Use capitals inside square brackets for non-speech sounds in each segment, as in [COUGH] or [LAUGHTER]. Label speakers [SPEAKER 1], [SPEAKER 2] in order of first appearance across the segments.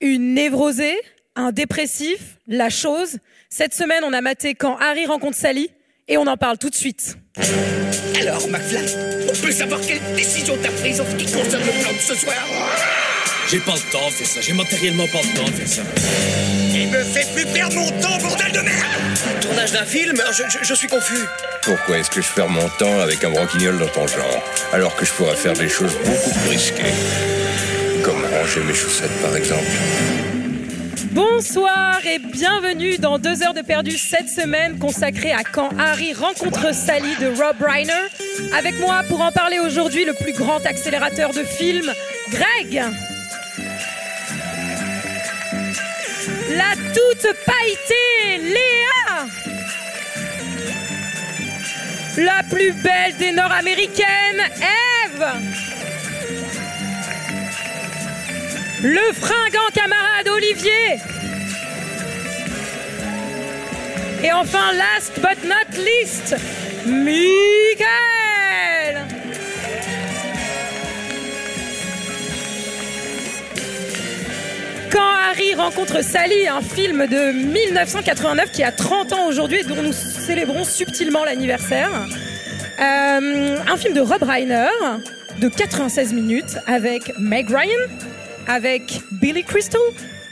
[SPEAKER 1] Une névrosée, un dépressif, la chose. Cette semaine, on a maté quand Harry rencontre Sally et on en parle tout de suite.
[SPEAKER 2] Alors, McFly, on peut savoir quelle décision t'as prise en ce qui concerne le plan de ce soir
[SPEAKER 3] J'ai pas le temps de faire ça, j'ai matériellement pas le temps de faire ça.
[SPEAKER 2] Il me fait plus perdre mon temps, bordel de merde Tournage d'un film je, je- je suis confus.
[SPEAKER 4] Pourquoi est-ce que je perds mon temps avec un broquignol dans ton genre, alors que je pourrais faire des choses beaucoup plus risquées Comme ranger mes chaussettes, par exemple.
[SPEAKER 1] Bonsoir et bienvenue dans Deux heures de perdu cette semaine consacrée à quand Harry rencontre Sally de Rob Reiner. Avec moi pour en parler aujourd'hui le plus grand accélérateur de films, Greg. La toute pailletée, Léa. La plus belle des Nord-Américaines, Eve. Le fringant camarade Olivier Et enfin, last but not least, Michael Quand Harry rencontre Sally, un film de 1989 qui a 30 ans aujourd'hui et dont nous célébrons subtilement l'anniversaire. Euh, un film de Rob Reiner de 96 minutes avec Meg Ryan, avec Billy Crystal,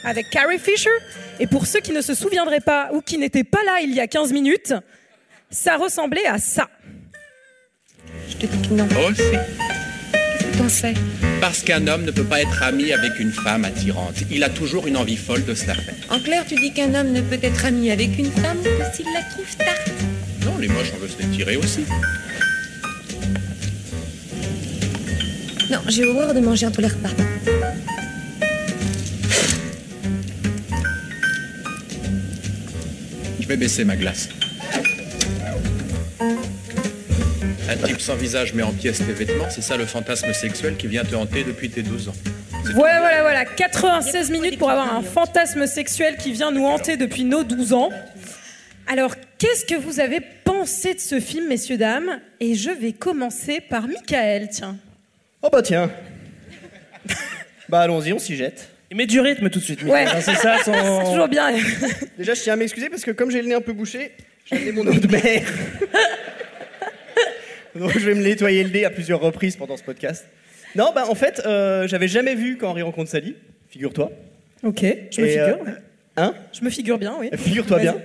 [SPEAKER 1] avec Carrie Fisher. Et pour ceux qui ne se souviendraient pas ou qui n'étaient pas là il y a 15 minutes, ça ressemblait à ça.
[SPEAKER 5] Je te dis que non,
[SPEAKER 3] Oh, si.
[SPEAKER 5] t'en sais.
[SPEAKER 3] Parce qu'un homme ne peut pas être ami avec une femme attirante. Il a toujours une envie folle de se la faire.
[SPEAKER 5] En clair, tu dis qu'un homme ne peut être ami avec une femme que s'il la trouve tarte.
[SPEAKER 3] Non, les moches, on veut se les tirer aussi.
[SPEAKER 5] Non, j'ai horreur de manger entre les repas.
[SPEAKER 3] Je vais baisser ma glace. Un type sans visage mais en pièces tes vêtements, c'est ça le fantasme sexuel qui vient te hanter depuis tes 12 ans.
[SPEAKER 1] Voilà, voilà, voilà. 96 minutes pour avoir un fantasme sexuel qui vient nous hanter depuis nos 12 ans. Alors, qu'est-ce que vous avez pensé de ce film, messieurs, dames Et je vais commencer par Michael, tiens.
[SPEAKER 6] Oh bah tiens. bah allons-y, on s'y jette.
[SPEAKER 7] Mais du rythme tout de suite.
[SPEAKER 1] Ouais,
[SPEAKER 7] C'est
[SPEAKER 1] [LAUGHS]
[SPEAKER 7] ça
[SPEAKER 1] c'est
[SPEAKER 7] son.
[SPEAKER 1] toujours bien.
[SPEAKER 6] Déjà, je tiens à m'excuser parce que comme j'ai le nez un peu bouché, j'ai amené mon eau de
[SPEAKER 1] [LAUGHS]
[SPEAKER 6] mer. Donc je vais me nettoyer le nez à plusieurs reprises pendant ce podcast. Non, bah en fait, euh, j'avais jamais vu quand Henri rencontre Sally, figure-toi.
[SPEAKER 1] Ok, je me
[SPEAKER 6] Et,
[SPEAKER 1] figure.
[SPEAKER 6] euh,
[SPEAKER 1] ouais.
[SPEAKER 6] Hein
[SPEAKER 1] Je me figure bien, oui.
[SPEAKER 6] Figure-toi bien.
[SPEAKER 1] Vas-y.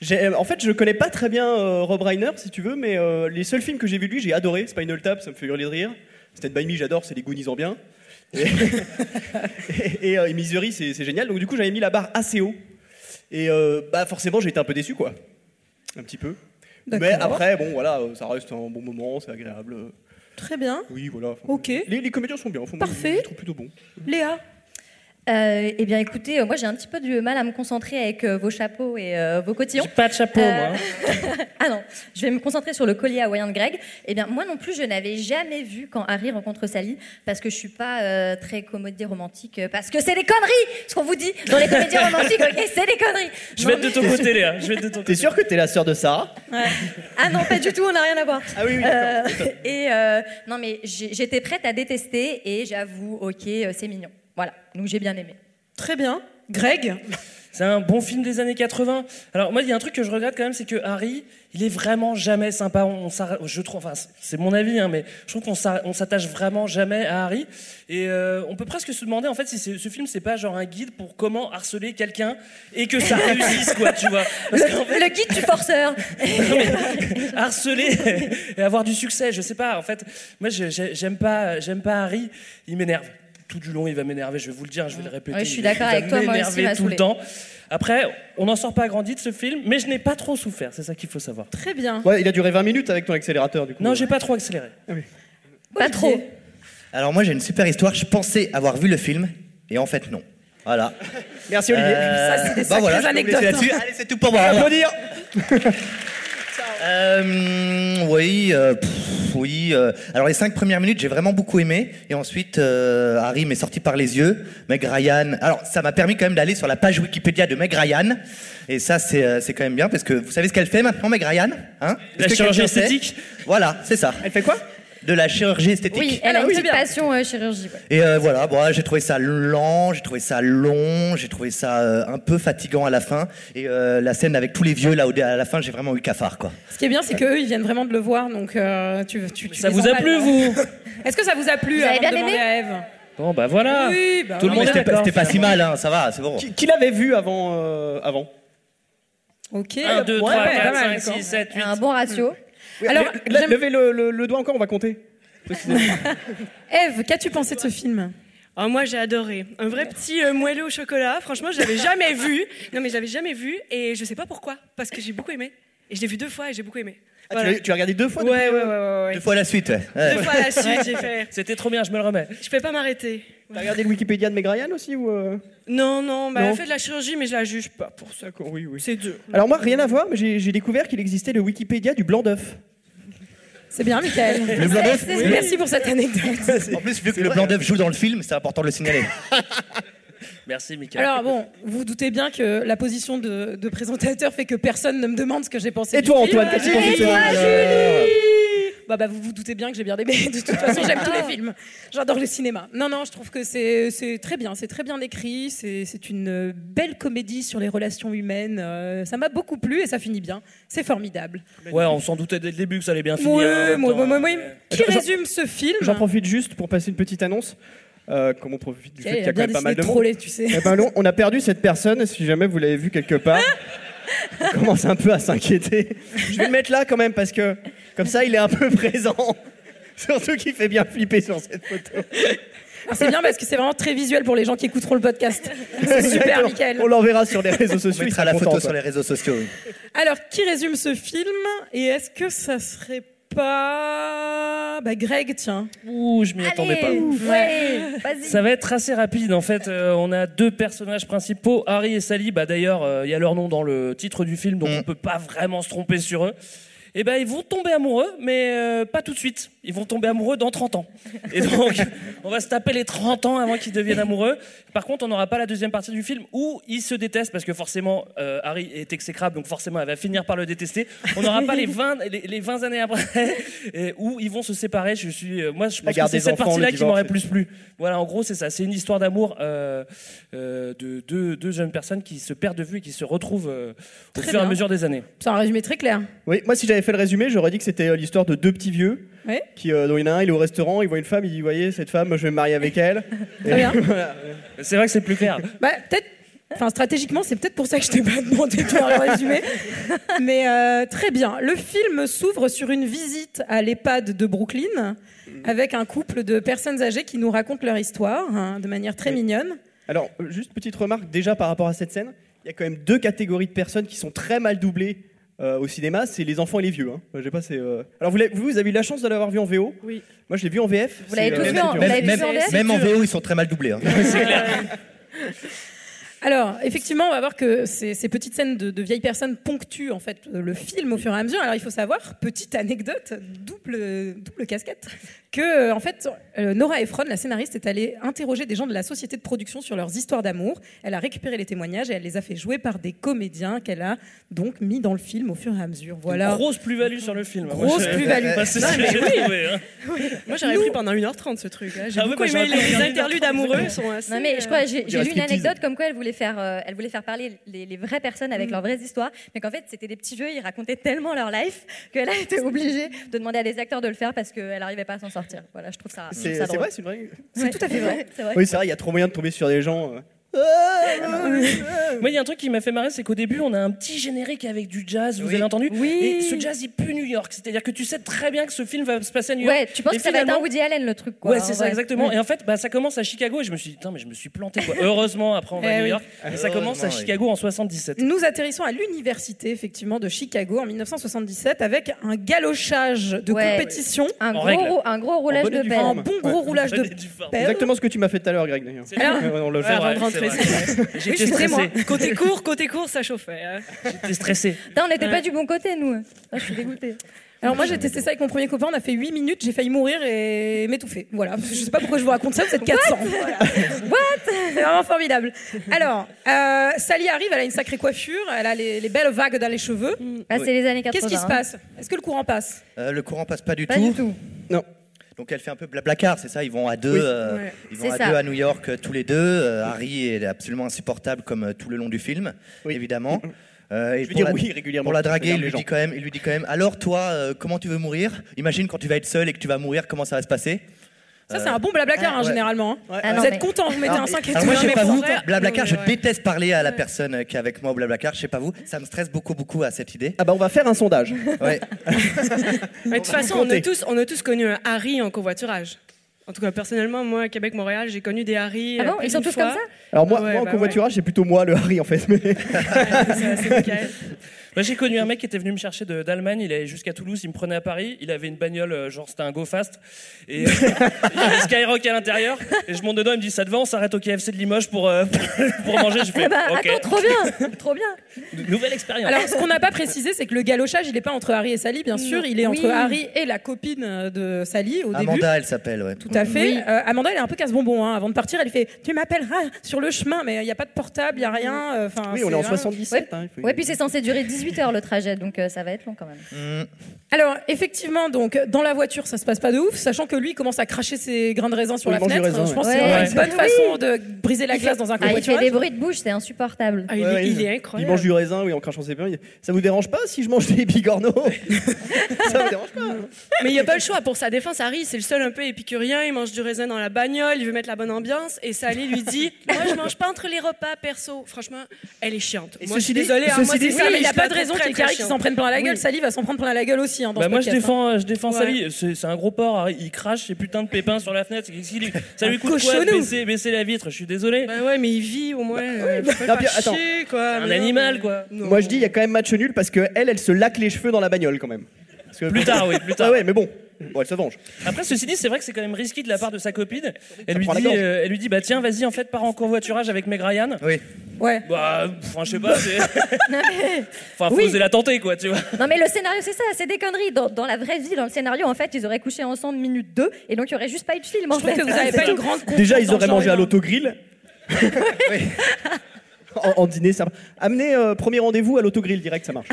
[SPEAKER 6] J'ai- euh, en fait, je connais pas très bien euh, Rob Reiner, si tu veux, mais euh, les seuls films que j'ai vus de lui, j'ai adoré. Spinal Tap, ça me fait hurler de rire. Stand By Me, j'adore, c'est les Goonies en bien. Et, [LAUGHS] et, euh, et Misery, c'est c'est génial. Donc, du coup, j'avais mis la barre assez haut. Et euh, bah, forcément, j'ai été un peu déçu, quoi. Un petit peu. Mais
[SPEAKER 1] D'accord.
[SPEAKER 6] après, bon, voilà, euh, ça reste un bon moment, c'est agréable. Euh,
[SPEAKER 1] Très bien.
[SPEAKER 6] Oui, voilà. Enfin,
[SPEAKER 1] Ok.
[SPEAKER 6] Les, les comédiens sont bien. Enfin, moi,
[SPEAKER 1] Parfait.
[SPEAKER 6] Je les trouve plutôt bons.
[SPEAKER 1] Léa
[SPEAKER 8] Euh, eh bien, écoutez, euh, moi j'ai un petit peu du mal à me concentrer avec euh, vos chapeaux et euh, vos cotillons.
[SPEAKER 7] J'ai pas de chapeau,
[SPEAKER 8] Euh, [LAUGHS]
[SPEAKER 7] moi.
[SPEAKER 8] Ah non, je vais me concentrer sur le collier hawaïen de Greg. Eh bien, moi non plus, je n'avais jamais vu quand Harry rencontre Sally, parce que je suis pas euh, très comédie romantique, euh, parce que c'est des conneries ce qu'on vous dit dans les comédies romantiques, ok C'est des conneries
[SPEAKER 7] Je
[SPEAKER 8] Non,
[SPEAKER 7] vais être de
[SPEAKER 8] mais-
[SPEAKER 7] ton côté, Léa. Je vais être de ton
[SPEAKER 6] T'es
[SPEAKER 7] côté.
[SPEAKER 6] sûr que t'es la sœur de Sarah
[SPEAKER 8] Ah non, pas du tout, on n'a rien à voir.
[SPEAKER 6] Ah oui, oui,
[SPEAKER 8] Euh,
[SPEAKER 6] d'accord.
[SPEAKER 8] et euh, non, mais j'ai- j'étais prête à détester, et j'avoue, ok, euh, c'est mignon. Voilà, donc j'ai bien aimé.
[SPEAKER 1] Très bien. Greg
[SPEAKER 7] C'est un bon film des années 80. Alors moi, il y a un truc que je regrette quand même, c'est que Harry, il est vraiment jamais sympa. On, on s'arr- je trouve, enfin, c'est- c'est mon avis, hein, mais je trouve qu'on s'arr- on s'attache vraiment jamais à Harry. Et euh, on peut presque se demander en fait si c'est- ce film, c'est pas genre un guide pour comment harceler quelqu'un et que ça réussisse, quoi, tu vois. Parce qu'en fait,
[SPEAKER 8] Le guide du forceur
[SPEAKER 7] [LAUGHS] harceler et avoir du succès. Je sais pas. En fait, moi, je- j'ai- j'aime pas, j'aime pas Harry. Il m'énerve tout du long. Il va m'énerver. Je vais vous le dire. Je vais le répéter.
[SPEAKER 8] Ouais, je suis
[SPEAKER 7] il va-
[SPEAKER 8] d'accord
[SPEAKER 7] [LAUGHS] il va
[SPEAKER 8] avec toi, moi aussi, il m'a
[SPEAKER 7] m'énerver tout
[SPEAKER 8] saoulé.
[SPEAKER 7] le temps. Après, on n'en sort pas grandi de ce film, mais je n'ai pas trop souffert. C'est ça qu'il faut savoir.
[SPEAKER 1] Très bien.
[SPEAKER 6] Ouais, il a duré 20 minutes avec ton accélérateur, du coup.
[SPEAKER 7] Non, j'ai pas trop accéléré.
[SPEAKER 8] Pas trop.
[SPEAKER 9] Alors moi j'ai une super histoire, je pensais avoir vu le film et en fait non. Voilà.
[SPEAKER 6] Merci, Olivier.
[SPEAKER 9] Euh,
[SPEAKER 1] Ça, c'est des
[SPEAKER 9] bah voilà,
[SPEAKER 1] sacrées
[SPEAKER 9] je peux vous laisser
[SPEAKER 1] anecdotes. hein.
[SPEAKER 9] là-dessus. Allez, c'est tout pour moi. Au revoir.
[SPEAKER 6] Applaudir
[SPEAKER 9] Euh, oui, euh, pff, oui. euh, alors les cinq premières minutes, j'ai vraiment beaucoup aimé. Et ensuite, euh, Harry m'est sorti par les yeux. Meg Ryan. Alors ça m'a permis quand même d'aller sur la page Wikipédia de Meg Ryan. Et ça, c'est euh, c'est quand même bien parce que vous savez ce qu'elle fait maintenant, Meg Ryan hein Est-ce
[SPEAKER 7] La
[SPEAKER 9] que
[SPEAKER 7] chirurgie
[SPEAKER 9] quelqu'un sait
[SPEAKER 7] esthétique
[SPEAKER 9] Voilà, c'est ça.
[SPEAKER 6] Elle fait quoi
[SPEAKER 9] de la chirurgie esthétique.
[SPEAKER 8] Oui, elle a une petite passion euh, chirurgie. ouais.
[SPEAKER 9] Et euh, voilà, bon, j'ai trouvé ça lent, j'ai trouvé ça long, j'ai trouvé ça euh, un peu fatigant à la fin. Et euh, la scène avec tous les vieux, là, au dé- à la fin, j'ai vraiment eu cafard, quoi.
[SPEAKER 1] Ce qui est bien, c'est qu'eux, ils viennent vraiment de le voir, donc euh, tu, tu, tu
[SPEAKER 7] Ça
[SPEAKER 1] les
[SPEAKER 7] vous a
[SPEAKER 1] emballes,
[SPEAKER 7] plu,
[SPEAKER 1] hein.
[SPEAKER 7] vous
[SPEAKER 1] [LAUGHS] Est-ce que ça vous a plu
[SPEAKER 8] Vous avez
[SPEAKER 1] avant
[SPEAKER 8] bien
[SPEAKER 1] de demander
[SPEAKER 8] aimé
[SPEAKER 1] à Eve
[SPEAKER 7] Bon, bah voilà.
[SPEAKER 1] Oui, bah,
[SPEAKER 7] Tout le
[SPEAKER 1] non,
[SPEAKER 9] Mais
[SPEAKER 7] monde est
[SPEAKER 9] c'était pas,
[SPEAKER 7] d'accord.
[SPEAKER 9] c'était pas si mal, hein, ça va, c'est bon.
[SPEAKER 6] Qui, qui l'avait vu avant euh, avant
[SPEAKER 1] Ok.
[SPEAKER 7] 1, 2, 3,
[SPEAKER 1] ouais, pas
[SPEAKER 7] 4,
[SPEAKER 1] mal,
[SPEAKER 7] 5, 6, 7, 8.
[SPEAKER 8] Un bon ratio.
[SPEAKER 1] Alors,
[SPEAKER 6] Le- le-
[SPEAKER 1] j'aime-
[SPEAKER 6] levez le, le- le doigt encore, on va compter.
[SPEAKER 1] Eve, qu'as-tu pensé de ce film
[SPEAKER 10] Alors Oh, moi j'ai adoré. Un vrai petit euh, moelleux au chocolat. Franchement, je l'avais jamais vu. Non mais je l'avais jamais vu et je sais pas pourquoi. Parce que j'ai beaucoup aimé. Et je l'ai vu deux fois et j'ai beaucoup aimé.
[SPEAKER 6] Ah, tu
[SPEAKER 10] Voilà.
[SPEAKER 6] l'as- tu l'as regardé deux fois
[SPEAKER 10] Ouais, ouais,
[SPEAKER 6] depuis-
[SPEAKER 10] ouais, ouais, ouais.
[SPEAKER 9] Deux fois à la suite, ouais. Ouais.
[SPEAKER 10] Deux fois à la suite, j'ai fait.
[SPEAKER 7] C'était trop bien, je me le remets.
[SPEAKER 10] Je peux pas m'arrêter.
[SPEAKER 6] T'as regardé le Wikipédia de Megrayan aussi ou euh
[SPEAKER 10] Non, non, bah,
[SPEAKER 6] Non.
[SPEAKER 10] elle fait de la chirurgie, mais je la juge pas pour ça.
[SPEAKER 6] D'accord, oui, oui.
[SPEAKER 10] C'est dur.
[SPEAKER 6] Alors
[SPEAKER 10] [LAUGHS]
[SPEAKER 6] moi, rien à voir, mais j'ai j'ai découvert qu'il existait le Wikipédia du blanc d'œuf.
[SPEAKER 1] C'est bien, Michael.
[SPEAKER 9] Le blanc d'œuf
[SPEAKER 8] C'est-
[SPEAKER 9] oui.
[SPEAKER 1] Merci pour
[SPEAKER 7] [LAUGHS]
[SPEAKER 1] cette anecdote.
[SPEAKER 9] [LAUGHS] En plus, vu que le blanc d'œuf joue dans le film, c'est important de le signaler.
[SPEAKER 7] Merci, Mika.
[SPEAKER 1] Alors bon, vous vous doutez bien que la position de, de présentateur fait que personne ne me demande ce que j'ai pensé.
[SPEAKER 6] Et
[SPEAKER 1] du
[SPEAKER 6] toi,
[SPEAKER 1] film.
[SPEAKER 6] Antoine, qu'est-ce que tu penses de ce film
[SPEAKER 1] Bah, bah, vous vous doutez bien que j'ai bien aimé. De toute façon, j'aime tous les films. J'adore le cinéma. Non, non, je trouve que c'est c'est très bien. C'est très bien écrit. C'est c'est une belle comédie sur les relations humaines. Euh, ça m'a beaucoup plu et ça finit bien. C'est formidable.
[SPEAKER 7] Ouais, on s'en doutait dès le début que ça allait bien finir.
[SPEAKER 1] Oui,
[SPEAKER 7] hein,
[SPEAKER 1] moi,
[SPEAKER 7] attends,
[SPEAKER 1] moi, moi, moi,
[SPEAKER 7] mais-
[SPEAKER 1] Qui
[SPEAKER 6] J'en-
[SPEAKER 1] résume ce film
[SPEAKER 6] J'en profite juste pour passer une petite annonce. Euh, comme on profite du fait
[SPEAKER 1] Elle
[SPEAKER 6] qu'il y
[SPEAKER 1] a
[SPEAKER 6] a quand
[SPEAKER 1] bien
[SPEAKER 6] même pas mal
[SPEAKER 1] décidé de
[SPEAKER 6] de monde.
[SPEAKER 1] troller, tu sais.
[SPEAKER 6] Eh ben, allons, on a perdu cette personne, si jamais vous l'avez vu quelque
[SPEAKER 1] [LAUGHS]
[SPEAKER 6] part. On commence un peu à s'inquiéter. Je vais le mettre là quand même parce que comme ça il est un peu présent. [LAUGHS] Surtout qu'il fait bien flipper sur cette photo.
[SPEAKER 1] Alors, Ah, C'est bien parce que c'est vraiment très visuel pour les gens qui écouteront le
[SPEAKER 6] [LAUGHS]
[SPEAKER 1] podcast. C'est super,
[SPEAKER 6] Exactement.
[SPEAKER 1] Michael.
[SPEAKER 6] On l'enverra sur les réseaux sociaux.
[SPEAKER 9] On
[SPEAKER 6] il
[SPEAKER 9] mettra
[SPEAKER 6] sera
[SPEAKER 9] la
[SPEAKER 6] content,
[SPEAKER 9] photo
[SPEAKER 6] quoi.
[SPEAKER 9] sur les réseaux sociaux. oui.
[SPEAKER 1] Alors, qui résume ce film Et est-ce que ça serait pas. Bah, Greg, tiens.
[SPEAKER 7] Ouh, je m'y attendais pas.
[SPEAKER 8] Allez, ouais, vas-y.
[SPEAKER 7] Ça va être assez rapide en fait. Euh, on a deux personnages principaux, Harry et Sally. Bah d'ailleurs, euh, il y a leur nom dans le titre du film, donc
[SPEAKER 9] Mm.
[SPEAKER 7] on peut pas vraiment se tromper sur eux. Et ben ils vont tomber amoureux, mais euh, pas tout de suite. Ils vont tomber amoureux dans 30 ans. Et donc on va se taper les 30 ans avant qu'ils deviennent amoureux. Par contre, on n'aura pas la deuxième partie du film où ils se détestent parce que forcément euh, Harry est exécrable, donc forcément elle va finir par le détester. On n'aura pas les 20 les, les 20 années après [LAUGHS] et où ils vont se séparer. Je suis euh, moi je
[SPEAKER 6] La
[SPEAKER 7] pense que
[SPEAKER 6] garde
[SPEAKER 7] c'est
[SPEAKER 6] des
[SPEAKER 7] cette
[SPEAKER 6] enfants, le
[SPEAKER 7] partie-là qui
[SPEAKER 6] divorce.
[SPEAKER 7] m'aurait plus plu. Voilà, en gros, c'est ça. C'est une histoire d'amour euh, euh, de deux, deux jeunes personnes qui se perdent de vue et qui se retrouvent euh, au
[SPEAKER 1] Très
[SPEAKER 7] fur et
[SPEAKER 1] bien.
[SPEAKER 7] à mesure des années.
[SPEAKER 1] C'est un résumé très clair.
[SPEAKER 6] Oui, moi si j'avais fait le résumé, j'aurais dit que c'était euh, l'histoire de deux petits vieux.
[SPEAKER 1] Oui.
[SPEAKER 6] Qui, euh, dont il y en a un, il est au restaurant, il voit une femme, il dit Voyez, cette femme, je vais me marier avec elle. [LAUGHS]
[SPEAKER 1] Très bien.
[SPEAKER 7] C'est vrai que c'est plus clair.
[SPEAKER 1] Bah, peut-être. Enfin, stratégiquement, c'est peut-être pour ça que je t'ai pas demandé de faire
[SPEAKER 8] [LAUGHS]
[SPEAKER 1] le résumé. Mais euh, très bien. Le film s'ouvre sur une visite à l'EHPAD de Brooklyn avec un couple de personnes âgées qui nous racontent leur histoire hein, de manière très mignonne.
[SPEAKER 6] Alors, euh, juste petite remarque déjà par rapport à cette scène, il y a quand même deux catégories de personnes qui sont très mal doublées euh, au cinéma, c'est les enfants et les vieux. Hein. Moi, j'ai pas, c'est, euh, Alors, vous, l'avez- vous, vous avez eu la chance de l'avoir vu en VO
[SPEAKER 10] Oui.
[SPEAKER 6] Moi, je l'ai vu en VF.
[SPEAKER 8] Vous l'avez
[SPEAKER 6] c'est,
[SPEAKER 8] tous
[SPEAKER 6] euh,
[SPEAKER 8] vu en-
[SPEAKER 6] c'est dur.
[SPEAKER 8] vous l'avez
[SPEAKER 9] Même,
[SPEAKER 8] vu
[SPEAKER 9] même-
[SPEAKER 8] sur VF
[SPEAKER 9] même en VO, ils sont très mal doublés. hein.
[SPEAKER 1] [LAUGHS] Alors, effectivement, on va voir que ces, ces petites scènes de, de vieilles personnes ponctuent en fait le film au fur et à mesure. Alors, il faut savoir, petite anecdote, double, double casquette, que euh, en fait, euh, Nora Ephron, la scénariste, est allée interroger des gens de la société de production sur leurs histoires d'amour. Elle a récupéré les témoignages et elle les a fait jouer par des comédiens qu'elle a donc mis dans le film au fur et à mesure. Voilà.
[SPEAKER 7] Grosse plus-value sur le film.
[SPEAKER 1] Grosse
[SPEAKER 7] [LAUGHS]
[SPEAKER 1] plus-value.
[SPEAKER 7] Bah, c'est ce que j'ai trouvé, hein.
[SPEAKER 10] Moi j'aurais pris pendant 1h30 ce truc. hein. J'ai
[SPEAKER 7] Ah ouais,
[SPEAKER 10] beaucoup
[SPEAKER 7] bah,
[SPEAKER 10] aimé
[SPEAKER 7] j'aurais pas
[SPEAKER 10] les
[SPEAKER 7] regardé
[SPEAKER 10] interludes
[SPEAKER 7] 30.
[SPEAKER 10] amoureux. sont assez,
[SPEAKER 8] Non mais je
[SPEAKER 10] euh,
[SPEAKER 8] crois j'ai j'ai
[SPEAKER 6] dirait
[SPEAKER 8] lu une
[SPEAKER 6] striptease.
[SPEAKER 8] anecdote comme quoi elle voulait faire euh, elle voulait faire parler les, les vraies personnes avec leurs vraies histoires mais qu'en fait c'était des petits vieux ils racontaient tellement leur life qu'elle a été obligée de demander à des acteurs de le faire parce qu'elle n'arrivait pas à s'en sortir voilà je trouve ça je
[SPEAKER 6] C'est,
[SPEAKER 8] trouve ça
[SPEAKER 6] c'est
[SPEAKER 8] drôle.
[SPEAKER 6] vrai, c'est une vraie-
[SPEAKER 8] c'est tout à fait vrai c'est vrai
[SPEAKER 6] Oui, c'est vrai, il y a trop moyen de tomber sur des gens. euh,
[SPEAKER 7] [LAUGHS] Ah. Moi, il y a un truc qui m'a fait marrer, c'est qu'au début, on a un petit générique avec du jazz, vous avez entendu
[SPEAKER 1] Oui.
[SPEAKER 7] Et ce jazz, il pue New York. C'est-à-dire que tu sais très bien que ce film va se passer à New York.
[SPEAKER 8] ouais tu penses
[SPEAKER 7] Et
[SPEAKER 8] que ça va être un
[SPEAKER 7] finalement-
[SPEAKER 8] Woody Allen le truc quoi
[SPEAKER 7] ouais, c'est
[SPEAKER 8] en
[SPEAKER 7] ça,
[SPEAKER 8] vrai. [LAUGHS]
[SPEAKER 7] exactement. Et en fait, bah, ça commence à Chicago et je me suis dit, putain, mais je me suis planté. Quoi. Heureusement, après, on va
[SPEAKER 1] Eh
[SPEAKER 7] à New
[SPEAKER 1] oui.
[SPEAKER 7] York. Et ça commence à
[SPEAKER 9] Heureusement, oui.
[SPEAKER 7] Chicago en 77.
[SPEAKER 1] Nous atterrissons à l'université effectivement de Chicago en 1977 avec un galochage de
[SPEAKER 8] Ouais.
[SPEAKER 1] compétition,
[SPEAKER 8] un
[SPEAKER 7] En
[SPEAKER 8] gros
[SPEAKER 7] règle.
[SPEAKER 8] rou- un gros roulage
[SPEAKER 6] bonne et
[SPEAKER 8] de
[SPEAKER 6] due
[SPEAKER 1] un
[SPEAKER 8] pelle
[SPEAKER 6] forme.
[SPEAKER 1] bon gros roulage de
[SPEAKER 7] J'avais du fun.
[SPEAKER 1] pelle.
[SPEAKER 6] Exactement ce que tu m'as fait tout à l'heure, Greg, d'ailleurs.
[SPEAKER 1] Alors,
[SPEAKER 6] Ouais, on le fait.
[SPEAKER 7] Ouais,
[SPEAKER 1] avant de
[SPEAKER 7] c'est
[SPEAKER 1] rentrer,
[SPEAKER 7] vrai. J'étais
[SPEAKER 1] excusez-moi.
[SPEAKER 7] stressé.
[SPEAKER 10] Côté court, côté court, ça chauffait. hein.
[SPEAKER 7] J'étais stressé.
[SPEAKER 8] Putain, on n'était pas du bon côté nous Ah, je suis dégoûtée
[SPEAKER 1] Alors moi j'ai testé ça avec mon premier copain, on a fait 8 minutes, j'ai failli mourir et m'étouffer. Voilà, je sais pas pourquoi je vous raconte ça, vous êtes 400.
[SPEAKER 8] [LAUGHS]
[SPEAKER 1] Voilà. C'est vraiment formidable. Alors, euh, Sally arrive, elle a une sacrée coiffure, elle a les, les belles vagues dans les cheveux.
[SPEAKER 8] ah c'est les années 80
[SPEAKER 1] Qu'est-ce qui se
[SPEAKER 8] hein.
[SPEAKER 1] passe Est-ce que le courant passe
[SPEAKER 9] Euh, le courant passe pas du
[SPEAKER 8] pas
[SPEAKER 9] tout.
[SPEAKER 8] du tout
[SPEAKER 6] Non.
[SPEAKER 9] Donc elle fait un peu blablacar, c'est ça Ils vont à deux,
[SPEAKER 6] Oui.
[SPEAKER 9] euh,
[SPEAKER 6] Ouais.
[SPEAKER 9] ils
[SPEAKER 6] C'est
[SPEAKER 9] vont à
[SPEAKER 6] ça.
[SPEAKER 9] deux à New York euh, tous les deux. Euh, Harry est absolument insupportable comme euh, tout le long du film,
[SPEAKER 6] [LAUGHS]
[SPEAKER 9] évidemment. Euh, et
[SPEAKER 6] Je veux
[SPEAKER 9] pour
[SPEAKER 6] dire oui, régulièrement,
[SPEAKER 9] Pour la
[SPEAKER 6] parce que
[SPEAKER 9] draguer,
[SPEAKER 6] je
[SPEAKER 9] il lui,
[SPEAKER 6] regarde
[SPEAKER 9] dit
[SPEAKER 6] les
[SPEAKER 9] quand même, il lui dit quand même. Alors toi, euh, comment tu veux mourir Imagine quand tu vas être seul et que tu vas mourir, comment ça va se passer
[SPEAKER 1] Ça,
[SPEAKER 9] Euh,
[SPEAKER 1] c'est un bon blablacar, hein,
[SPEAKER 9] ouais.
[SPEAKER 1] généralement. hein.
[SPEAKER 9] Ah non,
[SPEAKER 1] vous êtes
[SPEAKER 9] mais-
[SPEAKER 1] content, vous mettez un 5
[SPEAKER 9] Alors moi, je sais pas vous,
[SPEAKER 1] Blablacar,
[SPEAKER 9] Blablacar, je déteste parler à la personne euh, qui est avec moi au Blablacar. Je sais pas vous, ça me stresse beaucoup, beaucoup à cette idée. Ah bah on va faire un sondage. Ouais.
[SPEAKER 10] Mais de toute façon, on a, tous, on a tous connu un Harry en convoiturage. En tout cas, personnellement, moi, à Québec-Montréal, j'ai connu des Harry.
[SPEAKER 8] Ah bon,
[SPEAKER 10] euh, plus
[SPEAKER 8] ils sont
[SPEAKER 10] d'une
[SPEAKER 8] tous
[SPEAKER 10] fois.
[SPEAKER 8] comme ça
[SPEAKER 6] Alors moi,
[SPEAKER 10] Ah ouais,
[SPEAKER 6] moi, en
[SPEAKER 10] bah
[SPEAKER 6] convoiturage, c'est plutôt moi le Harry en fait. mais-
[SPEAKER 7] [LAUGHS] Moi, j'ai connu un mec qui était venu me chercher de- d'Allemagne. Il allait jusqu'à Toulouse. Il me prenait à Paris. Il avait une bagnole, euh, genre c'était un Go Fast. Et
[SPEAKER 1] [LAUGHS]
[SPEAKER 7] euh, il y avait Skyrock à l'intérieur. Et je monte dedans. Il me dit Ça te va On s'arrête au KFC de Limoges pour, euh, [LAUGHS] pour manger. Je fais
[SPEAKER 8] Eh ben,
[SPEAKER 7] Ok.
[SPEAKER 8] attends, trop
[SPEAKER 9] [LAUGHS]
[SPEAKER 8] bien, trop bien.
[SPEAKER 7] [LAUGHS] Nouvelle
[SPEAKER 9] Ah,
[SPEAKER 7] expérience. Bah,
[SPEAKER 1] Alors, ce qu'on n'a pas précisé, c'est que le galochage, il n'est pas entre Harry et Sally, bien sûr. Il est
[SPEAKER 8] Mm.
[SPEAKER 1] entre
[SPEAKER 8] Oui.
[SPEAKER 1] Harry et la copine de Sally [LAUGHS] au début.
[SPEAKER 9] Amanda, elle s'appelle, ouais.
[SPEAKER 1] Tout à fait. Euh, Amanda, elle est un peu casse-bonbon. hein. Avant de partir, elle fait Tu m'appelleras sur le chemin, mais il n'y a pas de portable, il n'y a rien. euh, enfin,
[SPEAKER 6] Oui, on est en
[SPEAKER 1] c'est vraiment-
[SPEAKER 6] 77. hein, il faut-
[SPEAKER 8] Ouais, puis c'est censé durer 18 heures le trajet, donc euh, ça va être long quand même.
[SPEAKER 1] Mm. Alors, effectivement, donc, dans la voiture, ça se passe pas de ouf, sachant que lui, il commence à cracher ses grains de raisin sur
[SPEAKER 8] Oui,
[SPEAKER 1] la
[SPEAKER 8] il mange
[SPEAKER 1] fenêtre.
[SPEAKER 8] du raisin,
[SPEAKER 1] Je pense
[SPEAKER 8] ouais.
[SPEAKER 1] que c'est
[SPEAKER 8] Ouais.
[SPEAKER 1] une bonne
[SPEAKER 8] Oui.
[SPEAKER 1] façon de briser la
[SPEAKER 8] Il
[SPEAKER 1] glace
[SPEAKER 8] fait-
[SPEAKER 1] dans un
[SPEAKER 8] Ah, il fait
[SPEAKER 1] covoiturage.
[SPEAKER 8] des bruits de bouche, c'est insupportable.
[SPEAKER 1] Ah, il
[SPEAKER 6] Ouais, ouais, Il mange du raisin, oui, en crachant ses pains. Ça vous dérange pas si je mange des
[SPEAKER 1] [LAUGHS]
[SPEAKER 6] bigorneaux Ça vous dérange pas
[SPEAKER 10] [LAUGHS] Mais il n'y a pas le choix. Pour sa défense, Harry, c'est le seul un peu épicurien. Il mange du raisin dans la bagnole, il veut mettre la bonne ambiance. Et Sally lui dit Moi, je mange pas entre les repas, perso. Franchement, elle est chiante.
[SPEAKER 1] Et
[SPEAKER 10] moi, je suis
[SPEAKER 1] ceci dit-
[SPEAKER 10] désolée. hein,
[SPEAKER 1] ceci
[SPEAKER 10] moi,
[SPEAKER 1] dit,
[SPEAKER 10] c'est
[SPEAKER 1] ça,
[SPEAKER 10] oui,
[SPEAKER 1] mais il n'y a
[SPEAKER 10] je la
[SPEAKER 1] pas de
[SPEAKER 10] trouve
[SPEAKER 1] raison
[SPEAKER 10] très,
[SPEAKER 1] qu'il y
[SPEAKER 10] très
[SPEAKER 1] a Harry qui
[SPEAKER 10] chiante.
[SPEAKER 1] s'en prenne plein la gueule.
[SPEAKER 10] Oui.
[SPEAKER 1] Sally va s'en prendre plein la gueule aussi. hein, dans
[SPEAKER 7] Bah
[SPEAKER 1] ce
[SPEAKER 7] moi je
[SPEAKER 1] podcast,
[SPEAKER 7] défends,
[SPEAKER 1] hein.
[SPEAKER 7] euh, je défends Sally. C'est c'est un gros porc. Harry. Il crache ses putains de pépins sur la fenêtre. Qu'est-ce qu'il lui- Ça lui
[SPEAKER 1] Un
[SPEAKER 7] coûte quoi de
[SPEAKER 1] cochonou.
[SPEAKER 7] baisser, baisser la vitre Je suis désolé.
[SPEAKER 10] Bah ouais, mais il vit au moins. euh, faut
[SPEAKER 6] Non,
[SPEAKER 10] pas le
[SPEAKER 6] puis,
[SPEAKER 10] faire
[SPEAKER 6] attends.
[SPEAKER 10] chier, quoi.
[SPEAKER 7] Un
[SPEAKER 10] Mais non,
[SPEAKER 7] animal
[SPEAKER 10] mais-
[SPEAKER 7] quoi.
[SPEAKER 6] Moi, je dis, il y a quand même match nul parce que elle, elle se laque les cheveux dans la bagnole quand même. Parce que-
[SPEAKER 7] Plus tard, oui, plus tard.
[SPEAKER 6] [LAUGHS] Ah ouais, mais bon, bon, elle se venge.
[SPEAKER 7] Après, ceci dit, c'est vrai que c'est quand même risqué de la part de sa copine. Elle lui
[SPEAKER 6] prend la
[SPEAKER 7] dit,
[SPEAKER 6] gorge.
[SPEAKER 7] euh, elle lui dit, bah tiens, vas-y, en fait, pars en convoiturage avec Meg Ryan.
[SPEAKER 9] Oui.
[SPEAKER 1] Ouais.
[SPEAKER 7] Bah, pff, enfin, je sais pas. c'est-
[SPEAKER 8] [LAUGHS] Non, mais-
[SPEAKER 7] Enfin, faut
[SPEAKER 8] Oui.
[SPEAKER 7] oser la tenter, quoi, tu vois.
[SPEAKER 8] Non mais le scénario c'est ça, c'est des conneries. Dans, dans la vraie vie, dans le scénario en fait, ils auraient couché ensemble minute 2 et donc il y aurait juste pas eu de film. en
[SPEAKER 1] Je trouve
[SPEAKER 8] fait.
[SPEAKER 1] que vous
[SPEAKER 8] [LAUGHS]
[SPEAKER 1] n'avez
[SPEAKER 8] C'est
[SPEAKER 1] pas
[SPEAKER 8] tout.
[SPEAKER 1] une grande
[SPEAKER 6] Déjà,
[SPEAKER 1] confiance
[SPEAKER 6] ils
[SPEAKER 1] en
[SPEAKER 6] auraient
[SPEAKER 1] Jean
[SPEAKER 6] mangé à
[SPEAKER 1] Reno.
[SPEAKER 6] l'autogrill. [LAUGHS] en, en dîner, ça marche. Amenez euh, premier rendez-vous à l'autogrill direct, ça marche.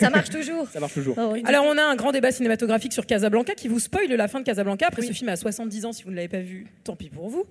[SPEAKER 8] Ça marche toujours.
[SPEAKER 6] Ça marche toujours.
[SPEAKER 1] Alors, on a un grand débat cinématographique sur Casablanca qui vous spoile la fin de Casablanca. Après, ce film a 70 ans, si vous ne l'avez pas vu, tant pis pour vous.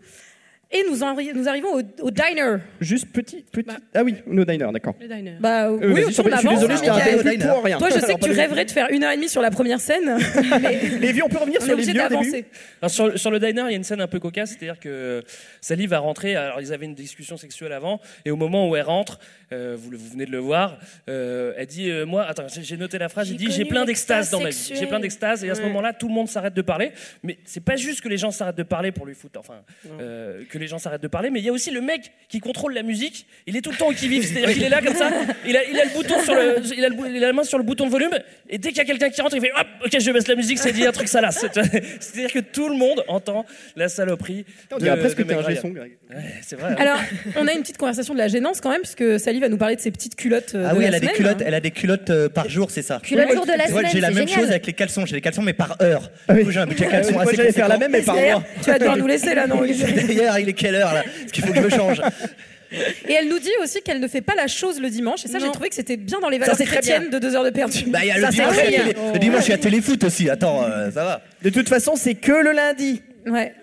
[SPEAKER 1] Et nous, en- nous arrivons au, au diner.
[SPEAKER 6] Juste petit, petit. Ah oui, nos diner, d'accord.
[SPEAKER 10] Le diner.
[SPEAKER 1] Bah
[SPEAKER 6] Euh,
[SPEAKER 1] oui,
[SPEAKER 6] vas-y,
[SPEAKER 1] on
[SPEAKER 6] je suis
[SPEAKER 1] avance,
[SPEAKER 6] désolé, je t'ai
[SPEAKER 1] hein,
[SPEAKER 6] rappelé
[SPEAKER 1] Mickaël.
[SPEAKER 6] plus pour rien.
[SPEAKER 1] Toi, je sais
[SPEAKER 6] Alors,
[SPEAKER 1] que tu
[SPEAKER 6] pardon.
[SPEAKER 1] rêverais de faire une heure et demie sur la premivière scène, mais
[SPEAKER 6] Les vieux, on peut revenir
[SPEAKER 1] on est
[SPEAKER 6] sur les
[SPEAKER 1] obligé
[SPEAKER 6] vieux au début
[SPEAKER 1] d'avancer.
[SPEAKER 7] Alors, sur, sur le diner, il y a une scène un peu cocasse, c'est-à-dire que Sally va rentrer. Alors, ils avaient une discussion sexuelle avant, et au moment où elle rentre, euh, vous, le- vous venez de le voir, euh, elle dit euh, Moi, attends, j'ai j'ai noté la phrase,
[SPEAKER 10] J'ai
[SPEAKER 7] il dit J'ai
[SPEAKER 10] connu
[SPEAKER 7] plein d'extase dans ma vie.
[SPEAKER 10] l'extase
[SPEAKER 7] J'ai plein d'extase, et à ce
[SPEAKER 10] Ouais.
[SPEAKER 7] moment-là, tout le monde s'arrête de parler. Mais c'est pas juste que les gens s'arrêtent de parler pour lui foutre, enfin, euh, que les gens s'arrêtent de parler, mais il y a aussi le mec qui contrôle la musique, il est tout le temps au qui-vive, c'est-à-dire qu'il est là comme ça, il a, il a le bouton sur
[SPEAKER 10] [LAUGHS]
[SPEAKER 7] le, il a, le bou- il a la main sur le bouton de volume, et dès qu'il y a quelqu'un qui rentre, il fait Hop, ok, je baisse la musique, c'est dit un truc salace. C'est-à-dire que tout le monde entend la saloperie.
[SPEAKER 6] On
[SPEAKER 7] de-
[SPEAKER 6] dirait presque
[SPEAKER 7] de
[SPEAKER 6] que t'es un
[SPEAKER 7] Meg Ryan.
[SPEAKER 6] G-son, Greg.
[SPEAKER 7] Ouais, C'est vrai. hein.
[SPEAKER 1] Alors, on a une petite conversation de la gênance quand même, puisque Sally va nous parler de ses petites culottes. euh,
[SPEAKER 9] Ah
[SPEAKER 1] de
[SPEAKER 9] oui,
[SPEAKER 1] la
[SPEAKER 9] elle a des
[SPEAKER 1] semaine,
[SPEAKER 9] culottes,
[SPEAKER 1] hein.
[SPEAKER 9] elle a des culottes euh, par jour, c'est ça.
[SPEAKER 8] Culottes jour de la
[SPEAKER 9] Tu vois,
[SPEAKER 8] semaine,
[SPEAKER 9] J'ai la
[SPEAKER 8] c'est
[SPEAKER 9] même
[SPEAKER 8] génial.
[SPEAKER 9] chose avec les caleçons. J'ai les caleçons, mais par heure. Du coup, j'ai un budget
[SPEAKER 6] Ah oui,
[SPEAKER 9] caleçon
[SPEAKER 6] moi,
[SPEAKER 9] assez
[SPEAKER 6] j'allais faire la
[SPEAKER 9] conséquent.
[SPEAKER 6] même, mais par
[SPEAKER 1] D'ailleurs,
[SPEAKER 6] moi.
[SPEAKER 1] Tu vas devoir nous
[SPEAKER 6] [LAUGHS]
[SPEAKER 1] laisser là, non Olivier
[SPEAKER 9] [LAUGHS] D'ailleurs, il est quelle heure là Parce qu'il faut que je me
[SPEAKER 1] [LAUGHS]
[SPEAKER 9] change.
[SPEAKER 1] Et elle nous dit aussi qu'elle ne fait pas la chose le dimanche, et ça, j'ai trouvé que c'était bien dans les valeurs
[SPEAKER 9] c'est très
[SPEAKER 1] chrétiennes de deux heures de perdu.
[SPEAKER 9] Bah, il y a le
[SPEAKER 1] Ça, c'est
[SPEAKER 9] dimanche,
[SPEAKER 1] très
[SPEAKER 9] il y a
[SPEAKER 1] bien.
[SPEAKER 9] télé- le dimanche, il y a téléfoot aussi. Attends, euh, ça va.
[SPEAKER 6] De toute façon, c'est que le lundi.
[SPEAKER 1] Ouais.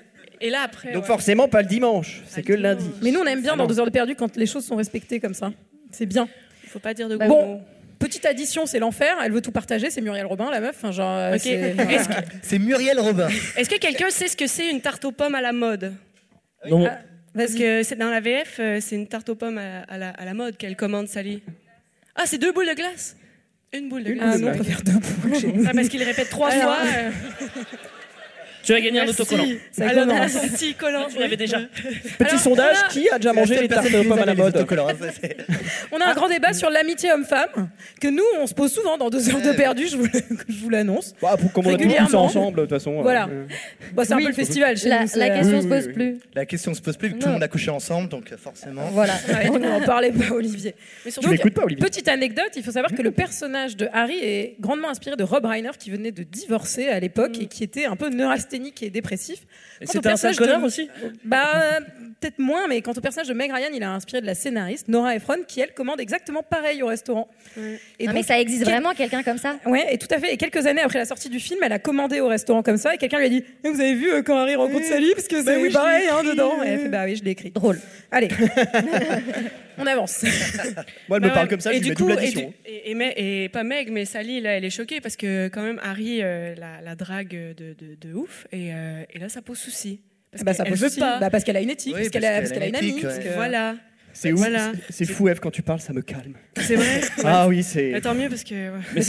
[SPEAKER 10] Et là,
[SPEAKER 1] Eh
[SPEAKER 10] après.
[SPEAKER 6] Donc
[SPEAKER 10] ouais.
[SPEAKER 6] forcément, pas le dimanche. C'est que le lundi.
[SPEAKER 1] Mais nous, on aime bien dans deux heures de perdu quand les choses sont respectées comme ça. C'est bien.
[SPEAKER 10] Faut pas dire de
[SPEAKER 1] Bah,
[SPEAKER 10] gros
[SPEAKER 1] bon.
[SPEAKER 10] mots.
[SPEAKER 1] Petite addition, c'est l'enfer. Elle veut tout partager. C'est Muriel Robin, la meuf. Enfin, genre, euh,
[SPEAKER 10] Ok.
[SPEAKER 6] [LAUGHS]
[SPEAKER 1] c'est-
[SPEAKER 10] [LAUGHS] Est-ce que,
[SPEAKER 9] C'est Muriel Robin.
[SPEAKER 10] est-ce que quelqu'un sait ce que c'est une tarte aux pommes à la mode
[SPEAKER 1] Ah.
[SPEAKER 7] Non.
[SPEAKER 10] Parce que c'est dans la VF, euh, c'est une tarte aux pommes à, à la, à la mode qu'elle commande, Sally. Ah, c'est deux boules de glace Une boule de
[SPEAKER 6] Une
[SPEAKER 1] Ah
[SPEAKER 10] glace.
[SPEAKER 1] non, on préfère deux boules que chez nous.
[SPEAKER 10] Ah, parce qu'il répète trois
[SPEAKER 1] Alors,
[SPEAKER 10] fois. euh,
[SPEAKER 7] tu as gagné un
[SPEAKER 10] merci.
[SPEAKER 7] autocollant.
[SPEAKER 1] Ça
[SPEAKER 10] Alors,
[SPEAKER 1] commence.
[SPEAKER 10] son petit collant.
[SPEAKER 7] Tu l'avais
[SPEAKER 10] [LAUGHS]
[SPEAKER 7] déjà.
[SPEAKER 6] Petit
[SPEAKER 10] Alors,
[SPEAKER 6] sondage,
[SPEAKER 10] voilà.
[SPEAKER 6] qui a déjà mangé les tartes aux pommes à la mode
[SPEAKER 1] On
[SPEAKER 6] Ah.
[SPEAKER 1] a un grand débat sur l'amitié homme-femme que nous, on se pose souvent dans deux heures de perdu. Je vous, [LAUGHS] je vous l'annonce.
[SPEAKER 6] Bah, pour qu'on voit tout
[SPEAKER 1] Régulièrement.
[SPEAKER 6] ça ensemble, de toute façon. euh,
[SPEAKER 1] Voilà.
[SPEAKER 6] euh.
[SPEAKER 1] Bah, c'est un peu le festival chez
[SPEAKER 8] La,
[SPEAKER 1] nous. c'est- euh,
[SPEAKER 8] la question
[SPEAKER 6] Oui,
[SPEAKER 8] se
[SPEAKER 6] oui,
[SPEAKER 8] pose
[SPEAKER 6] oui.
[SPEAKER 8] plus.
[SPEAKER 9] La question se pose plus, vu que
[SPEAKER 8] Non.
[SPEAKER 9] tout le monde a couché ensemble, donc euh, forcément. [LAUGHS]
[SPEAKER 8] Voilà.
[SPEAKER 1] [LAUGHS] Ouais, on n'en parlait pas, Olivier.
[SPEAKER 10] Mais surtout,
[SPEAKER 6] Tu m'écoutes pas, Olivier
[SPEAKER 1] Petite anecdote, il faut savoir que le personnage de Harry est grandement inspiré de Rob Reiner qui venait de divorcer à l'époque et qui était un peu neurasthé- asthénique et dépressif.
[SPEAKER 7] Et
[SPEAKER 1] Quant au
[SPEAKER 7] c'était un
[SPEAKER 1] personnage
[SPEAKER 7] sale connard
[SPEAKER 1] de-
[SPEAKER 7] aussi
[SPEAKER 1] Bah, euh, peut-être moins, mais quant au personnage de Meg Ryan, il a inspiré de la scénariste Nora Ephron, qui elle commande exactement pareil au restaurant.
[SPEAKER 11] Ah,
[SPEAKER 8] Non, mais ça existe vraiment, quelqu'un comme ça
[SPEAKER 1] Ouais, et tout à fait. Et quelques années après la sortie du film, elle a commandé au restaurant comme ça, et quelqu'un lui a dit Eh, Vous avez vu euh, quand Harry rencontre Sally Parce que
[SPEAKER 8] bah
[SPEAKER 1] c'est
[SPEAKER 8] oui, je
[SPEAKER 1] pareil
[SPEAKER 8] l'ai
[SPEAKER 1] hein,
[SPEAKER 8] écrit,
[SPEAKER 1] dedans. Et
[SPEAKER 8] euh.
[SPEAKER 1] elle fait, Bah oui, je l'ai écrit. Drôle. Allez, on avance.
[SPEAKER 6] Moi, elle me
[SPEAKER 10] Ouais,
[SPEAKER 6] parle
[SPEAKER 10] ouais.
[SPEAKER 6] comme ça,
[SPEAKER 10] Et
[SPEAKER 6] je lui
[SPEAKER 10] du
[SPEAKER 6] mets
[SPEAKER 10] coup,
[SPEAKER 6] double
[SPEAKER 10] et,
[SPEAKER 6] addition.
[SPEAKER 10] du- et- et Meg- et pas Meg, mais Sally, là, elle est choquée parce que quand même Harry euh, la, la drague de, de- de ouf et, euh, et là ça pose souci. Parce
[SPEAKER 1] Bah, ça
[SPEAKER 10] qu'elle
[SPEAKER 1] pose
[SPEAKER 10] veut
[SPEAKER 1] souci.
[SPEAKER 10] pas.
[SPEAKER 1] Bah, parce qu'elle a une éthique, Oui, parce qu'elle a- parce parce qu'elle a qu'elle a une une amie, éthique, parce ouais. que-
[SPEAKER 10] Voilà.
[SPEAKER 6] C'est ouf,
[SPEAKER 10] Voilà.
[SPEAKER 6] c'est c'est fou, Eve, quand tu parles, ça me calme.
[SPEAKER 10] C'est vrai.
[SPEAKER 6] Ah
[SPEAKER 10] Ouais.
[SPEAKER 6] oui, c'est.
[SPEAKER 7] Bah,
[SPEAKER 10] Mais Tant mieux parce que. ouais.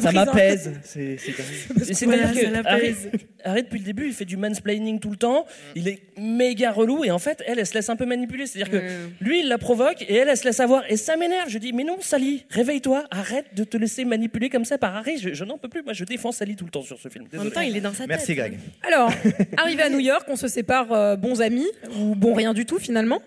[SPEAKER 6] Ça m'apaise. C'est hein.
[SPEAKER 7] [LAUGHS]
[SPEAKER 6] c'est dingue.
[SPEAKER 7] Et hein. C'est
[SPEAKER 10] Voilà,
[SPEAKER 7] à
[SPEAKER 10] ça
[SPEAKER 7] dire que Harry,
[SPEAKER 10] l'apaise.
[SPEAKER 7] Harry, depuis le début, il fait du mansplaining tout le temps. Il est méga relou et en fait, elle, elle se laisse un peu manipuler. C'est-à-dire que lui, il la provoque et elle, elle se laisse avoir. Et ça m'énerve. Je dis, mais non, Sally, réveille-toi. Arrête de te laisser manipuler comme ça par Harry. Je, je n'en peux plus. Moi, je défends Sally tout le temps sur ce film. Désolé.
[SPEAKER 1] même temps, il est dans sa
[SPEAKER 9] Merci,
[SPEAKER 1] tête.
[SPEAKER 9] Greg.
[SPEAKER 6] [LAUGHS]
[SPEAKER 1] Alors, arrivé à New York, on se sépare euh, bons amis, ou bon rien du tout finalement.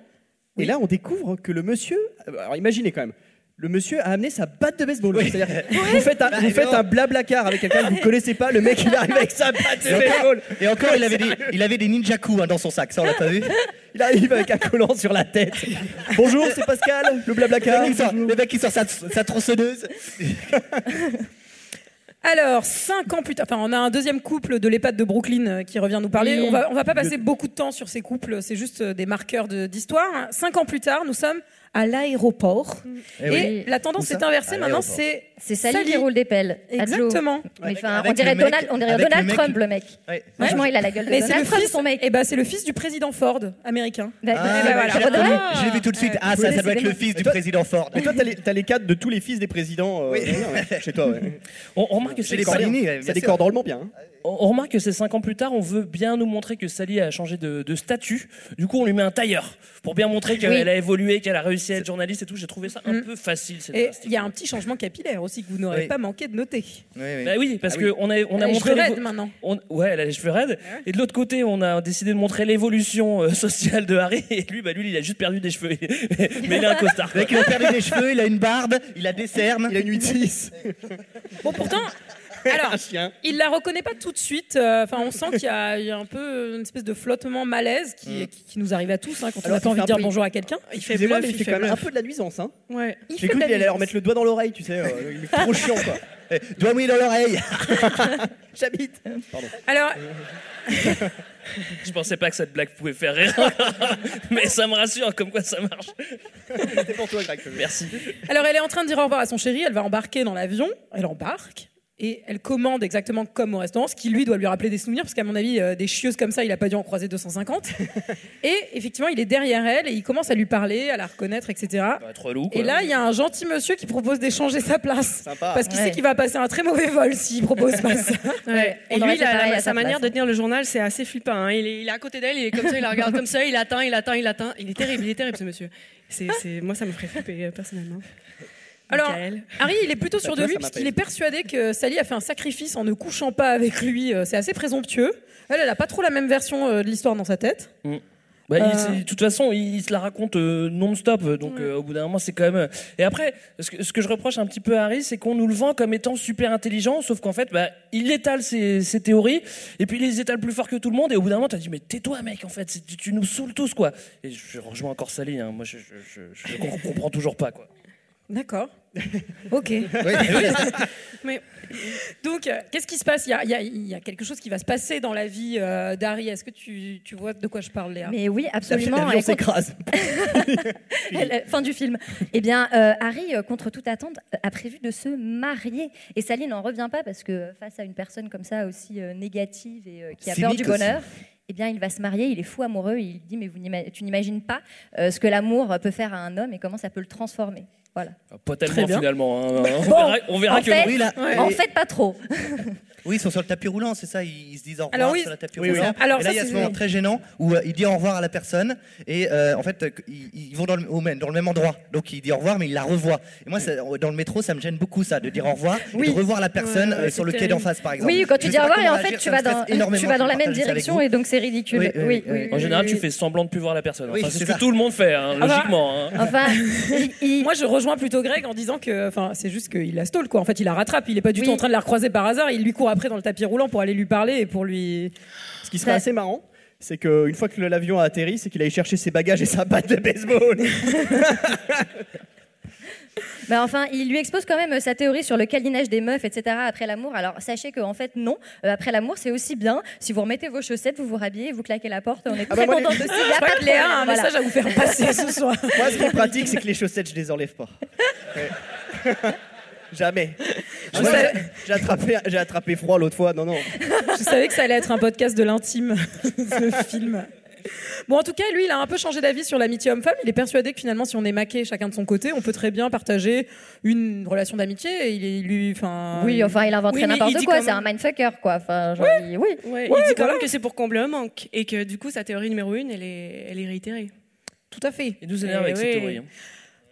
[SPEAKER 6] Et là, on découvre que le monsieur. euh, Alors imaginez quand même. Le monsieur a amené sa batte de baseball. C'est-à-dire, vous faites un, vous faites un blabla car avec quelqu'un que vous connaissez pas. Le [LAUGHS] mec, il arrive avec sa batte de
[SPEAKER 9] Et encore,
[SPEAKER 6] baseball.
[SPEAKER 9] et encore, il avait des, il avait des ninjaku hein, dans son sac, ça on l'a pas vu
[SPEAKER 6] [LAUGHS] Il arrive avec un collant sur
[SPEAKER 9] [LAUGHS]
[SPEAKER 6] la tête. Bonjour, c'est Pascal, le blabla car.
[SPEAKER 9] Le mec, il sort- le mec qui sort sa, sa tronçonneuse.
[SPEAKER 1] [LAUGHS] Alors, cinq ans plus tard, enfin, on a un deuxième couple de l'EHPAD de Brooklyn euh, qui revient nous parler.
[SPEAKER 6] Oui.
[SPEAKER 1] On, va, on va pas passer
[SPEAKER 6] Le-
[SPEAKER 1] beaucoup de temps sur ces couples, c'est juste euh, des marqueurs de- d'histoire. hein. Cinq ans plus tard, nous sommes à l'aéroport.
[SPEAKER 8] Eh
[SPEAKER 1] Et,
[SPEAKER 8] oui.
[SPEAKER 1] la tendance
[SPEAKER 8] Où ça
[SPEAKER 1] est inversée
[SPEAKER 8] À
[SPEAKER 1] maintenant,
[SPEAKER 8] l'aéroport.
[SPEAKER 1] c'est.
[SPEAKER 8] C'est Sally qui roule des pelles. à Joe.
[SPEAKER 1] Exactement.
[SPEAKER 8] Mais enfin, on dirait, Donald, on dirait Donald Trump, le mec. Franchement, il a la gueule de Donald Trump. Bah,
[SPEAKER 1] son mec. Et bah, c'est le fils du président Ford américain.
[SPEAKER 9] Ah,
[SPEAKER 1] Eh ben,
[SPEAKER 9] je l'ai
[SPEAKER 1] voilà.
[SPEAKER 9] reconnu, je l'ai vu tout de suite. Ah, ça, ça doit être le fils du président Ford.
[SPEAKER 6] Mais toi, t'as les, t'as les cadres de tous les fils des présidents euh, ouais, [LAUGHS] chez toi.
[SPEAKER 9] [LAUGHS]
[SPEAKER 6] Ouais.
[SPEAKER 7] On, on remarque Ah, que
[SPEAKER 6] Chez
[SPEAKER 7] c'est
[SPEAKER 6] les Palini, ouais, bien sûr. drôlement bien. hein.
[SPEAKER 7] On, on remarque que c'est 5 ans plus tard, on veut bien nous montrer que Sally a changé de, de statut. Du coup, on lui met un tailleur pour bien montrer qu'elle
[SPEAKER 1] Oui.
[SPEAKER 7] a évolué, qu'elle a réussi à être journaliste et tout. J'ai trouvé ça un
[SPEAKER 1] Mm.
[SPEAKER 7] peu facile. cette
[SPEAKER 1] Et il y a un petit changement capillaire aussi que vous n'aurez
[SPEAKER 7] Oui.
[SPEAKER 1] pas manqué de noter.
[SPEAKER 7] oui. Bah oui, parce que on a- on a
[SPEAKER 1] Elle est
[SPEAKER 7] montré les
[SPEAKER 1] raide
[SPEAKER 7] vo-
[SPEAKER 1] maintenant. Ah
[SPEAKER 7] On- ouais, elle a les cheveux raides. Et de l'autre côté, on a décidé de montrer l'évolution euh, [LAUGHS] sociale de Harry. Et lui, bah lui, il a juste perdu des cheveux. [LAUGHS] mais, mais il a un costard.
[SPEAKER 9] Le mec, il a perdu des cheveux, il a une barbe, il a des cernes.
[SPEAKER 6] Il a une 8
[SPEAKER 1] Bon, pourtant,
[SPEAKER 6] [LAUGHS]
[SPEAKER 1] alors,
[SPEAKER 6] Un chien.
[SPEAKER 1] il la reconnaît pas tout de suite. euh, Enfin, on sent qu'il y, a il y a un peu une espèce de flottement malaise qui, qui, qui nous arrive à tous hein, quand on
[SPEAKER 6] Mm. Alors,
[SPEAKER 1] n'a
[SPEAKER 6] il
[SPEAKER 1] pas
[SPEAKER 6] fait
[SPEAKER 1] envie de
[SPEAKER 6] un
[SPEAKER 1] dire
[SPEAKER 6] peu-
[SPEAKER 1] bonjour à quelqu'un.
[SPEAKER 6] Il fait Excusez-moi, bluff, mais il il fait fait quand même bluff. un peu de la nuisance. Hein.
[SPEAKER 10] Ouais.
[SPEAKER 6] J'ai cru qu'il allait leur mettre le doigt dans l'oreille, tu sais. euh, il est
[SPEAKER 9] [LAUGHS]
[SPEAKER 6] trop chiant, quoi. Eh, Doigt mouillé dans l'oreille. J'habite. Pardon.
[SPEAKER 1] Alors,
[SPEAKER 7] [LAUGHS] Je pensais pas que cette blague pouvait faire rire. [LAUGHS] mais ça me rassure, comme quoi ça marche.
[SPEAKER 6] C'était pour toi, Greg.
[SPEAKER 7] Merci.
[SPEAKER 1] alors, elle est en train de dire au revoir à son chéri. Elle va embarquer dans l'avion. Elle embarque. Et elle commande exactement comme au restaurant, ce qui lui doit lui rappeler des souvenirs, parce qu'à mon avis, euh, des chieuses comme ça, il a pas dû en croiser [LAUGHS] 250. et effectivement, il est derrière elle et il commence à lui parler, à la reconnaître, etc.
[SPEAKER 7] Trop relou. quoi.
[SPEAKER 1] Et là, il y a un gentil monsieur qui propose d'échanger sa place. Parce qu'il
[SPEAKER 10] Ouais.
[SPEAKER 1] sait qu'il va passer un très mauvais vol s'il propose pas ça.
[SPEAKER 10] Ouais.
[SPEAKER 1] On
[SPEAKER 10] Et
[SPEAKER 1] aurait
[SPEAKER 10] lui,
[SPEAKER 1] fait
[SPEAKER 10] la-
[SPEAKER 1] pareil
[SPEAKER 10] la-
[SPEAKER 1] à
[SPEAKER 10] sa
[SPEAKER 1] sa
[SPEAKER 10] manière
[SPEAKER 1] place.
[SPEAKER 10] de tenir le journal, c'est assez flippant. hein. Il, est, il est à côté d'elle, il est comme ça, il la regarde comme ça, il attend, il attend, il attend. Il est terrible, il est terrible ce monsieur. C'est, c'est- moi, ça me ferait flipper euh, personnellement.
[SPEAKER 1] Alors,
[SPEAKER 10] Michael.
[SPEAKER 1] [LAUGHS] Harry, il est plutôt
[SPEAKER 10] Bah,
[SPEAKER 1] sûr de
[SPEAKER 10] toi,
[SPEAKER 1] lui
[SPEAKER 10] ça
[SPEAKER 1] parce
[SPEAKER 10] m'appelle.
[SPEAKER 1] qu'il est persuadé que Sally a fait un sacrifice en ne couchant pas avec lui. Euh, C'est assez présomptueux. Elle, elle a pas trop la même version euh, de l'histoire dans sa tête.
[SPEAKER 7] Mm. Bah, il-
[SPEAKER 1] Euh.
[SPEAKER 7] c'est- de toute façon, il, il se la raconte euh, non-stop, euh, donc euh, au bout d'un moment, c'est quand même. euh, Et après, ce que, ce que je reproche un petit peu à Harry, c'est qu'on nous le vend comme étant super intelligent, sauf qu'en fait, bah, il étale ses, ses théories, et puis il les étale plus fort que tout le monde, et au bout d'un moment, t'as dit, mais tais-toi, mec, en fait, c'est- tu, tu nous saoules tous, quoi. Et je rejoins encore Sally, hein, moi, je, je, je, je com- comprends toujours pas, quoi.
[SPEAKER 1] D'accord. [LAUGHS] Ok.
[SPEAKER 10] Mais-
[SPEAKER 1] Donc, euh, qu'est-ce qui se passe il y, a, il y a- il y a quelque chose qui va se passer dans la vie euh, d'Harry. Est-ce que tu, tu vois de quoi je parle,
[SPEAKER 5] Ah.
[SPEAKER 1] Léa
[SPEAKER 8] Mais oui, absolument.
[SPEAKER 1] L'avion
[SPEAKER 8] Et contre- [LAUGHS]
[SPEAKER 1] s'écrase.
[SPEAKER 8] La fin du film. Eh bien, euh, Harry, euh, contre toute attente, euh, a prévu de se marier. Et Sally n'en revient pas parce que euh, face à une personne comme ça aussi euh, négative et euh, qui a peur
[SPEAKER 5] Cynique
[SPEAKER 8] du bonheur.
[SPEAKER 5] aussi.
[SPEAKER 8] Eh bien, il va se marier, il est fou amoureux, il dit Mais vous n'ima- tu n'imagines pas euh, ce que l'amour peut faire à un homme et comment ça peut le transformer. Voilà.
[SPEAKER 7] Ah, Pas
[SPEAKER 9] Très
[SPEAKER 7] tellement,
[SPEAKER 9] bien.
[SPEAKER 7] finalement. hein, hein. On
[SPEAKER 8] Bon,
[SPEAKER 7] verra, on verra
[SPEAKER 8] en
[SPEAKER 7] que.
[SPEAKER 8] fait,
[SPEAKER 7] Oui, là.
[SPEAKER 8] En fait, pas trop.
[SPEAKER 9] Oui, ils sont sur le tapis roulant, c'est ça Ils ils se disent au revoir
[SPEAKER 8] Alors oui,
[SPEAKER 9] sur le tapis
[SPEAKER 8] oui, oui.
[SPEAKER 9] roulant.
[SPEAKER 8] Alors
[SPEAKER 9] et
[SPEAKER 8] ça,
[SPEAKER 9] là, il y a
[SPEAKER 8] c'est-
[SPEAKER 9] ce moment très gênant où euh, il dit au revoir à la personne et euh, en fait, euh, ils, ils vont dans le, au même, dans le même endroit. Donc il dit au revoir, mais il la revoit. Et moi, ça- euh, dans le métro, ça me gêne beaucoup ça, de dire au revoir [LAUGHS] et de revoir la personne
[SPEAKER 8] Ouais, ouais,
[SPEAKER 9] euh, sur le
[SPEAKER 8] c'est
[SPEAKER 9] quai d'en
[SPEAKER 8] terrible.
[SPEAKER 9] face, par exemple.
[SPEAKER 8] Oui, quand tu
[SPEAKER 9] Je
[SPEAKER 8] dis
[SPEAKER 9] sais
[SPEAKER 8] au
[SPEAKER 9] pas
[SPEAKER 8] revoir, et
[SPEAKER 9] comment
[SPEAKER 8] en fait,
[SPEAKER 9] réagir,
[SPEAKER 8] tu
[SPEAKER 9] ça
[SPEAKER 8] vas
[SPEAKER 9] me stresse
[SPEAKER 8] dans, tu
[SPEAKER 9] énormément,
[SPEAKER 8] vas
[SPEAKER 9] je
[SPEAKER 8] dans la
[SPEAKER 9] partage
[SPEAKER 8] même
[SPEAKER 9] ça avec
[SPEAKER 8] direction,
[SPEAKER 9] vous.
[SPEAKER 8] et donc c'est ridicule. Oui, oui, oui,
[SPEAKER 7] en
[SPEAKER 8] oui,
[SPEAKER 7] général,
[SPEAKER 6] hein.
[SPEAKER 8] oui,
[SPEAKER 7] tu
[SPEAKER 8] oui.
[SPEAKER 7] fais semblant de plus voir la personne.
[SPEAKER 1] Oui,
[SPEAKER 7] Enfin, c'est
[SPEAKER 1] c'est
[SPEAKER 7] ce que
[SPEAKER 1] ça.
[SPEAKER 7] tout le monde fait, hein,
[SPEAKER 1] Ah bah,
[SPEAKER 7] logiquement. hein.
[SPEAKER 1] [LAUGHS] moi je rejoins plutôt Greg en disant que enfin c'est juste qu'il la stole quoi. En fait, il la rattrape, il est pas du tout en train de la recroiser par hasard, il lui court après dans le tapis roulant pour aller lui parler et pour lui
[SPEAKER 6] Ce qui serait assez marrant, c'est qu'une fois que l'avion a atterri, c'est qu'il allait chercher ses bagages et sa batte de baseball.
[SPEAKER 8] Bah, enfin, il lui expose quand même euh, sa théorie sur le câlinage des meufs, etc. après l'amour. Alors, sachez que, en fait, non. Euh, après l'amour, c'est aussi bien. Si vous remettez vos chaussettes, vous vous rhabillez, vous claquez la porte. On est
[SPEAKER 6] Ah bah,
[SPEAKER 8] très
[SPEAKER 6] moi,
[SPEAKER 8] contents
[SPEAKER 6] les-
[SPEAKER 8] de ça.
[SPEAKER 6] Je
[SPEAKER 8] Il y a
[SPEAKER 6] crois
[SPEAKER 8] pas
[SPEAKER 6] que
[SPEAKER 8] de hein,
[SPEAKER 6] Léa a
[SPEAKER 8] problème,
[SPEAKER 6] un
[SPEAKER 8] voilà.
[SPEAKER 6] message à vous faire passer ce
[SPEAKER 1] soir.
[SPEAKER 6] [LAUGHS] Moi, ce qui est pratique, c'est que les chaussettes, je les enlève pas. Ouais. [LAUGHS] Jamais.
[SPEAKER 1] Je
[SPEAKER 6] Moi,
[SPEAKER 1] savais-
[SPEAKER 6] J'ai j'ai attrapé, j'ai attrapé froid l'autre fois. Non, non.
[SPEAKER 1] Je savais que ça allait être un podcast de l'intime, [LAUGHS] ce film. Bon, en tout cas, lui, il a un peu changé d'avis sur l'amitié homme-femme. Il est persuadé que finalement, si on est maqué chacun de son côté, on peut très bien partager une relation d'amitié. Il est, lui, enfin.
[SPEAKER 8] Oui, enfin, il inventerait
[SPEAKER 10] Oui, mais il
[SPEAKER 8] n'importe
[SPEAKER 10] dit
[SPEAKER 8] quoi.
[SPEAKER 10] quand
[SPEAKER 8] C'est un
[SPEAKER 10] même-
[SPEAKER 8] mindfucker, quoi. Enfin, genre, il- oui.
[SPEAKER 10] Ouais, il
[SPEAKER 1] Ouais,
[SPEAKER 10] dit quand
[SPEAKER 1] voilà.
[SPEAKER 10] même que c'est pour combler un manque et que du coup sa théorie numéro une, elle est, elle est réitérée. Eh
[SPEAKER 1] Tout à fait.
[SPEAKER 7] Il nous énerve avec cette théorie. hein.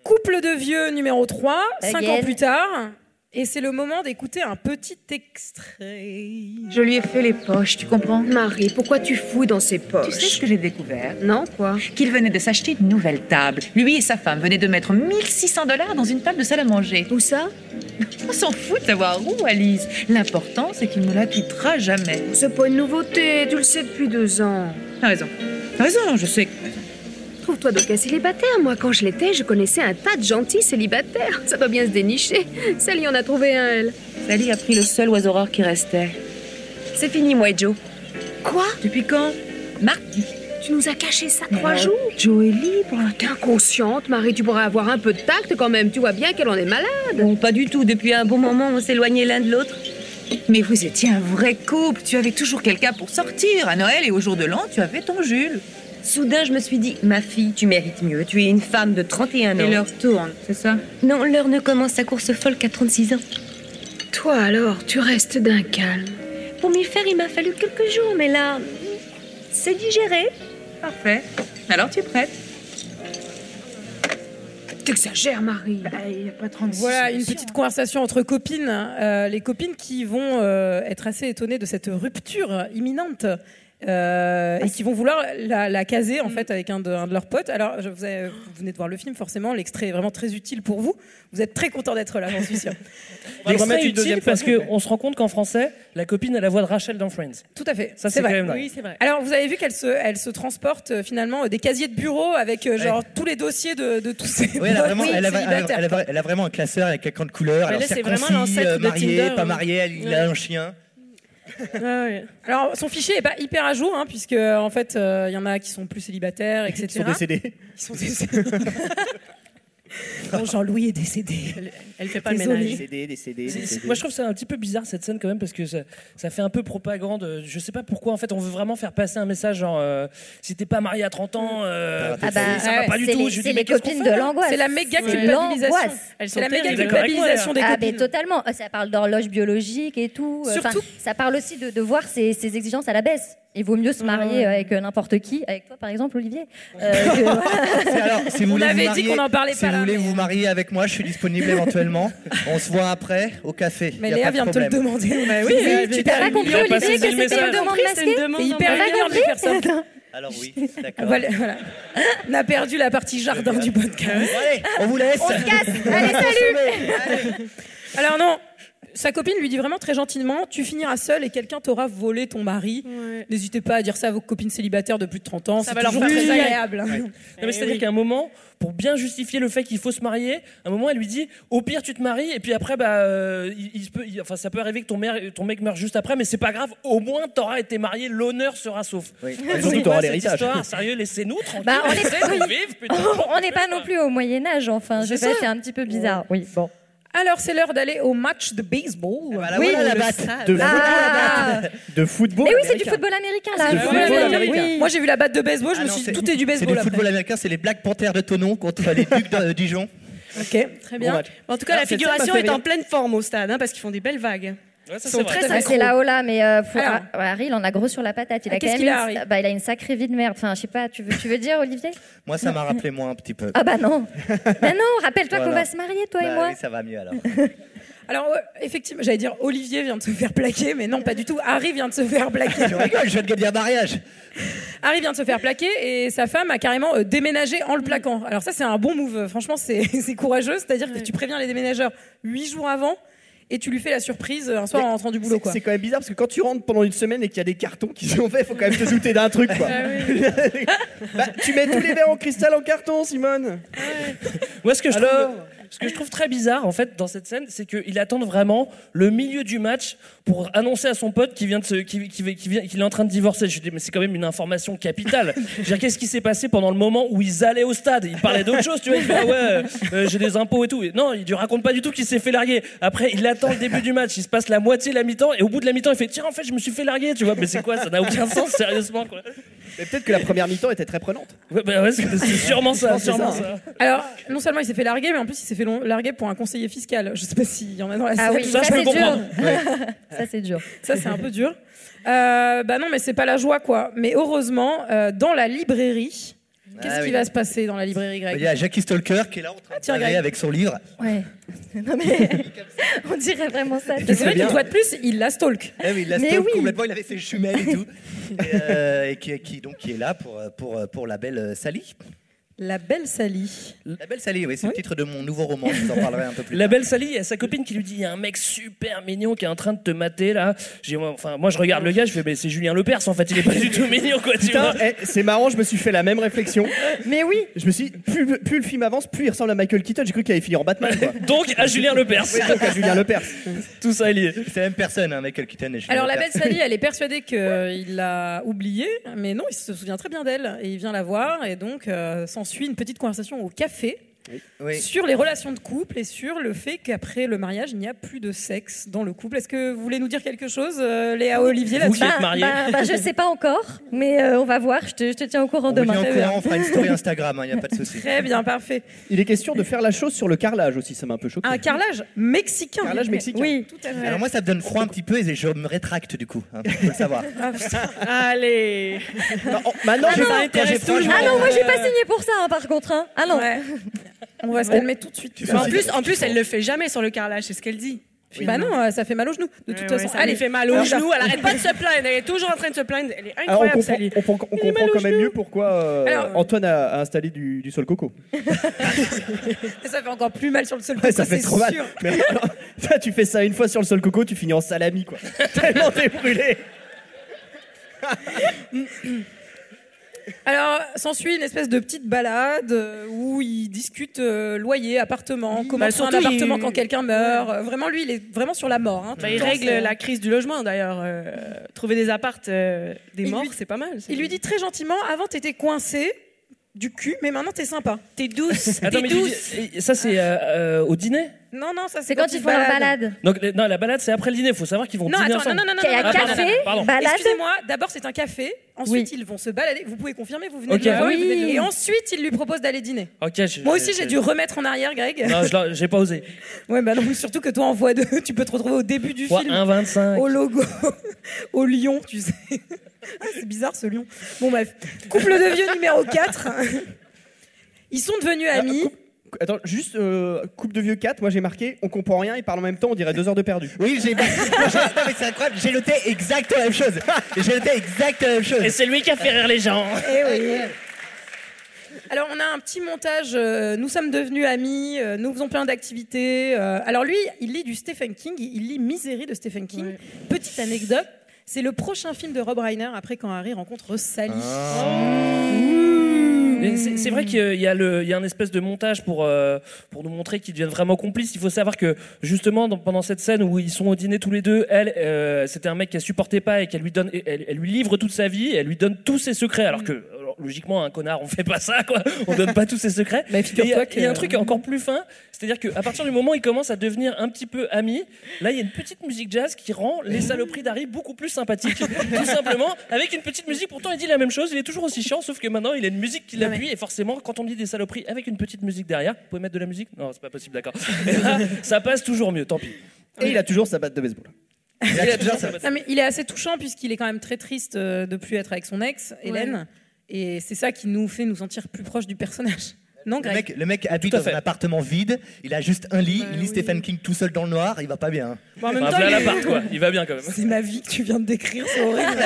[SPEAKER 1] Couple de Eh vieux numéro 3,
[SPEAKER 10] Again.
[SPEAKER 1] 5 ans plus tard. Et c'est le moment d'écouter un petit extrait.
[SPEAKER 12] Je lui ai fait les poches, tu comprends Marie, pourquoi tu fouilles dans ses poches Tu sais ce que j'ai découvert Non, quoi Qu'il venait de s'acheter une nouvelle table. Lui et sa femme venaient de mettre 1600 dollars dans une table de salle à manger. Où ça [LAUGHS] On s'en fout de savoir où, Alice. L'important, c'est qu'il ne la quittera jamais. C'est pas une nouveauté, tu le sais depuis deux ans. T'as raison. T'as raison, je sais que t'as raison.
[SPEAKER 13] Trouve-toi donc un célibataire. Moi, quand je l'étais, je connaissais un tas de gentils célibataires. Ça doit bien se dénicher. Sally en a trouvé un, elle.
[SPEAKER 12] Sally a pris le seul oiseau rare qui restait. C'est fini, moi et Joe. Quoi Depuis quand Mardi.
[SPEAKER 13] Tu nous as caché ça trois
[SPEAKER 12] Euh,
[SPEAKER 13] jours. Joe est libre. T'es inconsciente, Marie. Tu pourrais avoir un peu de tact quand même. Tu vois bien qu'elle en est malade.
[SPEAKER 12] Bon, pas du tout. Depuis un bon moment, on s'éloignait l'un de l'autre. Mais vous étiez un vrai couple. Tu avais toujours quelqu'un pour sortir. À Noël et au jour de l'an, tu avais ton Jules. Soudain, je me suis dit, ma fille, tu mérites mieux. Tu es une femme de
[SPEAKER 13] ans.
[SPEAKER 12] 31 Et l'heure tourne, c'est ça Non, l'heure ne commence sa course folle qu'à 36 ans.
[SPEAKER 13] Toi alors, tu restes d'un calme.
[SPEAKER 12] Pour m'y faire, il m'a fallu quelques jours, mais là, c'est digéré. Parfait. Alors, tu es prête
[SPEAKER 13] T'exagères, Marie.
[SPEAKER 12] Bah, il a pas 36
[SPEAKER 1] Voilà une petite conversation entre copines, Euh, les copines qui vont euh, être assez étonnées de cette rupture imminente. euh,
[SPEAKER 9] Ah,
[SPEAKER 1] et qui vont vouloir la, la caser
[SPEAKER 9] Mm.
[SPEAKER 1] en fait avec un de, un de leurs potes. Alors je vous, ai- vous venez de voir le film forcément, l'extrait est vraiment très utile pour vous. Vous êtes très content d'être là, j'en
[SPEAKER 9] [LAUGHS]
[SPEAKER 1] suis sûre.
[SPEAKER 7] Mais
[SPEAKER 1] L'extrait
[SPEAKER 7] c'est
[SPEAKER 1] est
[SPEAKER 7] utile parce qu'on se rend compte qu'en français, la copine a la voix de Rachel dans Friends.
[SPEAKER 1] Tout à fait.
[SPEAKER 7] Ça, c'est
[SPEAKER 1] vrai.
[SPEAKER 7] quand même dingue.
[SPEAKER 1] Alors, vous avez vu qu'elle se, elle se transporte euh, finalement euh, des casiers de bureau avec euh, genre tous les dossiers de, de tous ces.
[SPEAKER 9] Oui, elle a
[SPEAKER 1] potes
[SPEAKER 9] vraiment, elle a, elle a-
[SPEAKER 1] célibataires.
[SPEAKER 9] elle a- elle a vraiment un classeur avec quelqu'un de couleur.
[SPEAKER 1] Mais
[SPEAKER 9] Alors,
[SPEAKER 1] là, c'est vraiment
[SPEAKER 9] circoncis,
[SPEAKER 1] l'ancêtre
[SPEAKER 9] euh,
[SPEAKER 1] de
[SPEAKER 9] marié,
[SPEAKER 1] Tinder,
[SPEAKER 9] pas
[SPEAKER 1] oui.
[SPEAKER 9] marié, elle- il a un chien.
[SPEAKER 1] Alors, son fichier est pas hyper à jour, hein, puisque euh, en fait, euh, il y en a qui sont plus célibataires, etc.
[SPEAKER 6] Ils sont décédés.
[SPEAKER 1] Ils sont décédés.
[SPEAKER 7] [LAUGHS]
[SPEAKER 1] Non, Jean-Louis est décédé.
[SPEAKER 10] Elle fait
[SPEAKER 1] pas le Désolée. ménage.
[SPEAKER 6] Décédé, décédé,
[SPEAKER 7] C'est- c'est-
[SPEAKER 6] décédé.
[SPEAKER 7] Moi, je trouve ça un petit peu bizarre cette scène quand même parce que ça, ça fait un peu propagande. euh, Je sais pas pourquoi. En fait, on veut vraiment faire passer un message genre euh, si t'es pas marié à 30 ans, euh,
[SPEAKER 8] Ah bah,
[SPEAKER 7] ça va
[SPEAKER 8] ouais,
[SPEAKER 7] pas du
[SPEAKER 8] c'est
[SPEAKER 7] tout. Je lui
[SPEAKER 8] les-
[SPEAKER 7] dis,
[SPEAKER 8] c'est
[SPEAKER 7] mais
[SPEAKER 8] les
[SPEAKER 7] qu'est-ce qu'on
[SPEAKER 8] copines
[SPEAKER 7] fait,
[SPEAKER 8] de
[SPEAKER 7] là
[SPEAKER 8] l'angoisse.
[SPEAKER 1] C'est la méga
[SPEAKER 8] Ouais.
[SPEAKER 1] culpabilisation.
[SPEAKER 8] L'angoisse.
[SPEAKER 1] Elles sont C'est la méga
[SPEAKER 7] terribles. culpabilisation
[SPEAKER 1] des
[SPEAKER 8] ah,
[SPEAKER 1] copines.
[SPEAKER 8] mais totalement. Euh, Ça parle d'horloge biologique et tout. Euh,
[SPEAKER 1] Surtout-
[SPEAKER 8] enfin, ça parle aussi de, de voir ses, ses exigences à la baisse. Il vaut mieux se marier avec euh, n'importe qui, avec toi par exemple, Olivier. Euh, que-
[SPEAKER 1] [LAUGHS]
[SPEAKER 9] C'est- alors, si vous
[SPEAKER 8] On
[SPEAKER 9] voulez vous
[SPEAKER 8] avait dit
[SPEAKER 9] marier-
[SPEAKER 8] qu'on en parlait
[SPEAKER 9] si
[SPEAKER 8] pas, euh,
[SPEAKER 9] vous
[SPEAKER 8] là,
[SPEAKER 9] voulez vous marier avec moi, je suis
[SPEAKER 8] [LAUGHS]
[SPEAKER 9] disponible éventuellement. On se voit après au café.
[SPEAKER 1] Mais
[SPEAKER 9] Y a
[SPEAKER 1] Léa
[SPEAKER 9] pas de
[SPEAKER 1] vient de te le
[SPEAKER 9] problème.
[SPEAKER 1] demander. Bah oui, mais
[SPEAKER 8] tu t'as pas compris, Olivier, que c'était une demande
[SPEAKER 1] Compris, c'est une
[SPEAKER 8] masquée
[SPEAKER 1] demande
[SPEAKER 8] T'es
[SPEAKER 1] en
[SPEAKER 8] hyper
[SPEAKER 1] masqué.
[SPEAKER 8] énervé
[SPEAKER 1] T'as compris [LAUGHS]
[SPEAKER 8] Attends.
[SPEAKER 9] Alors oui,
[SPEAKER 1] On
[SPEAKER 9] d'accord.
[SPEAKER 1] va le- voilà. On a perdu la partie jardin du podcast.
[SPEAKER 9] Allez, on vous laisse.
[SPEAKER 1] On
[SPEAKER 9] [LAUGHS]
[SPEAKER 1] se casse. Allez, salut. Alors non, sa copine lui dit vraiment très gentiment "Tu finiras seule et quelqu'un t'aura volé ton mari." N'hésitez pas à dire ça à vos copines célibataires de plus de 30 ans,
[SPEAKER 7] Ça
[SPEAKER 1] c'est
[SPEAKER 7] va leur
[SPEAKER 1] toujours
[SPEAKER 7] faire Eh
[SPEAKER 1] très
[SPEAKER 7] plaisir. [LAUGHS]
[SPEAKER 1] agréable.
[SPEAKER 7] Ouais. Non, mais
[SPEAKER 9] Eh
[SPEAKER 7] c'est-à-dire qu'à un moment, pour bien justifier le fait qu'il faut se marier, à un moment, elle lui dit au pire, tu te maries, et puis après, bah, euh, il, il se peut, il- enfin, ça peut arriver que ton, mère, ton mec meure juste après, mais c'est pas grave, au moins, t'auras été marié, l'honneur sera sauf.
[SPEAKER 6] Oui.
[SPEAKER 7] Parce
[SPEAKER 6] Et surtout,
[SPEAKER 7] que
[SPEAKER 6] t'auras
[SPEAKER 7] moi,
[SPEAKER 6] l'héritage.
[SPEAKER 7] cette
[SPEAKER 6] [LAUGHS]
[SPEAKER 7] histoire, Sérieux, laissez-nous tranquille.
[SPEAKER 8] Bah, on est-
[SPEAKER 7] laissez-nous vivre, putain.
[SPEAKER 8] On n'est pas non plus au Moyen Âge, enfin. Je
[SPEAKER 1] C'est
[SPEAKER 8] sais pas,
[SPEAKER 1] ça.
[SPEAKER 8] c'est un petit peu bizarre. Oui, bon.
[SPEAKER 1] Alors c'est l'heure d'aller au match de baseball.
[SPEAKER 9] la Oui, Ah,
[SPEAKER 8] bah,
[SPEAKER 9] voilà, la le batte. stade. De
[SPEAKER 1] Ah.
[SPEAKER 6] De football.
[SPEAKER 8] Mais oui, c'est du
[SPEAKER 6] américain.
[SPEAKER 8] football américain
[SPEAKER 1] C'est
[SPEAKER 8] là.
[SPEAKER 1] du
[SPEAKER 8] Oui,
[SPEAKER 1] football
[SPEAKER 8] oui, oui.
[SPEAKER 1] américain.
[SPEAKER 8] Oui.
[SPEAKER 1] Moi j'ai vu la batte de baseball, je
[SPEAKER 9] Ah
[SPEAKER 1] me
[SPEAKER 9] non,
[SPEAKER 1] suis
[SPEAKER 9] c'est-
[SPEAKER 1] dit tout est
[SPEAKER 9] C'est
[SPEAKER 1] du baseball.
[SPEAKER 9] du
[SPEAKER 1] après.
[SPEAKER 9] football américain, c'est les Black Panthers de Tonon contre
[SPEAKER 1] [LAUGHS]
[SPEAKER 9] les Ducs de euh, Dijon.
[SPEAKER 1] Ok,
[SPEAKER 10] Très bien.
[SPEAKER 9] Bon match.
[SPEAKER 10] En tout cas,
[SPEAKER 9] Alors, cette
[SPEAKER 10] la
[SPEAKER 9] scène
[SPEAKER 10] figuration
[SPEAKER 9] m'a
[SPEAKER 10] est
[SPEAKER 9] fait
[SPEAKER 10] en
[SPEAKER 9] rire.
[SPEAKER 10] pleine forme au stade hein, parce qu'ils font des belles vagues.
[SPEAKER 7] Ils
[SPEAKER 10] sont très
[SPEAKER 8] Ah,
[SPEAKER 10] synchro.
[SPEAKER 8] c'est là haut
[SPEAKER 10] [LAUGHS]
[SPEAKER 8] là, mais euh, faut-
[SPEAKER 10] Alors.
[SPEAKER 8] Ah, Harry, il en a gros sur la patate. Il
[SPEAKER 10] Ah,
[SPEAKER 8] a quand même
[SPEAKER 10] qu'est-ce qu'il a,
[SPEAKER 8] une- bah, il a une sacrée vie de merde. Enfin, je sais pas. Tu veux, tu veux dire, Olivier
[SPEAKER 9] Moi, ça m'a rappelé moi un petit peu. [LAUGHS]
[SPEAKER 8] Ah bah non. bah non. Rappelle-toi qu'on
[SPEAKER 9] Voilà.
[SPEAKER 8] va se marier, toi et
[SPEAKER 9] Bah
[SPEAKER 8] moi.
[SPEAKER 9] oui, ça va mieux alors.
[SPEAKER 1] Alors, euh, effectivement, j'allais dire Olivier vient de se faire plaquer, mais non, pas du tout. Harry vient de se faire plaquer.
[SPEAKER 9] Tu rigoles, je viens de gagner un mariage.
[SPEAKER 1] Harry vient de se faire plaquer et sa femme a carrément euh, déménagé en le plaquant. Alors ça, c'est un bon move. Franchement, c'est [LAUGHS] c'est courageux. C'est-à-dire que tu préviens les déménageurs huit jours avant et tu lui fais la surprise euh, un soir en rentrant du boulot.
[SPEAKER 6] C'est-
[SPEAKER 1] Quoi.
[SPEAKER 6] C'est quand même bizarre parce que quand tu rentres pendant une semaine et qu'il y a des cartons qui sont faits, faut quand même te douter d'un truc
[SPEAKER 7] [LAUGHS]
[SPEAKER 6] quoi.
[SPEAKER 7] Ah
[SPEAKER 6] [LAUGHS] Bah, tu mets tous les verres en cristal en carton, Simone.
[SPEAKER 7] Moi, ce que je trouve. Ce que je trouve très bizarre, en fait, dans cette scène, c'est qu'il attend vraiment le milieu du match pour annoncer à son pote qu'il vient de se, qu'il, qu'il- qu'il vient- qu'il est en train de divorcer. Je lui dis, mais c'est quand même une information
[SPEAKER 6] [LAUGHS]
[SPEAKER 7] capitale. Je veux dire, qu'est-ce qui s'est passé pendant le moment où ils allaient au stade Ils parlaient d'autre chose, tu vois. Il fait, ah ouais, euh, euh, j'ai des impôts et tout. Et non, il lui raconte pas du tout qu'il s'est fait larguer. Après, il attend le début du match. Il se passe la moitié de la mi-temps et au bout de la mi-temps, il fait, tiens, en fait, je me suis fait larguer, tu vois. Mais c'est quoi Ça n'a aucun sens,
[SPEAKER 6] [LAUGHS]
[SPEAKER 7] sérieusement, quoi.
[SPEAKER 6] Mais peut-être que la première mi-temps était très prenante.
[SPEAKER 7] Ouais, bah ouais, c'est c'est sûrement
[SPEAKER 6] Je
[SPEAKER 7] ça,
[SPEAKER 6] pense que c'est
[SPEAKER 7] sûrement
[SPEAKER 6] ça,
[SPEAKER 7] ça.
[SPEAKER 1] Alors, non seulement il s'est fait larguer, mais en plus il s'est fait long- larguer pour un conseiller fiscal. Je sais pas s'il y en a dans la
[SPEAKER 8] Ah
[SPEAKER 1] série.
[SPEAKER 8] oui, ça, c'est dur. [LAUGHS]
[SPEAKER 1] ça,
[SPEAKER 8] c'est dur.
[SPEAKER 1] Ça, c'est un peu dur. Euh, bah non, mais c'est pas la joie, quoi. Mais heureusement, euh, dans la librairie, qu'est-ce
[SPEAKER 9] Ah
[SPEAKER 1] qui
[SPEAKER 9] oui.
[SPEAKER 1] va se passer dans la librairie
[SPEAKER 9] Il y a
[SPEAKER 1] grecque
[SPEAKER 9] Jackie Stalker qui est là en
[SPEAKER 8] Ah,
[SPEAKER 9] train de
[SPEAKER 1] tiens,
[SPEAKER 9] parler
[SPEAKER 1] Greg.
[SPEAKER 9] avec son livre.
[SPEAKER 8] Ouais. [LAUGHS] Non, mais [LAUGHS] on dirait vraiment ça.
[SPEAKER 1] Et c'est vrai qu'une fois de plus, il la stalk.
[SPEAKER 9] Eh oui, il la
[SPEAKER 1] Mais
[SPEAKER 9] stalk
[SPEAKER 1] oui.
[SPEAKER 9] complètement, il avait ses jumelles et tout. et euh, et qui, qui- donc, qui est là pour, euh, pour, euh, pour la belle euh, Sally.
[SPEAKER 1] La belle Sally.
[SPEAKER 9] La belle Sally, oui, c'est le titre de mon nouveau roman, je vous en parlerai un peu plus
[SPEAKER 7] La belle Sally, il y a sa copine qui lui dit il y a un mec super mignon qui est en train de te mater là. J'ai- moi, enfin, moi je regarde le gars, je fais mais c'est Julien Lepers en fait, il est pas du tout mignon quoi. Tu vois.
[SPEAKER 6] Putain, eh, c'est marrant, je me suis fait la même réflexion.
[SPEAKER 1] Mais oui.
[SPEAKER 6] Je me suis dit, plus, le- plus le film avance, plus il ressemble à Michael Keaton. J'ai cru qu'il allait finir en Batman. Quoi.
[SPEAKER 7] [LAUGHS] Donc à Julien Lepers.
[SPEAKER 6] Oui, donc à Julien Lepers.
[SPEAKER 7] [LAUGHS]
[SPEAKER 1] [LAUGHS]
[SPEAKER 7] Tout ça est lié.
[SPEAKER 9] C'est la même personne, hein, Michael Keaton et Julien
[SPEAKER 1] Alors la
[SPEAKER 9] Lepers.
[SPEAKER 1] belle
[SPEAKER 8] [LAUGHS]
[SPEAKER 1] Sally, elle est persuadée qu'il l'a oubliée, mais non, il se souvient très bien d'elle et il vient la voir et donc euh, s'ensuit une petite conversation au café
[SPEAKER 9] Oui.
[SPEAKER 1] sur les relations de couple et sur le fait qu'après le mariage, il n'y a plus de sexe dans le couple. Est-ce que vous voulez nous dire quelque chose, euh, Léa Olivier, là-dessus
[SPEAKER 8] Bah, bah, bah, je [LAUGHS] sais pas encore, mais euh, on va voir. Je te, je te tiens au courant
[SPEAKER 1] On vous
[SPEAKER 8] demain.
[SPEAKER 1] tient au
[SPEAKER 8] Très
[SPEAKER 1] courant,
[SPEAKER 8] bien.
[SPEAKER 9] On fera une
[SPEAKER 1] [LAUGHS]
[SPEAKER 9] story Instagram, il n'y a pas de souci.
[SPEAKER 1] Très bien, parfait.
[SPEAKER 6] Il est question de faire la chose sur le carrelage aussi, ça m'a un peu choqué.
[SPEAKER 1] Un carrelage mexicain.
[SPEAKER 6] Carrelage mexicain.
[SPEAKER 1] Oui, tout à fait.
[SPEAKER 9] Alors moi, ça me donne froid un petit peu et je [LAUGHS] me rétracte du coup, hein, faut le savoir.
[SPEAKER 1] Ah, putain.
[SPEAKER 10] Allez.
[SPEAKER 9] maintenant,
[SPEAKER 8] ah,
[SPEAKER 9] oh, bah, j'ai- Euh,
[SPEAKER 8] non.
[SPEAKER 9] quand j'ai froid, je
[SPEAKER 8] Ah
[SPEAKER 9] me-
[SPEAKER 8] non, moi j'ai pas signé pour ça, hein, par contre. hein. Ah non.
[SPEAKER 1] On va se calmer tout de suite.
[SPEAKER 10] Mais en plus, en plus, elle le fait jamais sur le carrelage, c'est ce qu'elle dit.
[SPEAKER 1] Bah non, euh, ça fait mal aux genoux. [LAUGHS] De toute façon,
[SPEAKER 10] elle
[SPEAKER 1] allez,
[SPEAKER 10] fait mal aux
[SPEAKER 1] Alors,
[SPEAKER 10] genoux. Elle arrête pas de se plaindre. Elle est toujours en train de se plaindre. Elle est
[SPEAKER 6] Alors Ah, on
[SPEAKER 10] incroyable,
[SPEAKER 6] comprend,
[SPEAKER 10] Sally.
[SPEAKER 6] on comprend- on comprend quand même mieux pourquoi euh,
[SPEAKER 1] Alors-
[SPEAKER 6] Antoine a, a installé du, du sol coco.
[SPEAKER 1] ça fait encore plus mal sur le sol.
[SPEAKER 9] Ah,
[SPEAKER 6] Ouais,
[SPEAKER 1] parce
[SPEAKER 6] ça
[SPEAKER 1] que
[SPEAKER 6] fait
[SPEAKER 1] c'est
[SPEAKER 6] trop mal.
[SPEAKER 1] sûr.
[SPEAKER 6] Mais [LAUGHS] alors, ça, tu fais ça une fois sur le sol coco, tu finis en
[SPEAKER 9] [LAUGHS]
[SPEAKER 6] salami quoi. Tellement t'es brûlé.
[SPEAKER 1] Alors, s'ensuit une espèce de petite balade euh, où ils discutent euh, loyer, appartement, comment
[SPEAKER 10] Bah,
[SPEAKER 1] trouver
[SPEAKER 10] surtout,
[SPEAKER 1] un appartement
[SPEAKER 10] il-
[SPEAKER 1] quand quelqu'un meurt. Euh, Vraiment, lui, il est vraiment sur la mort. hein, tout
[SPEAKER 10] Bah,
[SPEAKER 1] le
[SPEAKER 10] il
[SPEAKER 1] temps,
[SPEAKER 10] règle
[SPEAKER 1] c'est-
[SPEAKER 10] la crise du logement d'ailleurs. euh, trouver des appartes, euh, des
[SPEAKER 1] Il
[SPEAKER 10] morts,
[SPEAKER 1] lui-
[SPEAKER 10] c'est pas mal. c'est-
[SPEAKER 1] Il lui dit très gentiment avant, t'étais coincé du cul, mais maintenant, t'es sympa. T'es [LAUGHS] douce.
[SPEAKER 7] Attends,
[SPEAKER 1] t'es
[SPEAKER 7] mais tu
[SPEAKER 1] douce.
[SPEAKER 7] dis- ça c'est euh, euh, au dîner
[SPEAKER 1] Non, non, ça,
[SPEAKER 8] C'est
[SPEAKER 1] c'est
[SPEAKER 8] quand ils font leur balade.
[SPEAKER 7] Donc les- non, la balade c'est après le dîner, faut savoir qu'ils vont
[SPEAKER 1] Non,
[SPEAKER 7] dîner
[SPEAKER 1] attends,
[SPEAKER 7] ensemble.
[SPEAKER 1] non, non, non, non,
[SPEAKER 8] Il y a
[SPEAKER 1] non, non,
[SPEAKER 8] café,
[SPEAKER 1] non, non, non,
[SPEAKER 7] pardon.
[SPEAKER 8] balade.
[SPEAKER 1] Excusez-moi, d'abord c'est un café, ensuite ils vont se balader. Vous pouvez confirmer, vous venez
[SPEAKER 7] Ok.
[SPEAKER 1] de la
[SPEAKER 7] Ah oui.
[SPEAKER 1] vous venez de la- Et ensuite, il lui propose d'aller dîner.
[SPEAKER 7] Ok, je-
[SPEAKER 1] Moi aussi,
[SPEAKER 7] je-
[SPEAKER 1] j'ai dû remettre en arrière, Greg.
[SPEAKER 7] Non, je l'ai- j'ai pas osé.
[SPEAKER 1] Ouais, bah non, surtout que toi en
[SPEAKER 12] [LAUGHS]
[SPEAKER 1] voix 2, tu peux te retrouver au début du
[SPEAKER 7] Fois
[SPEAKER 1] film.
[SPEAKER 7] 1,25.
[SPEAKER 1] [LAUGHS] Au logo, [LAUGHS] au lion, tu sais. [LAUGHS] Ah, C'est bizarre ce lion. Bon, bref. Couple de vieux numéro 4. Ils sont devenus amis.
[SPEAKER 6] Ah, Attends, juste euh, coupe de vieux 4, moi j'ai marqué, on comprend rien, ils parlent en même temps, on dirait deux heures de perdu.
[SPEAKER 9] Oui, j'ai. non, mais c'est incroyable, j'ai noté exactement la même chose. J'ai noté exactement la même chose.
[SPEAKER 7] Et c'est lui qui a fait rire les gens.
[SPEAKER 1] Eh oui. Alors, on a un petit montage. euh, nous sommes devenus amis. euh, nous faisons plein d'activités. euh, alors, lui, il lit du Stephen King. Il il lit Misery de Stephen King. Petite anecdote. C'est le prochain film de Rob Reiner après quand Harry rencontre Sally.
[SPEAKER 7] Ah. Mais C'est c'est vrai qu'il y a, le, il y a un espèce de montage pour, euh, pour nous montrer qu'ils deviennent vraiment complices. Il faut savoir que justement dans- pendant cette scène où ils sont au dîner tous les deux, elle, euh, c'était un mec qu'elle supportait pas et qu'elle lui donne, et elle, elle lui livre toute sa vie, elle lui donne tous ses secrets. Alors que alors, logiquement, un connard, on fait pas ça, quoi. On donne pas tous ses secrets.
[SPEAKER 1] Mais
[SPEAKER 7] Et Il y, a-
[SPEAKER 1] figure-toi que-
[SPEAKER 7] il y
[SPEAKER 9] euh,
[SPEAKER 7] a un truc encore plus fin, c'est-à-dire qu'à partir du moment où ils commencent à devenir un petit peu amis, là il y a une petite musique jazz qui rend les saloperies d'Harry beaucoup plus sympathiques, tout simplement, avec une petite musique. Pourtant il dit la même chose, il est toujours aussi chiant, sauf que maintenant il a une musique qui l'appuie et forcément quand on dit des saloperies avec une petite musique derrière, vous pouvez mettre de la musique Non, c'est pas possible, d'accord. [LAUGHS] Et là, ça passe toujours mieux, tant pis.
[SPEAKER 6] Et il a toujours sa batte de baseball.
[SPEAKER 7] Il a toujours sa-
[SPEAKER 1] [LAUGHS] Non, mais il est assez touchant puisqu'il est quand même très triste [LAUGHS] euh, de plus être avec son ex, Hélène. Et c'est ça qui nous fait nous sentir plus proches du personnage.
[SPEAKER 10] Non,
[SPEAKER 9] le mec, le mec habite dans un appartement vide, il a juste un lit, il lit Stephen King tout seul dans le noir, il va pas bien.
[SPEAKER 7] Bon, en même Enfin, temps, voilà il- l'appart, [LAUGHS] quoi. Il va bien quand même.
[SPEAKER 1] C'est ma vie que tu viens de décrire,
[SPEAKER 7] [LAUGHS]
[SPEAKER 1] c'est horrible.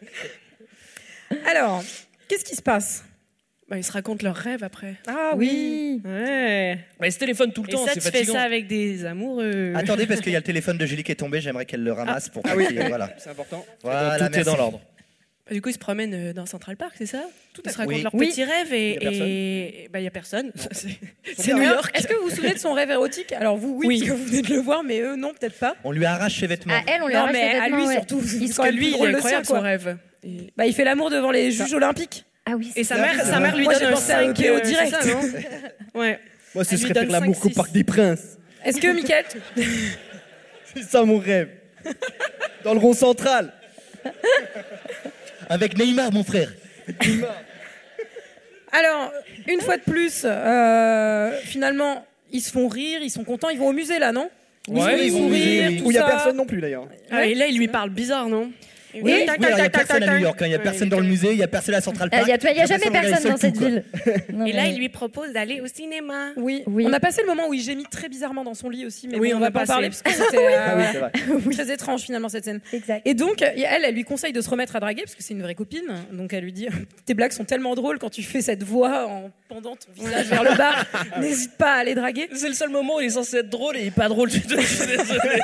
[SPEAKER 10] [LAUGHS]
[SPEAKER 1] Alors, qu'est-ce qui se passe
[SPEAKER 10] bah, Ils se racontent leurs rêves après.
[SPEAKER 1] Ah
[SPEAKER 10] oui Ouais
[SPEAKER 7] Bah, il se téléphone tout le
[SPEAKER 10] Et
[SPEAKER 7] temps,
[SPEAKER 10] ça,
[SPEAKER 7] c'est
[SPEAKER 10] tu fais
[SPEAKER 7] fatigant.
[SPEAKER 10] ça avec des amoureux.
[SPEAKER 9] Attendez,
[SPEAKER 10] [LAUGHS]
[SPEAKER 9] parce qu'il y a le téléphone de Julie qui est tombé, j'aimerais qu'elle le ramasse pour
[SPEAKER 10] Ah oui.
[SPEAKER 9] qu'il- voilà.
[SPEAKER 6] C'est important.
[SPEAKER 9] Voilà,
[SPEAKER 7] Tout est
[SPEAKER 9] merci.
[SPEAKER 7] dans l'ordre.
[SPEAKER 10] Bah, du coup, ils se promènent euh, dans Central Park, c'est ça Tout Ils se racontent
[SPEAKER 9] Oui.
[SPEAKER 10] leurs
[SPEAKER 9] Oui.
[SPEAKER 10] petits rêves
[SPEAKER 9] Il
[SPEAKER 10] et
[SPEAKER 9] y a personne.
[SPEAKER 10] et- et bah, il n'y a personne. [LAUGHS] C'est- C'est
[SPEAKER 1] Alors,
[SPEAKER 10] New York.
[SPEAKER 1] Est-ce que vous vous souvenez de son rêve érotique Alors vous, oui, parce que vous venez de le voir, mais eux, non, peut-être pas.
[SPEAKER 9] On lui arrache ses vêtements.
[SPEAKER 1] À elle, on lui
[SPEAKER 10] Non,
[SPEAKER 1] arrache
[SPEAKER 10] mais
[SPEAKER 1] les
[SPEAKER 10] à
[SPEAKER 1] vêtements,
[SPEAKER 10] lui
[SPEAKER 1] ouais.
[SPEAKER 10] surtout,
[SPEAKER 1] Il se
[SPEAKER 10] parce
[SPEAKER 1] colle
[SPEAKER 10] que lui,
[SPEAKER 1] toujours
[SPEAKER 10] il est
[SPEAKER 1] le
[SPEAKER 10] incroyable,
[SPEAKER 1] sien,
[SPEAKER 10] son
[SPEAKER 1] quoi.
[SPEAKER 10] rêve.
[SPEAKER 1] Bah, il fait l'amour devant les juges olympiques.
[SPEAKER 8] Ah oui.
[SPEAKER 10] Et sa mère, sa mère lui
[SPEAKER 1] Moi, j'ai
[SPEAKER 10] donne
[SPEAKER 1] pensé à
[SPEAKER 10] un 5
[SPEAKER 1] Guéo direct.
[SPEAKER 10] direct. [LAUGHS] ouais.
[SPEAKER 6] Moi, ce
[SPEAKER 10] Elle lui
[SPEAKER 6] serait
[SPEAKER 10] donne
[SPEAKER 6] faire l'amour
[SPEAKER 10] cinq,
[SPEAKER 6] qu'au
[SPEAKER 10] six.
[SPEAKER 6] Parc des Princes.
[SPEAKER 1] Est-ce que Michael
[SPEAKER 10] [LAUGHS]
[SPEAKER 6] C'est ça mon rêve. Dans le rond central.
[SPEAKER 9] Avec Neymar, mon frère.
[SPEAKER 1] Alors, une fois de plus, euh, finalement, ils se font rire, ils sont contents, ils vont au musée là, non
[SPEAKER 6] Oui,
[SPEAKER 1] ils
[SPEAKER 6] oui,
[SPEAKER 1] vont
[SPEAKER 6] oui,
[SPEAKER 1] au musée,
[SPEAKER 6] oui.
[SPEAKER 1] tout
[SPEAKER 6] Où il n'y a
[SPEAKER 1] ça.
[SPEAKER 6] personne non plus d'ailleurs.
[SPEAKER 10] Ah, et là, il lui parle bizarre, non
[SPEAKER 9] Oui, oui, alors, il n'y a personne à New York, hein, il n'y a personne dans le musée, il n'y a personne à Central
[SPEAKER 8] Euh,
[SPEAKER 11] Ah,
[SPEAKER 9] Park. J'ai l'impression qu'on est seul tout, quoi.
[SPEAKER 10] et
[SPEAKER 9] [LAUGHS]
[SPEAKER 1] mais-
[SPEAKER 10] là, il lui propose d'aller au cinéma.
[SPEAKER 1] Oui. On a passé le moment où il gémit très bizarrement dans son lit aussi, mais
[SPEAKER 10] Oui,
[SPEAKER 1] bon,
[SPEAKER 10] on
[SPEAKER 1] on va
[SPEAKER 10] a
[SPEAKER 1] pas en
[SPEAKER 10] passé.
[SPEAKER 1] parler parce que
[SPEAKER 10] Oui.
[SPEAKER 1] c'était euh,
[SPEAKER 10] Ah oui, c'est
[SPEAKER 1] [LAUGHS]
[SPEAKER 10] vrai.
[SPEAKER 1] voilà. très étrange finalement cette scène. Et donc, euh, elle, elle lui conseille de se remettre à draguer parce que c'est une vraie copine. Donc elle lui dit [LAUGHS] Tes blagues sont tellement drôles quand tu fais cette voix en pendant ton visage vers
[SPEAKER 10] [LAUGHS]
[SPEAKER 1] le bas,
[SPEAKER 7] [LAUGHS]
[SPEAKER 1] n'hésite pas à aller draguer.
[SPEAKER 7] C'est le seul moment où il est censé être drôle et il est pas drôle du tout. Je suis désolé.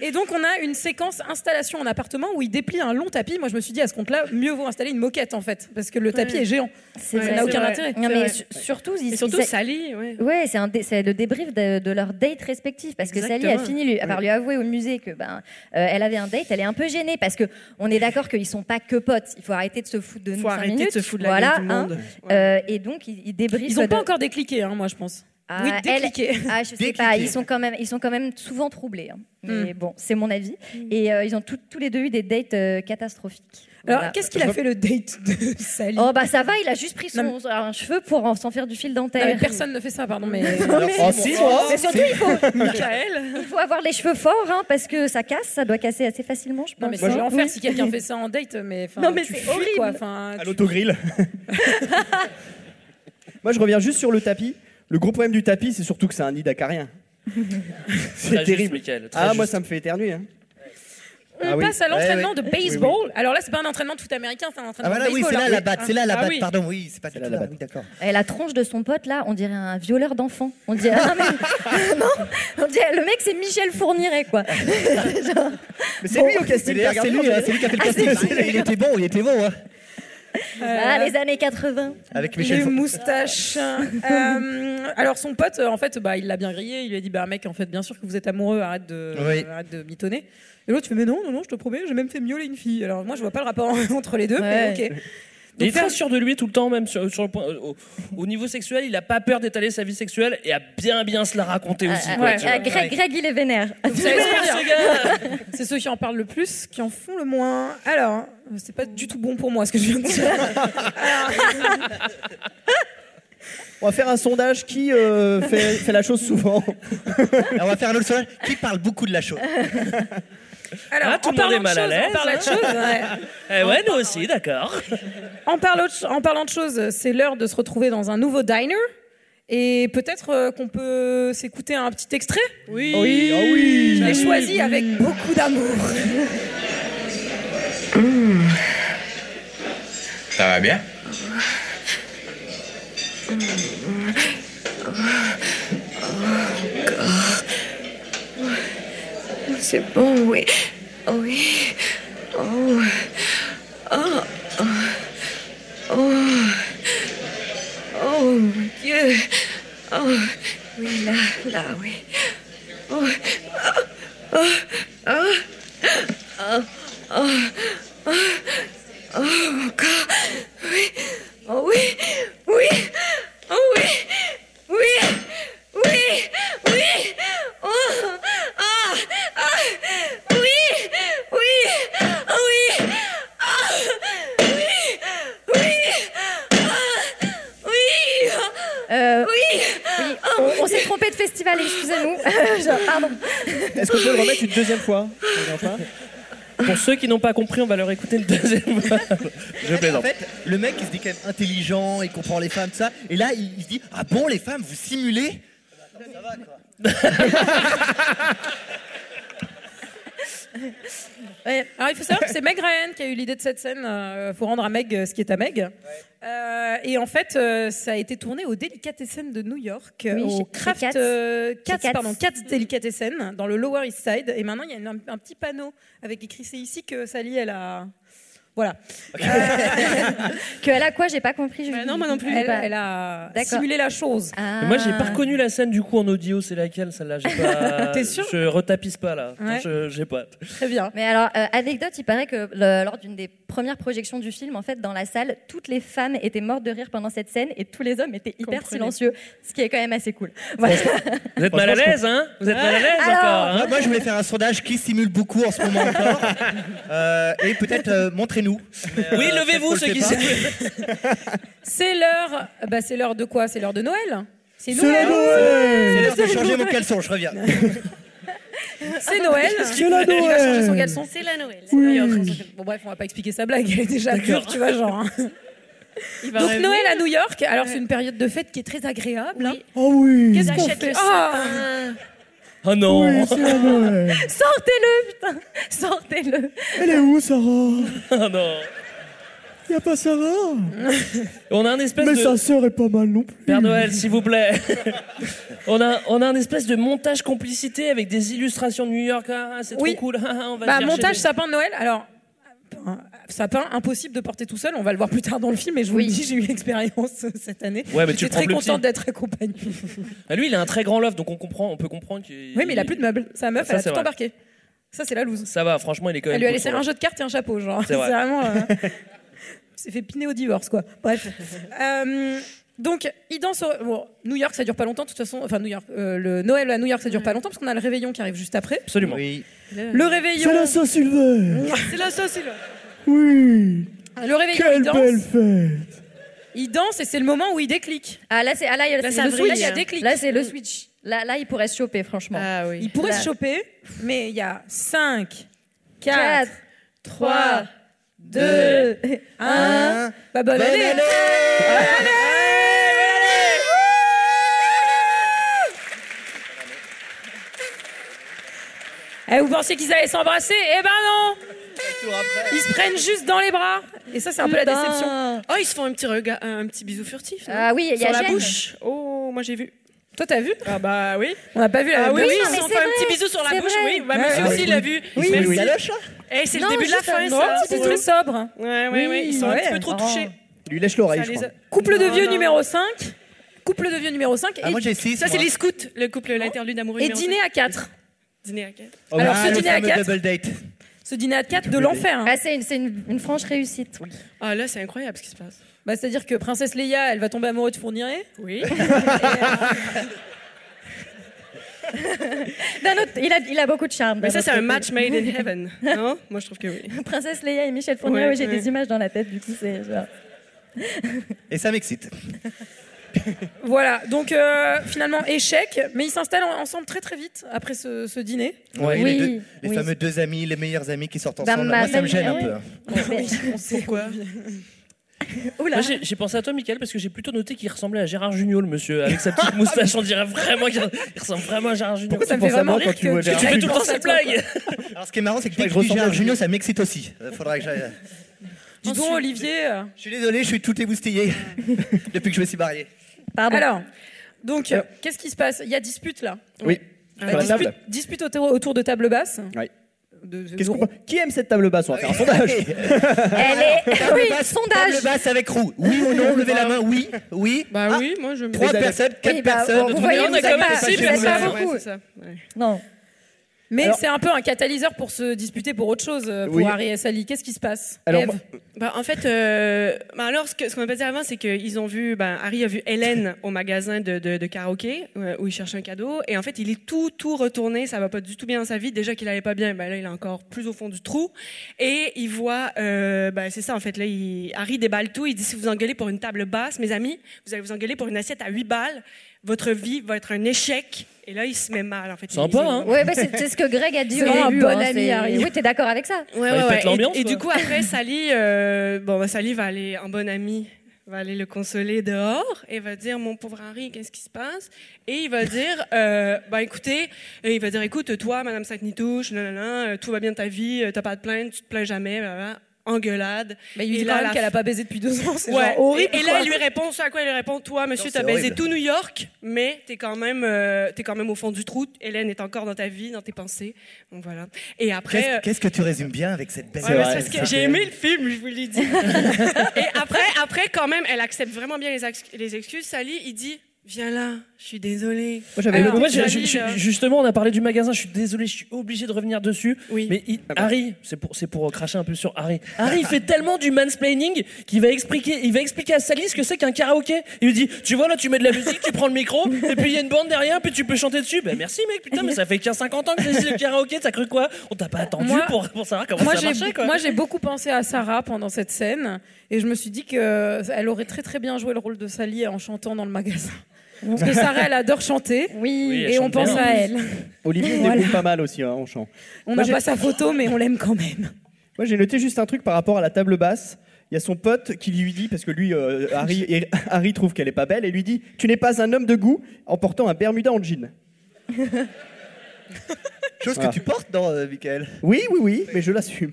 [SPEAKER 1] Et donc, on a une séquence installation en appartement où il déplie un long tapis. Moi, je me suis dit, à ce compte-là, mieux vaut installer une moquette, en fait, parce que le tapis
[SPEAKER 8] Ouais.
[SPEAKER 1] est géant.
[SPEAKER 8] C'est
[SPEAKER 1] Ça
[SPEAKER 8] vrai.
[SPEAKER 1] n'a
[SPEAKER 8] C'est
[SPEAKER 1] aucun
[SPEAKER 8] vrai.
[SPEAKER 1] intérêt.
[SPEAKER 8] Non, mais su- surtout, ils-
[SPEAKER 10] Et surtout,
[SPEAKER 8] ils-
[SPEAKER 1] euh,
[SPEAKER 10] Sally, ouais.
[SPEAKER 8] Ouais, c'est un dé- c'est le débrief de, de leur date respectif parce que Sally a
[SPEAKER 10] Exactement.
[SPEAKER 8] fini lui, par lui avouer au musée que ben euh, elle avait un date, elle est un peu gênée parce que on est d'accord qu'ils sont pas que potes. Il faut arrêter de se foutre de nous.
[SPEAKER 10] Faut
[SPEAKER 8] cinq
[SPEAKER 10] arrêter de
[SPEAKER 8] minutes.
[SPEAKER 10] se foutre de la
[SPEAKER 8] voilà,
[SPEAKER 10] gueule du monde.
[SPEAKER 8] hein. Euh, et donc ils, ils débriefent.
[SPEAKER 1] Ils n'ont
[SPEAKER 8] de-
[SPEAKER 1] pas encore décliqué, hein, moi, je pense.
[SPEAKER 8] Ah,
[SPEAKER 1] oui,
[SPEAKER 8] elle-
[SPEAKER 1] décliqué.
[SPEAKER 8] ah, je sais pas, ils sont quand même, ils sont quand même souvent troublés. hein. Mais
[SPEAKER 1] Hmm.
[SPEAKER 8] bon, c'est mon avis.
[SPEAKER 10] Hmm.
[SPEAKER 8] Et euh, ils ont tout- tous les deux eu des dates euh, catastrophiques.
[SPEAKER 1] Alors,
[SPEAKER 8] Voilà.
[SPEAKER 1] qu'est-ce qu'il a fait le date de Sally
[SPEAKER 8] Oh bah ça va, il a juste pris son
[SPEAKER 1] Non,
[SPEAKER 8] un cheveu pour en- s'en faire du fil dentaire.
[SPEAKER 1] Non, mais personne ne fait ça, pardon, mais.
[SPEAKER 8] Non, mais-
[SPEAKER 1] Oh, si, moi.
[SPEAKER 8] Mais surtout, il faut.
[SPEAKER 1] [LAUGHS] Michael.
[SPEAKER 8] Il faut avoir les cheveux forts, hein, parce que ça casse, ça doit casser assez facilement, je pense.
[SPEAKER 1] Non, mais ça
[SPEAKER 8] hein.
[SPEAKER 1] va en faire
[SPEAKER 8] Oui.
[SPEAKER 1] si quelqu'un fait ça en date, mais. enfin,
[SPEAKER 8] Non, mais
[SPEAKER 1] tu
[SPEAKER 8] c'est
[SPEAKER 1] fuis,
[SPEAKER 8] horrible.
[SPEAKER 1] quoi, enfin,
[SPEAKER 6] À l'autogrill. [LAUGHS] Moi, je reviens juste sur le tapis. Le gros problème du tapis, c'est surtout que c'est un nid d'acarien.
[SPEAKER 7] Très
[SPEAKER 1] [LAUGHS]
[SPEAKER 6] C'est
[SPEAKER 7] juste,
[SPEAKER 6] terrible.
[SPEAKER 7] Michael, très
[SPEAKER 6] Ah, moi,
[SPEAKER 7] juste.
[SPEAKER 6] ça me fait éternuer. hein.
[SPEAKER 1] On
[SPEAKER 6] Ah oui.
[SPEAKER 1] Euh, passe
[SPEAKER 9] Eh
[SPEAKER 1] à l'entraînement
[SPEAKER 6] Ouais, ouais.
[SPEAKER 1] de baseball. Alors là, c'est pas un entraînement tout américain, c'est un
[SPEAKER 9] Ah
[SPEAKER 1] entraînement
[SPEAKER 9] voilà,
[SPEAKER 1] de
[SPEAKER 9] oui,
[SPEAKER 1] baseball.
[SPEAKER 9] c'est là
[SPEAKER 1] hein.
[SPEAKER 9] la batte, c'est là la
[SPEAKER 1] Ah
[SPEAKER 9] batte,
[SPEAKER 1] oui.
[SPEAKER 9] pardon, oui, c'est pas du tout là, oui, d'accord.
[SPEAKER 8] Et Eh, la tronche de son pote, là, on dirait un violeur d'enfant. On dirait. Ah, mais- [LAUGHS] non, on dirait- le mec, c'est Michel Fourniret,
[SPEAKER 1] Euh.
[SPEAKER 8] quoi. Genre-
[SPEAKER 9] Mais
[SPEAKER 8] c'est Bon. lui au casting,
[SPEAKER 9] C'est lui, hein,
[SPEAKER 8] t'as
[SPEAKER 9] c'est lui,
[SPEAKER 8] regardé
[SPEAKER 9] hein, c'est lui qui a fait le
[SPEAKER 8] Ah, c'est
[SPEAKER 9] casting.
[SPEAKER 8] lui.
[SPEAKER 9] Il était bon, il était bon. hein.
[SPEAKER 8] Ah, les années 80.
[SPEAKER 9] Avec
[SPEAKER 1] les
[SPEAKER 9] Michel Faux.
[SPEAKER 1] moustaches. Euh, alors son pote, euh, en fait, bah, il l'a bien grillé. Il lui a dit, bah mec, en fait, bien sûr que vous êtes amoureux, arrête de,
[SPEAKER 9] Oui.
[SPEAKER 1] arrête de mitonner. Et l'autre, il fait, mais non, non, non, je te promets, j'ai même fait miauler une fille. Alors moi, je vois pas le rapport [LAUGHS] entre les deux,
[SPEAKER 7] Ouais.
[SPEAKER 1] mais ok.
[SPEAKER 7] Il est
[SPEAKER 1] Donc,
[SPEAKER 7] très sûr de lui tout le temps, même sur, sur le point. euh, Au, au niveau sexuel, il a pas peur d'étaler sa vie sexuelle et à bien bien se la raconter aussi.
[SPEAKER 8] Ah,
[SPEAKER 7] quoi,
[SPEAKER 8] ah,
[SPEAKER 7] tu vois.
[SPEAKER 8] ah, Greg, Greg, il est vénère.
[SPEAKER 1] Vous savez ce qu'on dit, hein. C'est ceux qui en parlent le plus qui en font le moins. Alors, euh, c'est pas du tout bon pour moi ce que je viens de dire.
[SPEAKER 9] [LAUGHS]
[SPEAKER 6] On va faire un sondage qui euh, fait, fait la chose souvent.
[SPEAKER 9] Alors, on va faire un autre sondage. Qui parle beaucoup de la
[SPEAKER 6] [LAUGHS]
[SPEAKER 9] chose
[SPEAKER 1] Alors,
[SPEAKER 7] Ah, tout
[SPEAKER 1] en
[SPEAKER 7] le monde est
[SPEAKER 1] parlant de
[SPEAKER 7] mal à
[SPEAKER 1] choses,
[SPEAKER 7] l'aise.
[SPEAKER 1] on parle
[SPEAKER 7] hein.
[SPEAKER 1] de choses,
[SPEAKER 7] [LAUGHS] Eh ouais, nous aussi, d'accord.
[SPEAKER 1] En, parlant de- en parlant de choses, c'est l'heure de se retrouver dans un nouveau diner. Et peut-être euh, qu'on peut s'écouter un petit extrait Oui,
[SPEAKER 6] Oui, ah oui.
[SPEAKER 1] Je
[SPEAKER 6] Ah
[SPEAKER 1] l'ai
[SPEAKER 6] oui.
[SPEAKER 1] choisi avec beaucoup d'amour.
[SPEAKER 8] [LAUGHS]
[SPEAKER 4] Ça va bien
[SPEAKER 11] C'est bon, oui. Oui. Oh. Oh. Oh. Oh. Oh, mon Dieu. Oh. Oui, là, là, oui. Oh. Oh. Oh. Oh. Oh. Oh. Oh, mon corps. Oui. Oh, oui. Oui. Oh, oui. Oui. Oui. Oui. Oh. Ah. Ah. Oui. Oui. Oh, oui. Ah. Oui. Oui. Ah. Oui.
[SPEAKER 8] Euh,
[SPEAKER 11] Oui.
[SPEAKER 8] On, on s'est trompé de
[SPEAKER 11] [LAUGHS]
[SPEAKER 8] festival, excusez-nous. Genre, Pardon.
[SPEAKER 6] Est-ce qu'on peut le remettre une deuxième fois Enfin.
[SPEAKER 7] Pour ceux qui n'ont pas compris, on va leur écouter une deuxième
[SPEAKER 9] [LAUGHS]
[SPEAKER 7] fois. Je
[SPEAKER 9] En fait, le mec, il se dit quand même intelligent, il comprend les femmes, tout ça. Et là, il, il se dit Ah bon, les femmes, vous simulez
[SPEAKER 11] ah.
[SPEAKER 1] Ouais. Alors il faut savoir que c'est Meg Ryan qui a eu l'idée de cette scène. euh, faut rendre à Meg euh, ce qui est à Meg. Euh, et en fait, euh, ça a été tourné au Delicatessen de New York, euh,
[SPEAKER 8] Oui,
[SPEAKER 1] au
[SPEAKER 8] chez-
[SPEAKER 1] Kraft
[SPEAKER 8] chez Katz.
[SPEAKER 1] euh, Katz,
[SPEAKER 8] Chez Katz.
[SPEAKER 1] pardon, Katz Delicatessen, dans le Lower East Side. Et maintenant, il y a une- un, un petit panneau avec écrit c'est ici que Sally elle a. Voilà. Euh,
[SPEAKER 8] que elle a quoi J'ai pas compris. Julie.
[SPEAKER 1] Bah non, moi non plus. Elle- elle a simulé la chose.
[SPEAKER 8] Ah.
[SPEAKER 7] Mais Moi, j'ai pas reconnu la scène du coup en audio. C'est laquelle celle-là J'ai
[SPEAKER 1] [LAUGHS]
[SPEAKER 7] pas.
[SPEAKER 8] T'es sûr
[SPEAKER 7] Je retapisse pas là. Attends,
[SPEAKER 8] Ouais.
[SPEAKER 7] je- J'ai pas.
[SPEAKER 1] Très bien.
[SPEAKER 8] Mais alors, euh, anecdote, il paraît que le- lors d'une des premières projections du film, en fait, dans la salle, toutes les femmes étaient mortes de rire pendant cette scène et tous les hommes étaient hyper
[SPEAKER 1] Comprenez.
[SPEAKER 8] silencieux, ce qui est quand même assez cool. Voilà.
[SPEAKER 7] Vous êtes mal à l'aise, hein Vous êtes mal à l'aise
[SPEAKER 8] Alors-
[SPEAKER 7] encore hein
[SPEAKER 9] Moi, moi, je voulais faire un sondage qui simule beaucoup en ce moment encore. Euh, et peut-être euh, montrez-nous. Mais, euh,
[SPEAKER 7] Oui, levez-vous,
[SPEAKER 9] peut-être
[SPEAKER 7] ceux qui
[SPEAKER 9] qu'on le sait
[SPEAKER 7] simulent.
[SPEAKER 1] C'est l'heure. Bah, c'est l'heure de quoi C'est l'heure de Noël. C'est
[SPEAKER 9] C'est l'heure de
[SPEAKER 1] C'est
[SPEAKER 9] changer mon
[SPEAKER 1] Noël.
[SPEAKER 9] caleçon, je reviens.
[SPEAKER 1] C'est Noël.
[SPEAKER 9] C'est la
[SPEAKER 1] Il va changer son
[SPEAKER 9] Noël.
[SPEAKER 1] caleçon.
[SPEAKER 10] C'est la Noël.
[SPEAKER 1] Bon bref, on va pas expliquer sa blague, elle est déjà
[SPEAKER 10] D'accord.
[SPEAKER 1] pure, tu vois genre. hein.
[SPEAKER 10] [LAUGHS] Il va
[SPEAKER 1] Donc
[SPEAKER 10] revenir.
[SPEAKER 1] Noël à New York, alors c'est une période de fête qui est très agréable. hein.
[SPEAKER 7] Ah
[SPEAKER 9] Oh oui.
[SPEAKER 1] Qu'est-ce qu'on
[SPEAKER 10] Achète
[SPEAKER 1] fait
[SPEAKER 10] le
[SPEAKER 1] Ah
[SPEAKER 10] sapin.
[SPEAKER 7] Oh non
[SPEAKER 8] Sortez-le, putain Sortez-le
[SPEAKER 9] Elle est où, Sarah
[SPEAKER 7] [LAUGHS] Oh non
[SPEAKER 9] Y a pas Sarah
[SPEAKER 7] On a un espèce de.
[SPEAKER 9] sœur est pas mal non plus.
[SPEAKER 7] Père Noël, s'il vous plaît. [LAUGHS] on, a, on a un espèce de montage complicité avec des illustrations de New York. Ah, c'est
[SPEAKER 1] Oui.
[SPEAKER 7] trop cool. [LAUGHS] Ah, on va
[SPEAKER 1] Bah
[SPEAKER 7] chercher
[SPEAKER 1] montage
[SPEAKER 7] des-
[SPEAKER 1] sapin de Noël, alors euh, sapin impossible de porter tout seul, on va le voir plus tard dans le film et je vous le dis, j'ai eu l'expérience euh, cette année.
[SPEAKER 7] Ouais, mais tu
[SPEAKER 1] J'étais
[SPEAKER 7] prends
[SPEAKER 1] très
[SPEAKER 7] le
[SPEAKER 1] contente
[SPEAKER 7] petit.
[SPEAKER 1] d'être accompagnée.
[SPEAKER 7] Ah, lui, il a un très grand loft, donc on comprend, on peut comprendre qu'il.
[SPEAKER 1] Oui, mais il a plus de meubles. Sa meuf,
[SPEAKER 7] Ça,
[SPEAKER 1] elle a
[SPEAKER 7] c'est
[SPEAKER 1] tout
[SPEAKER 7] vrai.
[SPEAKER 1] embarqué. Ça c'est la loose.
[SPEAKER 7] Ça va, franchement, il est quand même.
[SPEAKER 1] Elle lui a
[SPEAKER 7] cool,
[SPEAKER 1] laissé
[SPEAKER 7] son
[SPEAKER 1] un
[SPEAKER 7] loft.
[SPEAKER 1] jeu de cartes et un chapeau, genre.
[SPEAKER 7] C'est
[SPEAKER 1] [LAUGHS] C'est
[SPEAKER 7] vrai.
[SPEAKER 8] [LAUGHS]
[SPEAKER 1] vraiment. euh, C'est fait piner au divorce, quoi. Bref. Euh, donc, il danse. au- bon, New York, ça dure pas longtemps, de toute façon. Enfin, New York. euh, le Noël à New York, ça dure pas longtemps, parce qu'on a le réveillon qui arrive juste après.
[SPEAKER 7] Absolument.
[SPEAKER 1] Le réveillon.
[SPEAKER 9] Saint-Sylvain
[SPEAKER 1] C'est là, ça, c'est là.
[SPEAKER 9] Oui
[SPEAKER 1] Le réveillon, il danse.
[SPEAKER 9] fête
[SPEAKER 1] Il danse et c'est le moment où il déclique.
[SPEAKER 8] Ah là, c'est ah, là, il y a-
[SPEAKER 1] Là,
[SPEAKER 8] c'est
[SPEAKER 1] ça
[SPEAKER 8] le
[SPEAKER 1] brille,
[SPEAKER 8] switch.
[SPEAKER 1] il y a des clics. Ah
[SPEAKER 8] Là, c'est le switch. Là, là, il pourrait se choper, franchement.
[SPEAKER 1] Il pourrait
[SPEAKER 8] Là.
[SPEAKER 1] se choper, mais il y a 5, 4,
[SPEAKER 8] Quatre,
[SPEAKER 1] 3, 2, 1. Bah, bonne, année. Eh, vous pensiez qu'ils allaient s'embrasser Eh ben non Ils se prennent juste dans les bras. Et ça, c'est un peu la
[SPEAKER 10] Putain.
[SPEAKER 1] déception.
[SPEAKER 10] Oh, ils se font un petit, regard, un petit bisou furtif. non
[SPEAKER 8] Ah oui, il y a
[SPEAKER 10] Sur la
[SPEAKER 8] Jeanne.
[SPEAKER 10] bouche. Oh, moi j'ai vu.
[SPEAKER 1] Toi, t'as vu
[SPEAKER 10] Ah bah oui.
[SPEAKER 1] On n'a pas vu
[SPEAKER 10] Ah
[SPEAKER 1] la même
[SPEAKER 10] oui,
[SPEAKER 1] bouche.
[SPEAKER 10] oui,
[SPEAKER 1] Non, mais
[SPEAKER 10] ils ont
[SPEAKER 1] c'est
[SPEAKER 10] fait un
[SPEAKER 1] vrai,
[SPEAKER 10] petit bisou sur la
[SPEAKER 1] c'est
[SPEAKER 10] bouche.
[SPEAKER 1] vrai.
[SPEAKER 10] Oui, bah,
[SPEAKER 1] Ouais,
[SPEAKER 10] monsieur
[SPEAKER 1] ouais.
[SPEAKER 10] aussi il l'a vu.
[SPEAKER 1] Oui,
[SPEAKER 10] Même
[SPEAKER 1] oui.
[SPEAKER 10] si-
[SPEAKER 1] Galoche,
[SPEAKER 10] Eh, c'est le
[SPEAKER 1] Non,
[SPEAKER 10] début de la
[SPEAKER 1] juste
[SPEAKER 10] fin,
[SPEAKER 1] un-
[SPEAKER 10] ça.
[SPEAKER 1] C'est
[SPEAKER 10] pour
[SPEAKER 1] très
[SPEAKER 10] eux.
[SPEAKER 1] sobre.
[SPEAKER 10] Ouais, ouais, ouais. Eh Ils sont un petit peu trop touchés.
[SPEAKER 9] Il lui lèche l'oreille,
[SPEAKER 10] Ça
[SPEAKER 9] je
[SPEAKER 10] les
[SPEAKER 9] crois.
[SPEAKER 10] a-
[SPEAKER 1] Couple de
[SPEAKER 10] Non,
[SPEAKER 1] vieux
[SPEAKER 10] non.
[SPEAKER 1] numéro 5. Couple de vieux numéro 5.
[SPEAKER 9] Ah, moi, j'ai six,
[SPEAKER 10] Ça, c'est
[SPEAKER 9] moi.
[SPEAKER 10] les scouts, le couple, l'interlude amoureux.
[SPEAKER 1] et
[SPEAKER 10] numéro
[SPEAKER 1] dîner
[SPEAKER 10] cinq.
[SPEAKER 1] à 4.
[SPEAKER 10] Dîner à quatre.
[SPEAKER 9] Oh,
[SPEAKER 1] Alors,
[SPEAKER 9] ah,
[SPEAKER 1] ce
[SPEAKER 9] le
[SPEAKER 1] dîner à
[SPEAKER 9] fameux
[SPEAKER 1] 4.
[SPEAKER 9] double date.
[SPEAKER 1] Ce dîner à 4 de l'enfer. hein.
[SPEAKER 8] Ah, c'est une, c'est une, une franche réussite.
[SPEAKER 10] Ah là, c'est incroyable ce qui se passe.
[SPEAKER 1] Bah, C'est-à-dire que Princesse Leia, elle va tomber amoureuse de
[SPEAKER 10] [LAUGHS]
[SPEAKER 1] Fourniret. [LAUGHS]
[SPEAKER 10] Oui.
[SPEAKER 8] D'un autre, il a, il a beaucoup de charme.
[SPEAKER 10] Mais
[SPEAKER 8] d'un
[SPEAKER 10] ça, c'est
[SPEAKER 8] autre
[SPEAKER 10] un
[SPEAKER 8] côté.
[SPEAKER 10] match made
[SPEAKER 1] [LAUGHS]
[SPEAKER 10] in
[SPEAKER 8] [LAUGHS]
[SPEAKER 10] heaven. Non Moi, je trouve que [LAUGHS] oui.
[SPEAKER 8] Princesse Leia et Michel Fournier,
[SPEAKER 10] Ouais,
[SPEAKER 8] ouais, j'ai
[SPEAKER 10] ouais.
[SPEAKER 8] des images dans la tête, du coup, c'est genre.
[SPEAKER 9] Et ça m'excite.
[SPEAKER 1] Voilà, donc euh, finalement échec, mais ils s'installent en- ensemble très très vite après ce, ce dîner.
[SPEAKER 9] Ouais,
[SPEAKER 8] Oui,
[SPEAKER 9] les, deux- les
[SPEAKER 8] oui.
[SPEAKER 9] fameux deux amis, les meilleurs amis qui sortent
[SPEAKER 8] Bah,
[SPEAKER 9] ensemble.
[SPEAKER 8] ma
[SPEAKER 9] Moi, ça me
[SPEAKER 8] famille,
[SPEAKER 9] gêne un
[SPEAKER 8] ouais.
[SPEAKER 9] peu. hein.
[SPEAKER 8] Mais- [LAUGHS]
[SPEAKER 1] Pourquoi [LAUGHS]
[SPEAKER 7] Moi, j'ai- J'ai pensé à toi, Michael, parce que j'ai plutôt noté qu'il ressemblait à Gérard Jugnot, le monsieur, avec sa
[SPEAKER 1] [LAUGHS]
[SPEAKER 7] petite moustache. On dirait vraiment qu'il il ressemble vraiment à Gérard Jugnot.
[SPEAKER 1] Ah, Pourquoi ça me fait vraiment rire que,
[SPEAKER 7] Parce que tu fais tout le temps
[SPEAKER 1] penses à
[SPEAKER 7] cette
[SPEAKER 1] toi,
[SPEAKER 7] blague
[SPEAKER 9] Alors, ce qui est marrant, c'est que dès que
[SPEAKER 6] crois que
[SPEAKER 9] je
[SPEAKER 6] je
[SPEAKER 9] Gérard
[SPEAKER 6] ressemble à
[SPEAKER 9] Junior, ça m'excite aussi. Euh, Faudra que j'aille.
[SPEAKER 1] quoi. Dis donc Olivier. euh,
[SPEAKER 9] Je suis désolé, je suis tout éboustillé depuis que je me suis marié.
[SPEAKER 8] Pardon.
[SPEAKER 1] Alors, donc euh, qu'est-ce qui se passe Il y a dispute là.
[SPEAKER 6] Oui. Sur
[SPEAKER 1] Bah,
[SPEAKER 6] la
[SPEAKER 1] dispute
[SPEAKER 6] table.
[SPEAKER 1] dispute autour, autour de table basse.
[SPEAKER 6] Ouais.
[SPEAKER 1] De- de-
[SPEAKER 6] Qu'est-ce qu'on Qui aime cette table basse On va faire un sondage.
[SPEAKER 8] [LAUGHS] Elle est. Oui, sondage.
[SPEAKER 9] Table basse avec roue. Oui ou non Levez la main. Oui, oui. Ah,
[SPEAKER 10] Bah oui, moi, je me.
[SPEAKER 9] Trois
[SPEAKER 6] amis.
[SPEAKER 9] personnes, quatre
[SPEAKER 8] Oui, bah,
[SPEAKER 9] personnes.
[SPEAKER 8] vous voyez,
[SPEAKER 10] on
[SPEAKER 8] vous
[SPEAKER 10] a
[SPEAKER 8] êtes
[SPEAKER 10] quand même
[SPEAKER 8] pas,
[SPEAKER 10] six
[SPEAKER 8] vous êtes pas
[SPEAKER 10] personnes.
[SPEAKER 8] beaucoup.
[SPEAKER 10] Ouais, c'est ça. Ouais.
[SPEAKER 8] Non.
[SPEAKER 1] Mais
[SPEAKER 6] Alors-
[SPEAKER 1] c'est un peu un catalyseur pour se disputer pour autre chose euh, pour
[SPEAKER 6] Oui.
[SPEAKER 1] Harry et Sally. Qu'est-ce qui se passe
[SPEAKER 6] Alors,
[SPEAKER 1] Ève,
[SPEAKER 6] moi-
[SPEAKER 10] Bah, en fait, euh, bah, alors, ce que- ce qu'on n'a pas dit avant, c'est qu'ils ont vu, bah, Harry a vu Hélène au magasin de, de, de karaoké, euh, où il cherche un cadeau, et en fait, il est tout, tout retourné, ça va pas du tout bien dans sa vie, déjà qu'il allait pas bien, bah, là, il est encore plus au fond du trou, et il voit, euh, bah, c'est ça, en fait, là, il, Harry déballe tout, il dit, si vous engueulez pour une table basse, mes amis, vous allez vous engueuler pour une assiette à 8 balles, votre vie va être un échec, et là, il se met mal, en fait.
[SPEAKER 7] Sympa,
[SPEAKER 10] Il-
[SPEAKER 7] hein
[SPEAKER 8] Ouais, bah, c'est c'est ce que Greg a dit
[SPEAKER 10] C'est
[SPEAKER 8] au
[SPEAKER 10] vraiment un
[SPEAKER 8] début.
[SPEAKER 10] bon
[SPEAKER 8] hein,
[SPEAKER 10] ami,
[SPEAKER 8] c'est-
[SPEAKER 10] Harry.
[SPEAKER 8] Oui, t'es d'accord avec ça
[SPEAKER 10] Ouais, ouais, ouais. Et- Et, du coup, après, Sally, euh, bon, bah, Sally va aller en bonne amie, va aller le consoler dehors et va dire Mon pauvre Harry, qu'est-ce qui se passe Et il va dire euh, Bah écoutez, et il va dire Écoute, toi, Madame Sac-Nitouche, nanana, euh, tout va bien de ta vie, euh, t'as pas de plainte, tu te plains jamais, blablabla. Engueulade.
[SPEAKER 1] Mais Bah, il lui
[SPEAKER 10] Et
[SPEAKER 1] dit
[SPEAKER 10] là,
[SPEAKER 1] quand même
[SPEAKER 10] la
[SPEAKER 1] qu'elle a
[SPEAKER 10] f-
[SPEAKER 1] pas baisé depuis deux ans, c'est
[SPEAKER 10] Ouais.
[SPEAKER 1] genre horrible.
[SPEAKER 10] Et, et là,
[SPEAKER 1] quoi.
[SPEAKER 10] il lui répond ce à quoi il lui répond Toi, monsieur,
[SPEAKER 1] Non,
[SPEAKER 10] t'as
[SPEAKER 1] c'est
[SPEAKER 10] baisé
[SPEAKER 1] horrible.
[SPEAKER 10] tout New York, mais t'es quand, même, euh, t'es quand même au fond du trou. Hélène est encore dans ta vie, dans tes pensées. Donc voilà. Et après.
[SPEAKER 9] Qu'est-ce
[SPEAKER 10] euh,
[SPEAKER 9] qu'est-ce que tu résumes bien avec cette belle
[SPEAKER 10] Ouais, mais c'est parce que j'ai aimé le film, je vous l'ai
[SPEAKER 1] [LAUGHS]
[SPEAKER 10] dit. Et après, après, quand même, elle accepte vraiment bien les, ex- les excuses. Sally, il dit Viens là, je suis désolé.
[SPEAKER 7] Moi, j'avais-
[SPEAKER 10] Alors,
[SPEAKER 7] moi, j'ai-
[SPEAKER 10] Sally,
[SPEAKER 7] j'ai-
[SPEAKER 1] euh,
[SPEAKER 10] là-
[SPEAKER 7] justement, on a parlé du magasin. Je suis désolé, je suis obligé de revenir dessus. Mais il- Harry, c'est pour, c'est pour cracher un peu sur Harry. Harry il fait tellement du mansplaining qu'il va expliquer, il va expliquer à Sally ce que c'est qu'un karaoké. Il lui dit, tu vois là, tu mets de la musique, tu prends le micro, et puis il y a une bande derrière, puis tu peux chanter dessus. Ben merci mec, putain, mais ça fait 15-50 ans que j'ai le karaoké. T'as cru quoi On t'a pas attendu
[SPEAKER 1] Moi-
[SPEAKER 7] pour, pour savoir comment
[SPEAKER 1] Moi
[SPEAKER 7] ça
[SPEAKER 1] j'ai,
[SPEAKER 7] marchait quoi.
[SPEAKER 1] moi, j'ai beaucoup pensé à Sarah pendant cette scène et je me suis dit qu'elle aurait très très bien joué le rôle de Sally en chantant dans le magasin. Parce que Sarah, elle adore chanter.
[SPEAKER 6] Oui, elle
[SPEAKER 1] et on
[SPEAKER 6] chante
[SPEAKER 1] pense
[SPEAKER 6] bien.
[SPEAKER 1] à elle. [LAUGHS]
[SPEAKER 6] Olivier il
[SPEAKER 1] Voilà.
[SPEAKER 6] débrouille pas mal aussi hein, en chant. Moi,
[SPEAKER 1] On n'a
[SPEAKER 6] j'ai-
[SPEAKER 1] pas sa photo, mais on l'aime quand même.
[SPEAKER 6] Moi, j'ai noté juste un truc par rapport à la table basse. Il y a son pote qui lui dit, parce que lui, euh, Harry, et- Harry trouve qu'elle est pas belle, et lui dit Tu n'es pas un homme de goût en portant un Bermuda en jean.
[SPEAKER 9] [LAUGHS] Chose que tu portes dans euh, Michael.
[SPEAKER 6] Oui, oui, oui, mais je l'assume.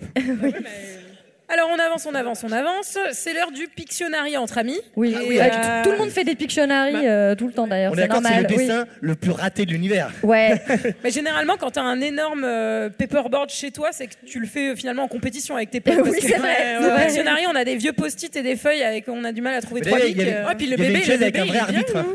[SPEAKER 1] Alors on avance, on avance, on avance. C'est l'heure du Pictionary entre amis.
[SPEAKER 8] Oui,
[SPEAKER 1] Et,
[SPEAKER 8] [LAUGHS] oui, ouais,
[SPEAKER 1] euh,
[SPEAKER 8] tout le monde fait des Pictionary euh, tout le temps d'ailleurs,
[SPEAKER 9] On est
[SPEAKER 8] c'est
[SPEAKER 9] d'accord, c'est
[SPEAKER 8] normal.
[SPEAKER 9] le
[SPEAKER 8] oui.
[SPEAKER 9] dessin le plus raté de l'univers. [LAUGHS]
[SPEAKER 8] Ouais.
[SPEAKER 1] Mais généralement, quand tu as un énorme euh, paperboard chez toi, c'est que tu le fais euh, finalement en compétition avec tes potes.
[SPEAKER 8] Oui,
[SPEAKER 1] parce que
[SPEAKER 8] c'est vrai,
[SPEAKER 1] ouais,
[SPEAKER 8] c'est
[SPEAKER 1] au
[SPEAKER 8] vrai.
[SPEAKER 1] Pictionary, on a des vieux post-it et des feuilles avec on a du mal à trouver
[SPEAKER 9] Mais
[SPEAKER 1] trois
[SPEAKER 9] d'ailleurs,
[SPEAKER 1] pics.
[SPEAKER 9] il y avait-
[SPEAKER 1] euh.
[SPEAKER 10] Ah, puis le
[SPEAKER 9] il y avait
[SPEAKER 10] bébé,
[SPEAKER 9] une
[SPEAKER 10] le
[SPEAKER 9] chaîne avec un
[SPEAKER 10] bébé,
[SPEAKER 9] vrai
[SPEAKER 10] il est bien,
[SPEAKER 9] arbitre.
[SPEAKER 10] hein.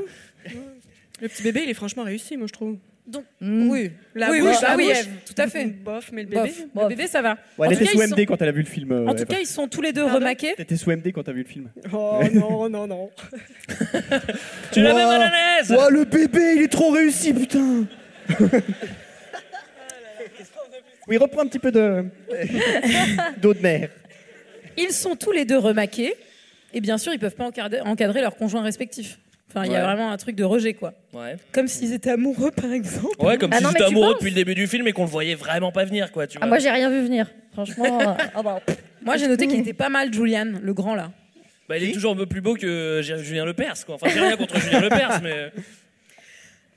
[SPEAKER 10] Le petit bébé, il est franchement réussi, moi, je trouve.
[SPEAKER 1] Donc,
[SPEAKER 8] oui.
[SPEAKER 10] La
[SPEAKER 1] Oui, oui,
[SPEAKER 10] bouche,
[SPEAKER 1] bah
[SPEAKER 10] la
[SPEAKER 1] oui,
[SPEAKER 10] bouche.
[SPEAKER 1] Ève, tout à fait.
[SPEAKER 10] Bof, mais le
[SPEAKER 1] [LAUGHS] Bof,
[SPEAKER 10] bébé.
[SPEAKER 1] Le bébé, ça va.
[SPEAKER 6] Ouais,
[SPEAKER 1] en
[SPEAKER 6] elle
[SPEAKER 1] tout
[SPEAKER 6] était
[SPEAKER 1] cas,
[SPEAKER 6] sous
[SPEAKER 1] ils
[SPEAKER 6] MD
[SPEAKER 1] sont-
[SPEAKER 6] quand elle a vu le film. euh,
[SPEAKER 1] en tout
[SPEAKER 6] Eva.
[SPEAKER 1] cas, ils sont tous les deux remaqués.
[SPEAKER 6] T'étais sous MD quand t'as vu le film.
[SPEAKER 10] Oh non, non, non.
[SPEAKER 7] Tu l'as même à la l'aise.
[SPEAKER 6] Ouah, le bébé, il est trop réussi,
[SPEAKER 1] [LAUGHS]
[SPEAKER 6] putain Oui, reprends un petit peu de. d'eau de mer.
[SPEAKER 1] [LAUGHS] Ils sont tous les deux remaqués. Et bien sûr, ils peuvent pas encadrer, encadrer leurs conjoints respectifs. Enfin, il y a
[SPEAKER 7] Ouais.
[SPEAKER 1] vraiment un truc de rejet, quoi.
[SPEAKER 7] Ouais.
[SPEAKER 1] Comme s'ils étaient amoureux, par exemple.
[SPEAKER 7] Ouais, comme
[SPEAKER 1] Ah
[SPEAKER 7] si
[SPEAKER 1] non,
[SPEAKER 7] j'étais
[SPEAKER 1] mais tu
[SPEAKER 7] amoureux
[SPEAKER 1] penses
[SPEAKER 7] depuis le début du film et qu'on le voyait vraiment pas venir, quoi. Tu vois.
[SPEAKER 8] Ah, moi j'ai rien vu venir, franchement. euh, [LAUGHS] ah bah, pff.
[SPEAKER 1] Moi, j'ai noté qu'il était pas mal, Julian, le grand là.
[SPEAKER 7] Bah, il est toujours un peu plus beau que Gé- Julien Lepers, quoi. Enfin, j'ai rien contre Julien Lepers, mais.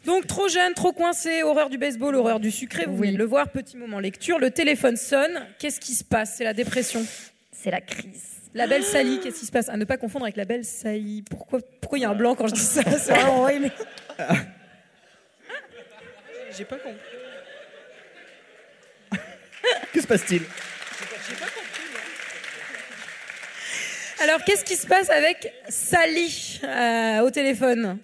[SPEAKER 1] Donc trop jeune, trop coincé, horreur du baseball, horreur du sucré, vous venez de le voir, petit moment lecture, le téléphone sonne, qu'est-ce qui se passe C'est la dépression.
[SPEAKER 8] C'est la crise.
[SPEAKER 1] La belle Sally, qu'est-ce qui se passe À ne pas confondre avec la belle Sally. Pourquoi pourquoi il y a un blanc quand je
[SPEAKER 8] [LAUGHS]
[SPEAKER 1] dis ça C'est vraiment horrible.
[SPEAKER 10] J'ai pas compris.
[SPEAKER 6] Que se passe-t-il
[SPEAKER 1] Alors qu'est-ce qui se passe avec Sally euh, au téléphone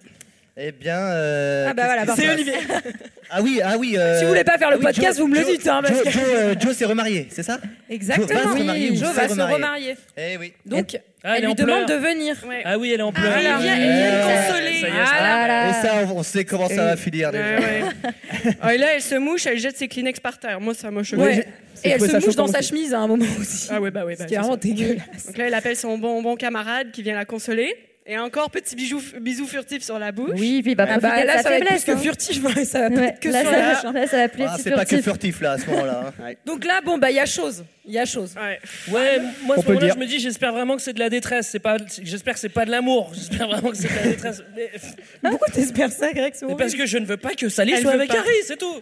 [SPEAKER 9] Eh bien. euh,
[SPEAKER 1] Ah bah voilà,
[SPEAKER 9] qu'est-ce qui
[SPEAKER 1] parfait.
[SPEAKER 9] se passe [LAUGHS] Ah oui, ah oui. euh,
[SPEAKER 1] Si vous voulez pas faire le
[SPEAKER 9] ah oui,
[SPEAKER 1] podcast, vous me le dites, hein, parce
[SPEAKER 9] Joe,
[SPEAKER 1] que-
[SPEAKER 9] Joe, euh, Joe s'est remarié, c'est ça Joe va
[SPEAKER 1] Exactement.
[SPEAKER 9] se remarier. ou
[SPEAKER 1] Jo
[SPEAKER 9] s'est
[SPEAKER 1] va se remarier.
[SPEAKER 9] Eh oui.
[SPEAKER 1] Donc
[SPEAKER 7] Ah, elle
[SPEAKER 1] elle
[SPEAKER 7] est
[SPEAKER 1] lui
[SPEAKER 7] en
[SPEAKER 1] demande
[SPEAKER 7] pleurs.
[SPEAKER 1] de venir.
[SPEAKER 7] Ah oui, elle est en pleurs.
[SPEAKER 1] Ah, elle vient- elle vient le consoler. Ah,
[SPEAKER 7] Ça y est,
[SPEAKER 1] Voilà.
[SPEAKER 9] Et ça, on on sait comment ça va finir déjà.
[SPEAKER 10] Ouais, ouais. Ah, et là, elle se mouche, elle jette ses Kleenex par terre. Moi, ça m'a choqué.
[SPEAKER 1] Ouais. Et elle se mouche dans sa chemise à un moment aussi.
[SPEAKER 10] Ah ouais, bah ouais. Bah,
[SPEAKER 1] Ce qui est
[SPEAKER 10] c'est
[SPEAKER 1] vraiment
[SPEAKER 10] ça.
[SPEAKER 1] dégueulasse.
[SPEAKER 10] Donc là, elle appelle son bon, bon camarade qui vient la consoler. Et encore, petit bijou, bisou furtif sur la bouche.
[SPEAKER 8] Oui, puis il va
[SPEAKER 1] Ah bah,
[SPEAKER 8] profiter de
[SPEAKER 1] là,
[SPEAKER 8] sa
[SPEAKER 1] ça va être
[SPEAKER 8] faiblesse,
[SPEAKER 1] plus que
[SPEAKER 8] hein.
[SPEAKER 1] furtif, ouais, ça va pas
[SPEAKER 8] Ouais,
[SPEAKER 1] être que
[SPEAKER 8] là,
[SPEAKER 1] sur
[SPEAKER 8] ça
[SPEAKER 1] la-
[SPEAKER 8] va- là, ça va plus
[SPEAKER 9] Ah,
[SPEAKER 8] être
[SPEAKER 9] c'est pas que
[SPEAKER 8] furtif.
[SPEAKER 9] furtif là à ce moment-là.
[SPEAKER 7] [LAUGHS]
[SPEAKER 9] hein.
[SPEAKER 1] Donc là, bon, bah, il y a chose. Il y a chose. [LAUGHS]
[SPEAKER 7] Ouais, moi à
[SPEAKER 9] On
[SPEAKER 7] ce
[SPEAKER 9] peut le
[SPEAKER 7] moment-là,
[SPEAKER 9] dire.
[SPEAKER 7] je me dis, j'espère vraiment que c'est de la détresse. C'est pas, j'espère que c'est pas de l'amour. J'espère vraiment que c'est de la détresse. Mais-
[SPEAKER 1] [LAUGHS] Pourquoi t'espères ça, Greg C'est
[SPEAKER 7] mais
[SPEAKER 1] horrible.
[SPEAKER 7] parce que je ne veux pas que Sally
[SPEAKER 10] Elle
[SPEAKER 7] soit
[SPEAKER 10] veut
[SPEAKER 7] avec
[SPEAKER 10] pas.
[SPEAKER 7] Harry, c'est tout.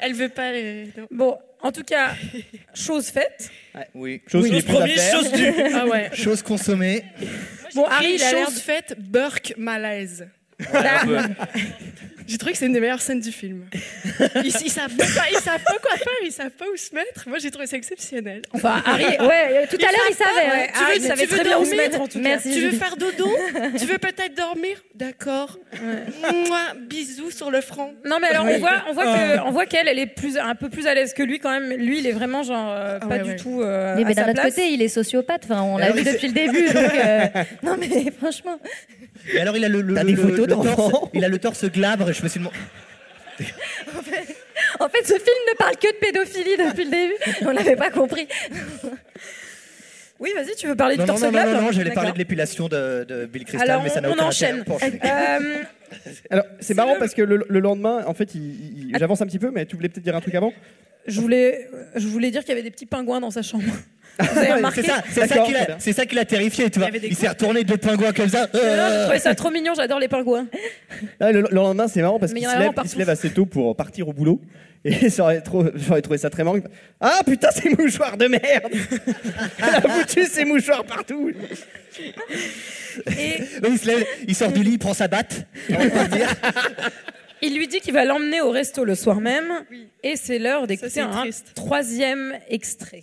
[SPEAKER 10] Elle veut pas. les- non.
[SPEAKER 1] Bon, en tout cas, chose faite.
[SPEAKER 9] Oui.
[SPEAKER 6] Chose qui est plus à
[SPEAKER 7] première,
[SPEAKER 6] faire.
[SPEAKER 7] chose due.
[SPEAKER 10] Ah ouais.
[SPEAKER 9] [LAUGHS] Chose consommée.
[SPEAKER 1] Bon, Harry, il a l'air.
[SPEAKER 10] chose faite, Burke malaise. [LAUGHS] J'ai trouvé que c'est une des meilleures scènes du film. Ils, ils savent même pas, ils savent pas quoi faire, ils savent pas où se mettre. Moi, j'ai trouvé ça exceptionnel.
[SPEAKER 1] Enfin, Harry.
[SPEAKER 8] Ouais, euh, tout à l'heure il
[SPEAKER 10] savent pas,
[SPEAKER 8] savait.
[SPEAKER 1] ouais.
[SPEAKER 8] hein.
[SPEAKER 10] Tu veux,
[SPEAKER 1] Harry
[SPEAKER 10] tu
[SPEAKER 1] savait
[SPEAKER 10] veux
[SPEAKER 1] très bien où se
[SPEAKER 10] dormir
[SPEAKER 1] mettre, en tout cas.
[SPEAKER 8] Merci,
[SPEAKER 10] Tu veux
[SPEAKER 8] Julie.
[SPEAKER 10] faire
[SPEAKER 1] [LAUGHS]
[SPEAKER 10] dodo Tu veux peut-être dormir D'accord. Mouah, bisous sur le front.
[SPEAKER 1] Non, mais alors, on voit, on voit que, on voit qu'elle, elle est plus, un peu plus à l'aise que lui quand même. Lui, il est vraiment genre euh,
[SPEAKER 10] Ah
[SPEAKER 1] pas
[SPEAKER 10] ouais,
[SPEAKER 1] du
[SPEAKER 10] ouais.
[SPEAKER 1] tout. euh,
[SPEAKER 8] Mais
[SPEAKER 1] à
[SPEAKER 8] ben,
[SPEAKER 1] sa
[SPEAKER 8] d'un autre
[SPEAKER 1] place.
[SPEAKER 8] côté, il est sociopathe. Enfin, on l'a
[SPEAKER 9] Alors,
[SPEAKER 8] vu
[SPEAKER 9] il se-
[SPEAKER 8] depuis le début.
[SPEAKER 9] [LAUGHS]
[SPEAKER 8] donc, euh, Non, mais [LAUGHS] franchement.
[SPEAKER 9] Et alors il a le, le,
[SPEAKER 6] T'as des
[SPEAKER 9] le-
[SPEAKER 6] photos
[SPEAKER 9] le
[SPEAKER 6] d'enfants
[SPEAKER 9] torse, il a le torse glabre. Je me suis demandé.
[SPEAKER 8] En
[SPEAKER 9] [LAUGHS]
[SPEAKER 8] fait, ce film ne parle que de pédophilie depuis le début. On n'avait pas compris.
[SPEAKER 1] Oui, vas-y, tu veux parler
[SPEAKER 9] non,
[SPEAKER 1] du
[SPEAKER 9] non,
[SPEAKER 1] torse
[SPEAKER 9] non, non,
[SPEAKER 1] glaive
[SPEAKER 9] Ah non, non, j'allais
[SPEAKER 1] D'accord.
[SPEAKER 9] parler de l'épilation de, de Bill Crystal,
[SPEAKER 1] Alors,
[SPEAKER 9] mais ça n'a
[SPEAKER 1] on,
[SPEAKER 9] aucun
[SPEAKER 1] on enchaîne.
[SPEAKER 9] intérêt pour enchaîner.
[SPEAKER 1] Euh,
[SPEAKER 6] [LAUGHS]
[SPEAKER 1] Ah.
[SPEAKER 6] Alors, c'est marrant parce que le, le lendemain, en fait, il- il- j'avance un petit peu, mais tu voulais peut-être dire un truc avant
[SPEAKER 1] je, voulais, euh, je voulais dire qu'il y avait des petits pingouins dans sa chambre.
[SPEAKER 6] [LAUGHS]
[SPEAKER 1] Vous avez
[SPEAKER 9] Ouais,
[SPEAKER 1] remarqué
[SPEAKER 9] C'est ça, c'est ça
[SPEAKER 6] D'accord,
[SPEAKER 9] qui
[SPEAKER 6] très bien.
[SPEAKER 9] l'a- c'est ça qui l'a terrifié, tu vois.
[SPEAKER 1] avait des
[SPEAKER 9] Il s'est retourné deux pingouins comme ça.
[SPEAKER 1] Non, Je
[SPEAKER 9] Euh.
[SPEAKER 1] trouvais ça trop mignon, j'adore les pingouins.
[SPEAKER 6] Ah, le, le lendemain, c'est marrant parce
[SPEAKER 1] Mais
[SPEAKER 6] qu'il
[SPEAKER 1] il y en
[SPEAKER 6] se,
[SPEAKER 1] a
[SPEAKER 6] lève-
[SPEAKER 1] vraiment
[SPEAKER 6] il se
[SPEAKER 1] partout.
[SPEAKER 6] lève assez tôt pour partir au boulot. Et [LAUGHS] ça aurait trop- j'aurais trouvé ça très marrant. Ah putain, ces mouchoirs de merde [LAUGHS] Elle a foutu ses mouchoirs partout
[SPEAKER 9] Oui, il, se lève, il sort du lit, il prend sa batte.
[SPEAKER 1] Il lui dit qu'il va l'emmener au resto le soir même. Et c'est l'heure d'écouter un troisième extrait.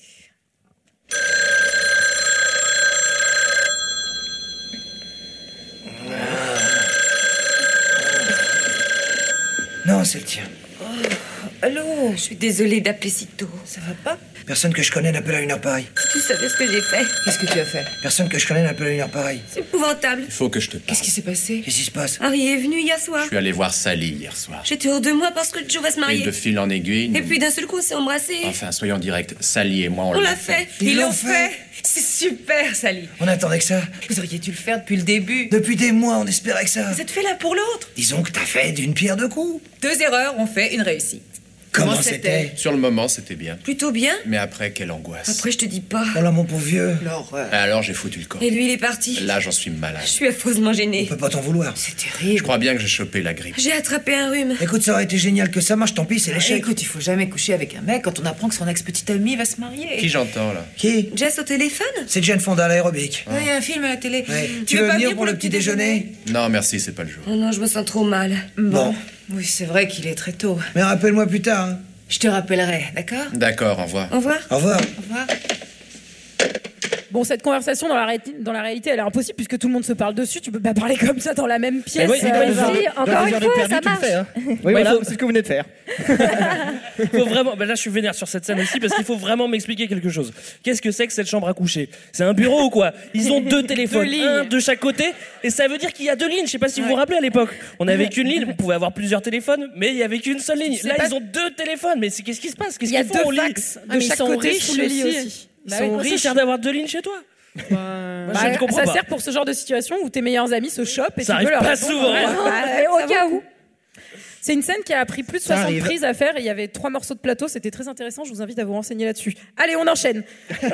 [SPEAKER 14] Non, c'est le tien.
[SPEAKER 12] Oh, Allô Je suis désolée d'appeler si tôt. Ça va pas
[SPEAKER 14] Personne que je connais n'appelle à une heure pareille.
[SPEAKER 12] Tu savais ce que j'ai fait Qu'est-ce que tu as fait
[SPEAKER 14] Personne que je connais n'appelle à une heure pareille.
[SPEAKER 12] C'est épouvantable.
[SPEAKER 3] Il faut que je te parle.
[SPEAKER 12] Qu'est-ce qui s'est passé
[SPEAKER 14] Qu'est-ce qui se passe
[SPEAKER 12] Harry est venu hier soir.
[SPEAKER 3] Je suis allé voir Sally hier soir.
[SPEAKER 12] J'étais hors de moi parce que Joe va se
[SPEAKER 3] Et
[SPEAKER 12] marier.
[SPEAKER 3] de Ah, fil en aiguille.
[SPEAKER 12] Et
[SPEAKER 3] nous-
[SPEAKER 12] puis d'un seul coup, on s'est embrassés.
[SPEAKER 3] Enfin, soyons directs. Sally et moi, on,
[SPEAKER 12] on l'a fait.
[SPEAKER 14] Ils
[SPEAKER 12] Ils
[SPEAKER 14] l'ont
[SPEAKER 12] l'ont fait. C'est super, Sally.
[SPEAKER 14] On attendait que ça.
[SPEAKER 12] Vous auriez dû le faire depuis le début.
[SPEAKER 14] Depuis des mois, on espérait que ça.
[SPEAKER 12] Vous êtes fait l'un pour l'autre.
[SPEAKER 14] Disons que t'as fait d'une pierre deux coups.
[SPEAKER 12] Deux erreurs ont fait une réussite.
[SPEAKER 14] Comment c'était
[SPEAKER 3] Sur le moment, c'était bien.
[SPEAKER 12] Plutôt bien.
[SPEAKER 3] Mais après, quelle angoisse. Ah,
[SPEAKER 12] Après, je te dis pas.
[SPEAKER 14] Oh là, mon pauvre vieux.
[SPEAKER 12] euh,
[SPEAKER 3] Alors, j'ai foutu le corps.
[SPEAKER 12] Et lui, il est parti.
[SPEAKER 3] Là, j'en suis malade.
[SPEAKER 12] Je suis affreusement gênée.
[SPEAKER 14] Peut pas t'en vouloir.
[SPEAKER 12] C'est terrible.
[SPEAKER 3] Je crois bien que j'ai chopé la grippe.
[SPEAKER 12] J'ai attrapé un rhume. Bah,
[SPEAKER 14] Écoute, ça aurait été génial que ça marche, tant pis, c'est l'échec.
[SPEAKER 11] Écoute, il faut jamais coucher avec un mec quand on apprend que son ex-petite amie va se marier.
[SPEAKER 3] Qui j'entends, là
[SPEAKER 14] Qui
[SPEAKER 12] Jess au téléphone
[SPEAKER 14] C'est Jane Fonda, l'aérobic.
[SPEAKER 11] Oui, un film à la télé.
[SPEAKER 14] Ouais. Tu veux venir pour le petit déjeuner
[SPEAKER 3] Non, merci, c'est pas le jour.
[SPEAKER 12] Oh non, je me sens trop mal.
[SPEAKER 14] Bon.
[SPEAKER 11] Oui, c'est vrai qu'il est très tôt.
[SPEAKER 14] Mais rappelle-moi plus tard. hein.
[SPEAKER 11] Je te rappellerai, d'accord
[SPEAKER 3] D'accord, au revoir.
[SPEAKER 12] Au revoir.
[SPEAKER 14] Au revoir.
[SPEAKER 11] Au revoir.
[SPEAKER 1] Bon, cette conversation dans la, ré- dans la réalité, elle est impossible puisque tout le monde se parle dessus. Tu peux pas parler comme ça dans la même pièce. euh,
[SPEAKER 6] oui, mais dans les heures- Si, dans encore les une heures de fois, perdu, ça tu le marche. fais, hein. Oui, voilà, c'est ce que vous venez de faire.
[SPEAKER 7] [LAUGHS] faut vraiment. bah là, je suis vénère sur cette scène aussi parce qu'il faut vraiment m'expliquer quelque chose. Qu'est-ce que c'est que cette chambre à coucher C'est un bureau ou quoi Ils ont deux téléphones,
[SPEAKER 1] [LAUGHS] Deux lignes.
[SPEAKER 7] un de chaque côté, et ça veut dire qu'il y a deux lignes. Je sais pas si vous vous rappelez à l'époque. On avait qu'une ligne, on pouvait avoir plusieurs téléphones, mais il y avait qu'une seule ligne.
[SPEAKER 1] C'est
[SPEAKER 7] Là,
[SPEAKER 1] pas-
[SPEAKER 7] ils ont deux téléphones, mais c'est qu'est-ce qui se passe Qu'est-ce
[SPEAKER 1] Il y a
[SPEAKER 7] qu'ils font Ah, au
[SPEAKER 1] deux
[SPEAKER 7] lit
[SPEAKER 1] fax de chaque côté sous le lit aussi.
[SPEAKER 7] Ils
[SPEAKER 1] Bah oui,
[SPEAKER 7] sont
[SPEAKER 1] comment ça,
[SPEAKER 7] riches.
[SPEAKER 1] je- Bah,
[SPEAKER 7] Ça d'avoir deux lignes chez toi. Moi, Bah, je ne comprends
[SPEAKER 1] Euh, ça
[SPEAKER 7] pas.
[SPEAKER 1] sert pour ce genre de situation où tes meilleurs amis se chopent et
[SPEAKER 7] Ça
[SPEAKER 1] tu
[SPEAKER 7] arrive
[SPEAKER 1] peux leur
[SPEAKER 7] pas
[SPEAKER 1] répondre.
[SPEAKER 7] souvent. hein.
[SPEAKER 1] Ouais, Bah, au cas où. C'est une scène qui a pris plus de
[SPEAKER 7] Ça
[SPEAKER 1] 60
[SPEAKER 7] arrive.
[SPEAKER 1] prises à faire. et Il y avait trois morceaux de plateau, c'était très intéressant. Je vous invite à vous renseigner là-dessus. Allez,
[SPEAKER 7] [LAUGHS]
[SPEAKER 1] on enchaîne.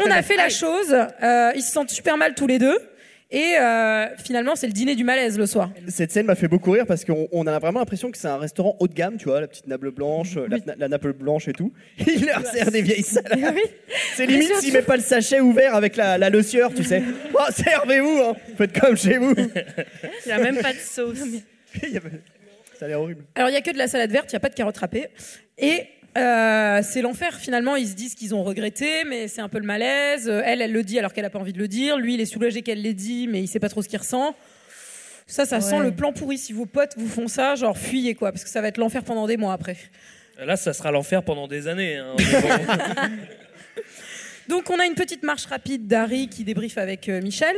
[SPEAKER 1] On a fait la chose. euh, ils se sentent super mal tous les deux. Et euh, finalement, c'est le dîner du malaise le soir.
[SPEAKER 6] Cette scène m'a fait beaucoup rire parce qu'on on a vraiment l'impression que c'est un restaurant haut de gamme, tu vois, la petite nappe blanche, euh, la, na- la nappe blanche et tout. [LAUGHS] Il leur sert des
[SPEAKER 1] [LAUGHS]
[SPEAKER 6] vieilles salades. C'est
[SPEAKER 1] Mais
[SPEAKER 6] limite
[SPEAKER 1] surtout-
[SPEAKER 6] s'il met pas le sachet ouvert avec la, la lecieur, tu
[SPEAKER 1] [LAUGHS]
[SPEAKER 6] sais. Oh, servez-vous, hein. faites comme chez vous. [LAUGHS]
[SPEAKER 10] Il n'y a même pas de sauce.
[SPEAKER 6] Ça a l'air horrible.
[SPEAKER 1] Alors, il n'y a que de la salade verte, il n'y a pas de carottes râpées. Et euh, c'est l'enfer, finalement. Ils se disent qu'ils ont regretté, mais c'est un peu le malaise. Euh, Elle, elle le dit alors qu'elle n'a pas envie de le dire. Lui, il est soulagé qu'elle l'ait dit, mais il sait pas trop ce qu'il ressent. Ça, ça sent
[SPEAKER 7] Ouais.
[SPEAKER 1] le plan pourri. Si vos potes vous font ça, genre fuyez, quoi, parce que ça va être l'enfer pendant des mois après.
[SPEAKER 7] Là, ça sera l'enfer pendant des années. hein.
[SPEAKER 1] Donc, on a une petite marche rapide d'Harry qui débriefe avec euh, Michel.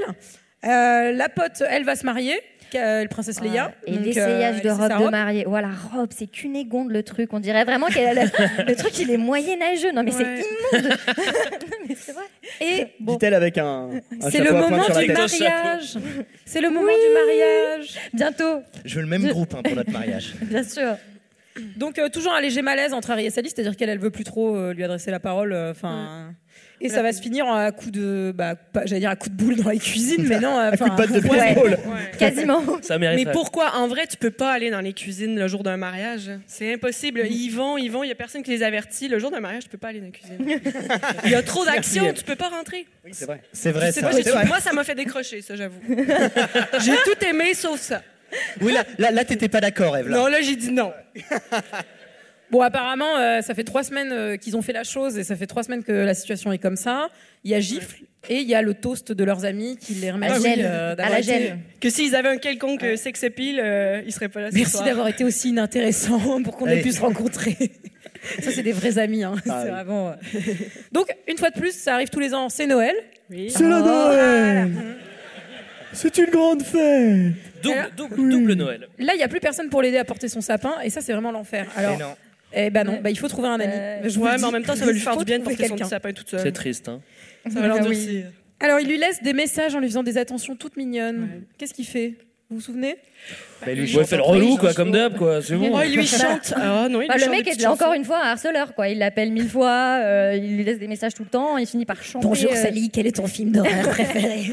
[SPEAKER 1] Euh, la pote, elle va se marier, euh, princesse Leia.
[SPEAKER 8] Et
[SPEAKER 1] Donc,
[SPEAKER 8] l'essayage
[SPEAKER 1] euh,
[SPEAKER 8] de
[SPEAKER 1] elle essaie
[SPEAKER 8] robe
[SPEAKER 1] sa
[SPEAKER 8] de mariée. Voilà, robe, c'est cunégonde le truc. On dirait vraiment que
[SPEAKER 1] [LAUGHS]
[SPEAKER 8] le truc, il est moyenâgeux. Non, mais c'est immonde. Non, mais c'est vrai. Et
[SPEAKER 6] Dit-elle avec un, un
[SPEAKER 1] C'est
[SPEAKER 6] chapeau
[SPEAKER 1] le
[SPEAKER 6] à pointe
[SPEAKER 1] moment
[SPEAKER 6] sur la
[SPEAKER 1] du
[SPEAKER 6] tête.
[SPEAKER 1] mariage. C'est le moment du mariage.
[SPEAKER 8] Bientôt,
[SPEAKER 9] Je veux le même groupe hein, pour notre mariage.
[SPEAKER 8] bien sûr.
[SPEAKER 1] Donc euh, toujours un léger malaise entre Harry et Sally, c'est-à-dire qu'elle elle veut plus trop euh, lui adresser la parole. euh, Enfin, et ça va se finir à coup de, bah, pas- j'allais dire à coup de boule dans la cuisine, mais non, à
[SPEAKER 10] coup de patte de baseball.
[SPEAKER 8] Quasiment.
[SPEAKER 7] Ça
[SPEAKER 10] Mais
[SPEAKER 7] mériterait.
[SPEAKER 10] pourquoi en vrai tu peux pas aller dans les cuisines le jour d'un mariage C'est impossible. Ils vont, ils vont, il y a personne qui les avertit. Le jour d'un mariage, tu peux pas aller dans les
[SPEAKER 1] [LAUGHS]
[SPEAKER 10] cuisines. Il y a trop d'actions, tu peux pas rentrer.
[SPEAKER 6] Oui, c'est vrai.
[SPEAKER 9] C'est vrai,
[SPEAKER 10] Je sais
[SPEAKER 9] ça.
[SPEAKER 10] pas, j'ai-
[SPEAKER 9] C'est vrai.
[SPEAKER 10] Moi ça m'a fait décrocher, ça
[SPEAKER 1] [LAUGHS]
[SPEAKER 10] j'avoue. j'ai tout aimé sauf ça.
[SPEAKER 9] Oui, là, là, là, t'étais pas d'accord, Eve. là.
[SPEAKER 10] Non, là j'ai dit non.
[SPEAKER 1] [LAUGHS] Bon, apparemment, euh, ça fait trois semaines euh, qu'ils ont fait la chose et ça fait trois semaines que la situation est comme ça. Il y a gifle et il y a le toast de leurs amis qui les remercient
[SPEAKER 8] gel,
[SPEAKER 1] euh,
[SPEAKER 8] à
[SPEAKER 1] d'avoir
[SPEAKER 8] la
[SPEAKER 1] été-
[SPEAKER 8] gel.
[SPEAKER 10] Que s'ils avaient un quelconque euh, sex appeal, euh, ils seraient pas là. ce
[SPEAKER 1] Merci
[SPEAKER 10] soir.
[SPEAKER 1] d'avoir été aussi inintéressant [LAUGHS] pour qu'on ait
[SPEAKER 10] Allez.
[SPEAKER 1] pu
[SPEAKER 10] [LAUGHS]
[SPEAKER 1] se rencontrer. Ça, c'est des vrais amis. hein.
[SPEAKER 10] Ah
[SPEAKER 1] C'est
[SPEAKER 10] oui.
[SPEAKER 1] vraiment, euh. Donc, une fois de plus, ça arrive tous les ans, c'est Noël.
[SPEAKER 6] C'est la
[SPEAKER 1] Oh,
[SPEAKER 6] Noël [LAUGHS] C'est une grande fête
[SPEAKER 7] Double, double, double Noël.
[SPEAKER 1] Là, il n'y a plus personne pour l'aider à porter son sapin, et ça, c'est vraiment l'enfer. Alors,
[SPEAKER 7] non.
[SPEAKER 1] eh ben non, bah, il faut trouver un ami. Je vous
[SPEAKER 10] ouais,
[SPEAKER 1] le
[SPEAKER 10] mais en
[SPEAKER 1] dis.
[SPEAKER 10] même temps, ça va lui faire
[SPEAKER 1] Il faut
[SPEAKER 10] du bien de
[SPEAKER 1] trouver
[SPEAKER 10] porter son
[SPEAKER 1] quelqu'un.
[SPEAKER 10] petit sapin toute seule.
[SPEAKER 7] C'est triste. Hein.
[SPEAKER 10] Ça va
[SPEAKER 1] Ah oui.
[SPEAKER 10] l'endurcir.
[SPEAKER 15] Alors, il lui laisse des messages en lui faisant des attentions toutes mignonnes. Qu'est-ce qu'il fait Vous vous souvenez
[SPEAKER 7] Bah, lui, ouais, fait le relou, quoi, comme d'hab, quoi. C'est bon.
[SPEAKER 15] Oh, il lui
[SPEAKER 7] [LAUGHS]
[SPEAKER 1] [LAUGHS]
[SPEAKER 15] chante. Ah, non, il lui
[SPEAKER 8] Bah,
[SPEAKER 15] chante
[SPEAKER 8] le
[SPEAKER 15] des
[SPEAKER 8] mec est
[SPEAKER 15] petites
[SPEAKER 8] déjà encore
[SPEAKER 15] chansons.
[SPEAKER 8] une fois un harceleur, quoi. Il l'appelle mille fois, euh, il lui laisse des messages tout le temps, il finit par chanter. euh,
[SPEAKER 1] Bonjour,
[SPEAKER 8] Sally, quel est ton film [LAUGHS]
[SPEAKER 1] [LAUGHS]
[SPEAKER 8] d'horreur préféré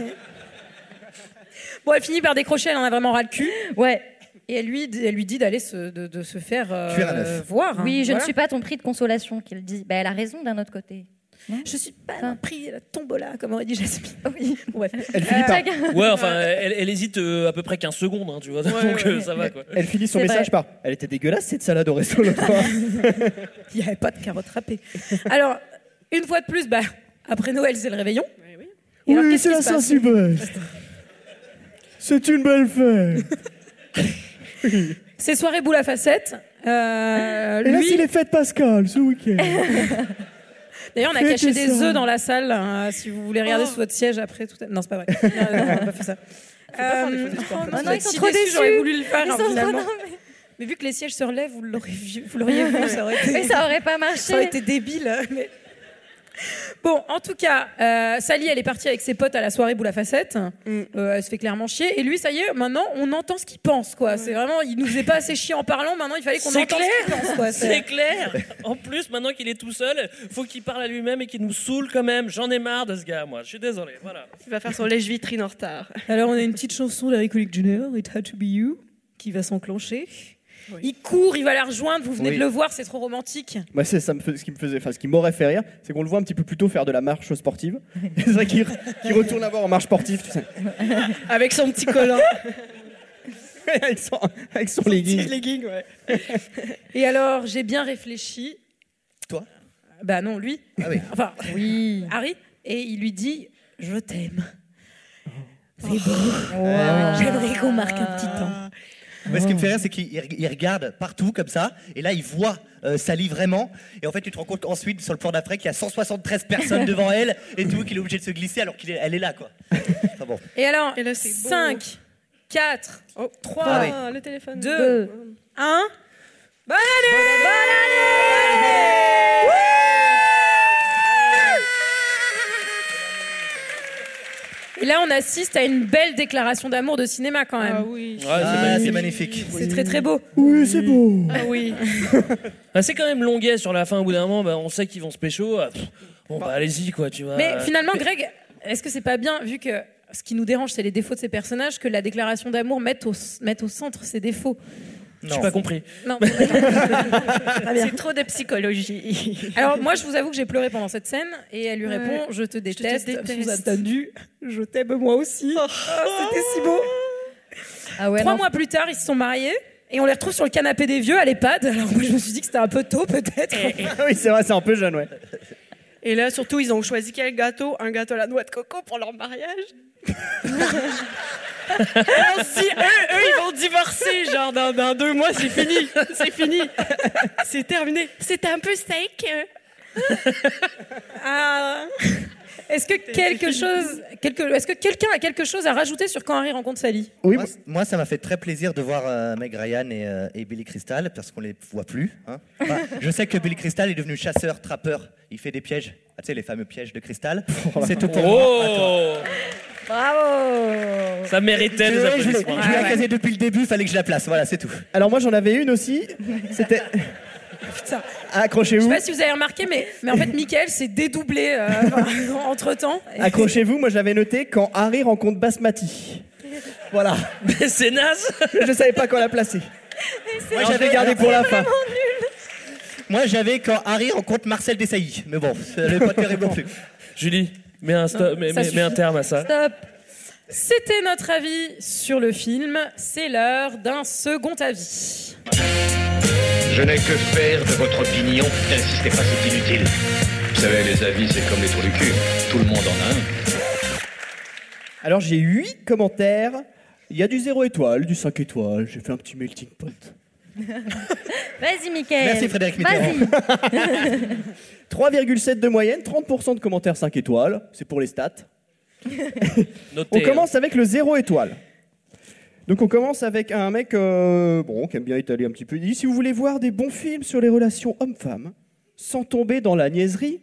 [SPEAKER 1] Bon, elle finit par décrocher, elle en a vraiment ras le cul.
[SPEAKER 8] Ouais.
[SPEAKER 1] Et elle lui, elle lui dit d'aller se, de, de se faire euh,
[SPEAKER 8] Cuire à l'œuf.
[SPEAKER 1] voir. hein.
[SPEAKER 8] Oui, je
[SPEAKER 1] Voilà.
[SPEAKER 8] ne suis pas ton prix de consolation, qu'il dit. Bah, elle a raison d'un autre côté.
[SPEAKER 1] Je suis pas un prix, la tombola, comme aurait dit Jasmine.
[SPEAKER 8] Oui. Euh,
[SPEAKER 1] Bref.
[SPEAKER 7] Elle
[SPEAKER 1] finit par-
[SPEAKER 7] Ouais, enfin, elle, elle hésite euh, à peu près 15 secondes, hein, tu vois. donc euh, ça va, quoi.
[SPEAKER 6] Elle finit son
[SPEAKER 1] C'est vrai.
[SPEAKER 6] message par Elle était dégueulasse cette salade au resto l'autre fois.
[SPEAKER 1] Il n'y avait pas de carottes râpées. Alors, une fois de plus, bah, après Noël, c'est le réveillon. Et alors, qu'est-ce qui se passe
[SPEAKER 6] C'est une belle fête.
[SPEAKER 1] C'est soirée boule à facettes. Euh, lui-
[SPEAKER 6] fêtes Pascal ce week-end. [LAUGHS]
[SPEAKER 1] D'ailleurs, on a
[SPEAKER 6] Faites
[SPEAKER 1] caché des
[SPEAKER 6] ça.
[SPEAKER 1] œufs dans la salle. hein, si vous voulez regarder sous votre siège après. Tout à- Non, [LAUGHS] c'est pas vrai. Non, non, non, on va pas faire ça. Euh, oh non,
[SPEAKER 8] Ah non,
[SPEAKER 1] vous
[SPEAKER 8] ils
[SPEAKER 1] êtes
[SPEAKER 8] sont
[SPEAKER 1] si
[SPEAKER 8] trop
[SPEAKER 1] déçus,
[SPEAKER 8] déçus.
[SPEAKER 1] J'aurais voulu le faire
[SPEAKER 8] Ils
[SPEAKER 1] hein,
[SPEAKER 8] sont trop-
[SPEAKER 1] finalement.
[SPEAKER 8] non,
[SPEAKER 1] mais... vu que les sièges se relèvent, vous l'aurez [LAUGHS] vu, vous
[SPEAKER 8] [LAUGHS]
[SPEAKER 1] l'auriez vu, ça aurait été.
[SPEAKER 8] Oui, ça aurait pas marché.
[SPEAKER 1] Ça aurait été débile. hein, mais- Bon, en tout cas, euh, Sally, elle est partie avec ses potes à la soirée boule à facettes.
[SPEAKER 8] Mm.
[SPEAKER 1] Euh, elle se fait clairement chier. Et lui, ça y est, maintenant, on entend ce qu'il pense, quoi. C'est vraiment, il nous faisait pas assez chier en parlant. Maintenant, il fallait qu'on
[SPEAKER 7] C'est
[SPEAKER 1] entende ce qu'il pense, quoi.
[SPEAKER 7] clair,
[SPEAKER 8] [LAUGHS]
[SPEAKER 7] c'est clair. En plus, maintenant qu'il est tout seul, faut qu'il parle à lui-même et qu'il nous saoule quand même. J'en ai marre de ce gars, moi. Je suis désolé. Voilà.
[SPEAKER 10] Il va faire son lèche-vitrine en retard.
[SPEAKER 1] Alors, on a une petite chanson d'Harry Connick Jr., It Had to Be You, qui va s'enclencher. Il court, il va la rejoindre, vous venez
[SPEAKER 6] Oui.
[SPEAKER 1] de le voir, c'est trop romantique.
[SPEAKER 6] Moi, Bah, c'est ça me fais- ce qui me faisait, enfin, ce qui m'aurait fait rire, c'est qu'on le voit un petit peu plus tôt faire de la marche
[SPEAKER 1] [LAUGHS]
[SPEAKER 6] sportive. c'est ça qui, retourne la voir en marche sportive, tu sais.
[SPEAKER 1] [LAUGHS]
[SPEAKER 10] Avec son petit collant.
[SPEAKER 6] [LAUGHS] avec son, avec son
[SPEAKER 10] Petit
[SPEAKER 6] legging.
[SPEAKER 10] legging, ouais.
[SPEAKER 1] Et alors, j'ai bien réfléchi.
[SPEAKER 9] Toi
[SPEAKER 1] Bah non, lui.
[SPEAKER 9] Ah oui.
[SPEAKER 1] Enfin, Harry. Et il lui dit Je t'aime. C'est beau. J'aimerais qu'on marque un petit temps.
[SPEAKER 9] Mais Ah ben, ce qui me
[SPEAKER 6] Oh.
[SPEAKER 9] fait rire, c'est qu'il il- il regarde partout comme ça, et là il voit euh, Sally vraiment, et en fait tu te rends compte ensuite sur le plan d'après qu'il y a 173
[SPEAKER 6] [LAUGHS]
[SPEAKER 9] personnes devant elle, et tout, qu'il est obligé de se glisser alors qu'elle est, elle est là quoi. Enfin bon.
[SPEAKER 1] Et alors,
[SPEAKER 10] beau.
[SPEAKER 1] 5, 4, 3,
[SPEAKER 9] Ah
[SPEAKER 10] Ah, le téléphone.
[SPEAKER 1] 2, 1. Bonne année Et là, on assiste à une belle déclaration d'amour de cinéma quand même. Ah
[SPEAKER 10] oui.
[SPEAKER 7] Ah, c'est
[SPEAKER 9] magnifique.
[SPEAKER 1] C'est très très beau.
[SPEAKER 6] Oui, c'est beau.
[SPEAKER 1] Ah oui.
[SPEAKER 7] Bah, c'est quand même longuet sur la fin. Au bout d'un moment, bah, on sait qu'ils vont se pécho. Ah, pff, Bon, bah, allez-y, quoi, tu vois.
[SPEAKER 1] Mais finalement, Greg, est-ce que c'est pas bien vu que ce qui nous dérange, c'est les défauts de ces personnages, que la déclaration d'amour mette au, mette au centre ces défauts
[SPEAKER 7] Je n'ai pas compris.
[SPEAKER 1] Non. c'est
[SPEAKER 10] C'est trop de psychologie.
[SPEAKER 1] Alors moi, je vous avoue que j'ai pleuré pendant cette scène et elle lui
[SPEAKER 10] Ouais.
[SPEAKER 1] répond "Je te déteste,
[SPEAKER 10] déteste.
[SPEAKER 1] sous-entendu, je t'aime moi aussi." Ah, C'était si beau. Trois mois plus tard, ils se sont mariés et on les retrouve sur le canapé des vieux à l'EHPAD. Alors moi, je me suis dit que c'était un peu tôt peut-être.
[SPEAKER 6] Ah oui, c'est vrai, c'est un peu jeune, ouais.
[SPEAKER 10] Et là, surtout, ils ont choisi quel gâteau Un gâteau à la noix de coco pour leur mariage [LAUGHS] Alors, si eux, eux, ils vont divorcer, genre dans, dans deux mois, c'est fini, c'est fini, c'est terminé. C'était un peu hein? sec.
[SPEAKER 1] [LAUGHS] Ah. Est-ce que quelque chose, quelque, est-ce que quelqu'un a quelque chose à rajouter sur quand Harry rencontre Sally
[SPEAKER 9] moi, c- moi, ça m'a fait très plaisir de voir euh, Meg Ryan et, euh, et Billy Crystal parce qu'on les voit plus.
[SPEAKER 6] [LAUGHS]
[SPEAKER 9] hein. Enfin, je sais que Billy Crystal est devenu chasseur, trappeur. Il fait des pièges. Ah, tu sais, les fameux pièges de
[SPEAKER 6] [LAUGHS]
[SPEAKER 9] cristal. C'est tout pour moi. À toi.
[SPEAKER 7] Oh
[SPEAKER 8] Bravo
[SPEAKER 7] Ça méritait des
[SPEAKER 9] Je- je-
[SPEAKER 7] applaudissements. Ah
[SPEAKER 9] Je l'ai casé depuis le début, fallait que je la place. Voilà, c'est tout.
[SPEAKER 6] Alors moi, j'en avais une aussi. C'était.
[SPEAKER 1] Putain. Je sais
[SPEAKER 6] [LAUGHS] Accrochez-vous.
[SPEAKER 1] pas si vous avez remarqué, mais, mais en fait, Michael s'est dédoublé euh, [LAUGHS] entre temps.
[SPEAKER 6] Accrochez-vous. Moi, j'avais noté quand Harry rencontre Basmati.
[SPEAKER 1] [LAUGHS]
[SPEAKER 6] Voilà.
[SPEAKER 7] Mais c'est naze.
[SPEAKER 6] je savais pas quand la placer. Moi, j'avais gardé pour la fin.
[SPEAKER 9] Moi, j'avais quand Harry rencontre Marcel Desailly. Mais bon, c'est pas
[SPEAKER 6] [LAUGHS]
[SPEAKER 9] terrible non plus.
[SPEAKER 7] Julie, mets un, stop-
[SPEAKER 1] Non,
[SPEAKER 7] mets-
[SPEAKER 1] ça
[SPEAKER 7] mets-
[SPEAKER 1] suffit.
[SPEAKER 7] mets un terme à ça.
[SPEAKER 1] Stop. C'était notre avis sur le film. C'est l'heure d'un second avis.
[SPEAKER 2] Je n'ai que faire de votre opinion. N'insistez pas, c'est inutile. Vous savez, les avis, c'est comme les trous du cul. Tout le monde en a un.
[SPEAKER 6] Alors, j'ai 8 commentaires. Il y a du 0 étoile, du 5 étoiles. J'ai fait un petit melting pot.
[SPEAKER 8] [LAUGHS] Vas-y, Mickaël.
[SPEAKER 6] Merci, Frédéric
[SPEAKER 8] Vas-y.
[SPEAKER 6] 3,7 de moyenne, 30% de commentaires 5 étoiles. C'est pour les stats.
[SPEAKER 7] Notez,
[SPEAKER 6] On
[SPEAKER 11] hein.
[SPEAKER 6] commence avec le 0 étoile. Donc on commence avec un mec euh, bon, qui aime bien étaler un petit peu. Il dit, si vous voulez voir des bons films sur les relations hommes-femmes, sans tomber dans la niaiserie,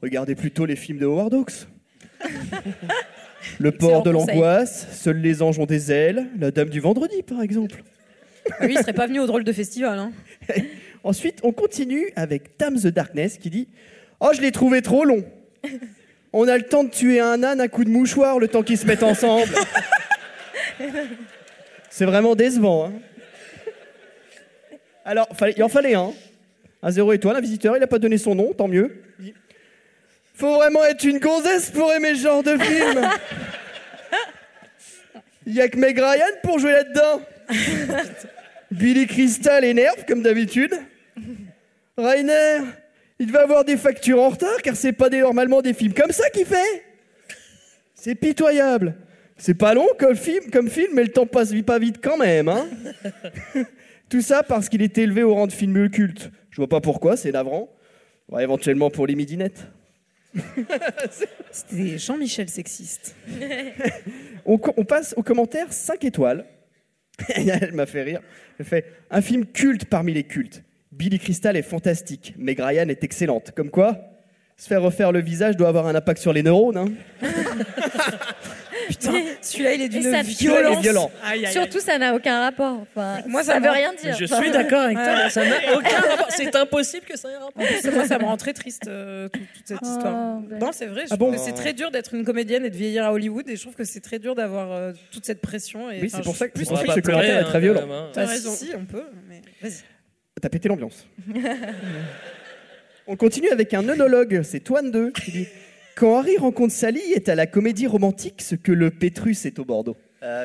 [SPEAKER 6] regardez plutôt les films de Howard Hawks. Le port de
[SPEAKER 1] conseil.
[SPEAKER 6] l'angoisse, seuls les anges ont des ailes, la dame du vendredi par exemple.
[SPEAKER 1] Ah
[SPEAKER 15] Lui, il serait pas venu au drôle de festival. Hein.
[SPEAKER 6] [LAUGHS] Ensuite, on continue avec Tam the Darkness qui dit Oh, je l'ai trouvé trop long. On a le temps de tuer un âne à coups de mouchoir le temps qu'ils se mettent ensemble. C'est vraiment décevant. hein. Alors, fallait- il en fallait un. Un zéro étoile, un visiteur, il n'a pas donné son nom, tant mieux. Faut vraiment être une gonzesse pour aimer ce genre de film. Il y a que Meg Ryan pour jouer là-dedans. Billy Crystal énerve, comme d'habitude. Rainer, il va avoir des factures en retard, car c'est pas des- normalement des films comme ça qu'il fait. C'est pitoyable. C'est pas long comme film, comme film, mais le temps passe vite pas vite quand même. hein. [LAUGHS] Tout ça parce qu'il était élevé au rang de film culte. Je vois pas pourquoi, c'est navrant. Bah, éventuellement pour les midinettes. [LAUGHS]
[SPEAKER 15] C'était Jean-Michel sexiste.
[SPEAKER 6] On, co- on passe aux commentaires 5 étoiles. [LAUGHS] Elle m'a fait rire. Elle fait un film culte parmi les cultes. Billy Crystal est fantastique. Meg Ryan est excellente. Comme quoi, se faire refaire le visage doit avoir un impact sur les neurones. hein.
[SPEAKER 1] Putain, celui-là, il est
[SPEAKER 8] Et
[SPEAKER 1] d'une
[SPEAKER 8] ça-
[SPEAKER 6] Il
[SPEAKER 1] violence.
[SPEAKER 6] est violent.
[SPEAKER 8] Surtout, ça n'a aucun rapport. Enfin,
[SPEAKER 1] Moi,
[SPEAKER 8] ça,
[SPEAKER 1] ça me
[SPEAKER 8] veut
[SPEAKER 1] rend-
[SPEAKER 8] rien dire.
[SPEAKER 1] Mais je
[SPEAKER 8] Enfin,
[SPEAKER 1] suis d'accord avec toi,
[SPEAKER 8] voilà.
[SPEAKER 1] ça n'a aucun rapport. Ah, C'est
[SPEAKER 7] impossible que ça ait rapport.
[SPEAKER 1] moi, ça me rend très triste euh, tout- toute
[SPEAKER 6] Oh,
[SPEAKER 1] cette
[SPEAKER 15] Ah,
[SPEAKER 1] histoire.
[SPEAKER 6] bah.
[SPEAKER 15] ben.
[SPEAKER 1] Non, c'est vrai. Je
[SPEAKER 15] Ah
[SPEAKER 1] trouve
[SPEAKER 15] bon
[SPEAKER 1] que c'est très dur d'être une comédienne et de vieillir à Hollywood, et je trouve que c'est très dur d'avoir euh, toute cette pression. Et,
[SPEAKER 6] Oui,
[SPEAKER 1] enfin,
[SPEAKER 6] c'est pour
[SPEAKER 1] je-
[SPEAKER 6] ça que,
[SPEAKER 1] plus
[SPEAKER 6] c'est pour
[SPEAKER 1] on
[SPEAKER 6] ça
[SPEAKER 1] va
[SPEAKER 6] que ce
[SPEAKER 1] pleurer,
[SPEAKER 6] commentaire
[SPEAKER 1] hein,
[SPEAKER 6] est très violent.
[SPEAKER 1] quand même, hein. T'as raison. Si, on peut. Mais vas-y.
[SPEAKER 6] T'as pété l'ambiance.
[SPEAKER 1] [LAUGHS]
[SPEAKER 6] On continue avec un œnologue, c'est Toine 2 qui dit Quand Harry rencontre Sally est à la comédie romantique ce que le Pétrus est au Bordeaux.
[SPEAKER 9] Ah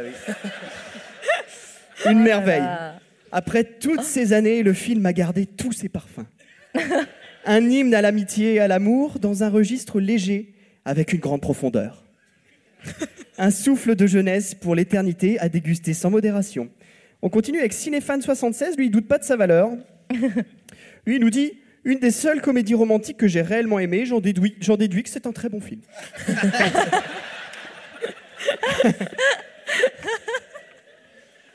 [SPEAKER 6] Une merveille. Euh, Après toutes ces années, le film a gardé tous ses parfums. un hymne à l'amitié et à l'amour dans un registre léger avec une grande profondeur. un souffle de jeunesse pour l'éternité à déguster sans modération. On continue avec Cinéfan76, lui il doute pas de sa valeur. Lui il nous dit une des seules comédies romantiques que j'ai réellement aimées, j'en déduis, j'en déduis que c'est un très bon film.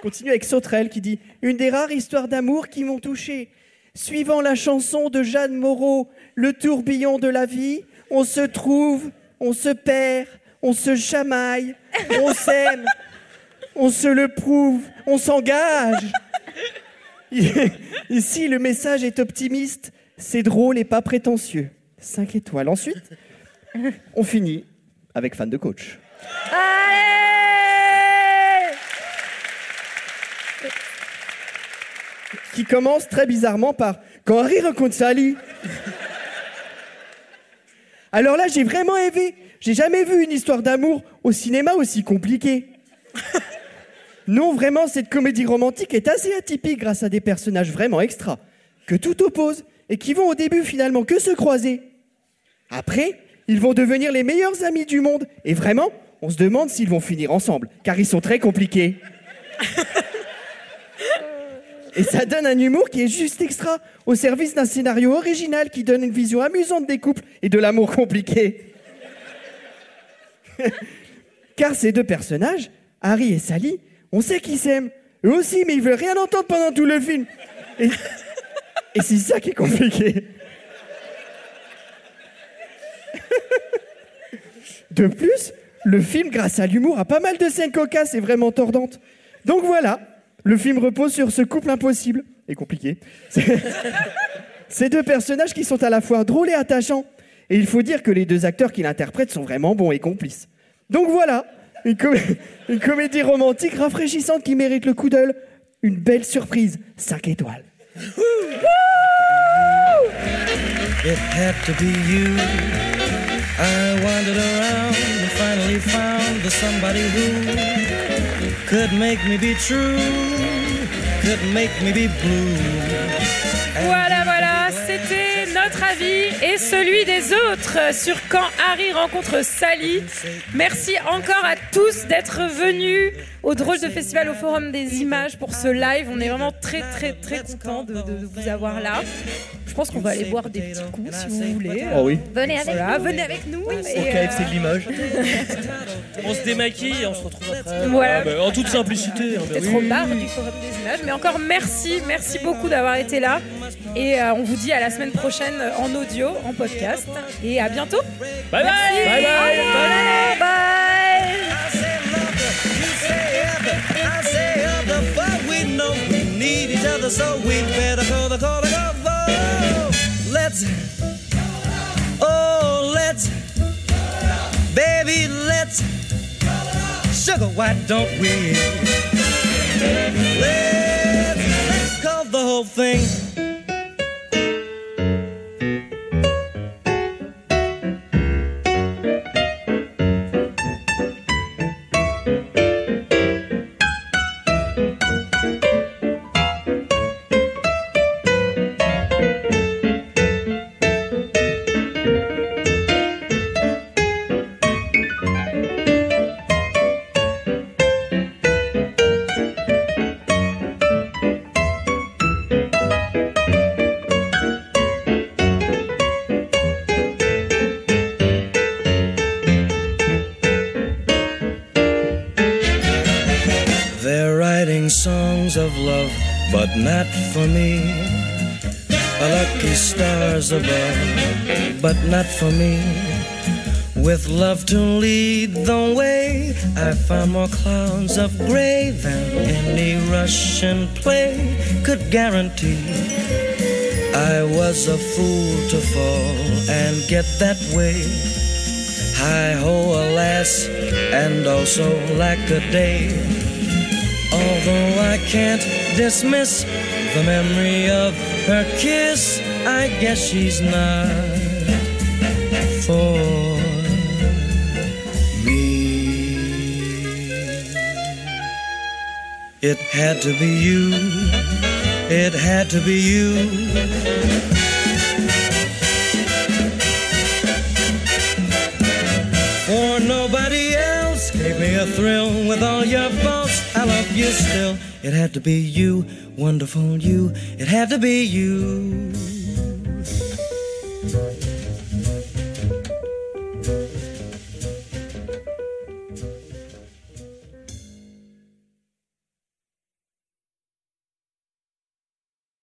[SPEAKER 6] Continue avec Sauterelle qui dit Une des rares histoires d'amour qui m'ont touché. Suivant la chanson de Jeanne Moreau, Le tourbillon de la vie, on se trouve, on se perd, on se chamaille, on s'aime, on se le prouve, on s'engage. [LAUGHS] Ici, le message est optimiste, c'est drôle et pas prétentieux. 5 étoiles. Ensuite, on finit avec fan de coach. qui commence très bizarrement par Quand Harry rencontre Sally. Alors là, j'ai vraiment aimé. J'ai jamais vu une histoire d'amour au cinéma aussi compliquée. Non, vraiment, cette comédie romantique est assez atypique grâce à des personnages vraiment extra, que tout oppose et qui vont au début finalement que se croiser. Après, ils vont devenir les meilleurs amis du monde et vraiment, on se demande s'ils vont finir ensemble, car ils sont très compliqués. Et ça donne un humour qui est juste extra, au service d'un scénario original qui donne une vision amusante des couples et de l'amour compliqué. [LAUGHS] Car ces deux personnages, Harry et Sally, on sait qu'ils s'aiment, eux aussi, mais ils veulent rien entendre pendant tout le film. Et, [LAUGHS] et c'est ça qui est compliqué. De plus, le film, grâce à l'humour, a pas mal de scènes cocasses et vraiment tordantes. Donc voilà, le film repose sur ce couple impossible et compliqué. [LAUGHS] C'est- Ces deux personnages qui sont à la fois drôles et attachants. Et il faut dire que les deux acteurs qui l'interprètent sont vraiment bons et complices. Donc voilà, une, com- [LAUGHS] une comédie romantique rafraîchissante qui mérite le coup d'œil. Une belle surprise, 5 étoiles.
[SPEAKER 16] It had to be you. I wandered around and finally found the somebody who could make me be true, could make me be blue.
[SPEAKER 1] Voilà, voilà, c'était notre avis et celui des autres sur quand Harry rencontre Sally. Merci encore à tous d'être venus au drôle de festival au Forum des Images pour ce live. On est vraiment très, très, très contents de, de vous avoir là. Je pense qu'on va aller boire des petits coups si vous voulez.
[SPEAKER 9] Oh oui.
[SPEAKER 1] Venez avec nous. Venez avec nous.
[SPEAKER 9] Au
[SPEAKER 1] et, euh,
[SPEAKER 9] KFC de Limoges.
[SPEAKER 7] On se démaquille et on se retrouve après.
[SPEAKER 1] Voilà.
[SPEAKER 7] Ah, bah, en toute simplicité. hein, bah
[SPEAKER 1] C'est
[SPEAKER 7] oui.
[SPEAKER 1] trop tard du Forum des images. Mais encore merci, merci beaucoup d'avoir été là. Et euh, on vous dit à la semaine prochaine en audio, en podcast. Et à bientôt.
[SPEAKER 7] Bye bye.
[SPEAKER 1] Merci.
[SPEAKER 7] Bye bye.
[SPEAKER 1] Au revoir.
[SPEAKER 7] Bye.
[SPEAKER 1] Bye.
[SPEAKER 16] You say up, I say up, but we know we need each other, so we better call the call the call. Let's, oh let's, baby let's, sugar why don't we? Let's, let's call the whole thing. They're writing songs of love, but not for me. A lucky stars above, but not for me. With love to lead the way, I find more clouds of gray than any Russian play could guarantee. I was a fool to fall and get that way. Hi ho, alas, and also lack a day. Although I can't dismiss the memory of her kiss, I guess she's not for me. It had to be you. It had to be you. For nobody else gave me a thrill with all your faults. I love you still. It had to be you, wonderful you. It had to be you.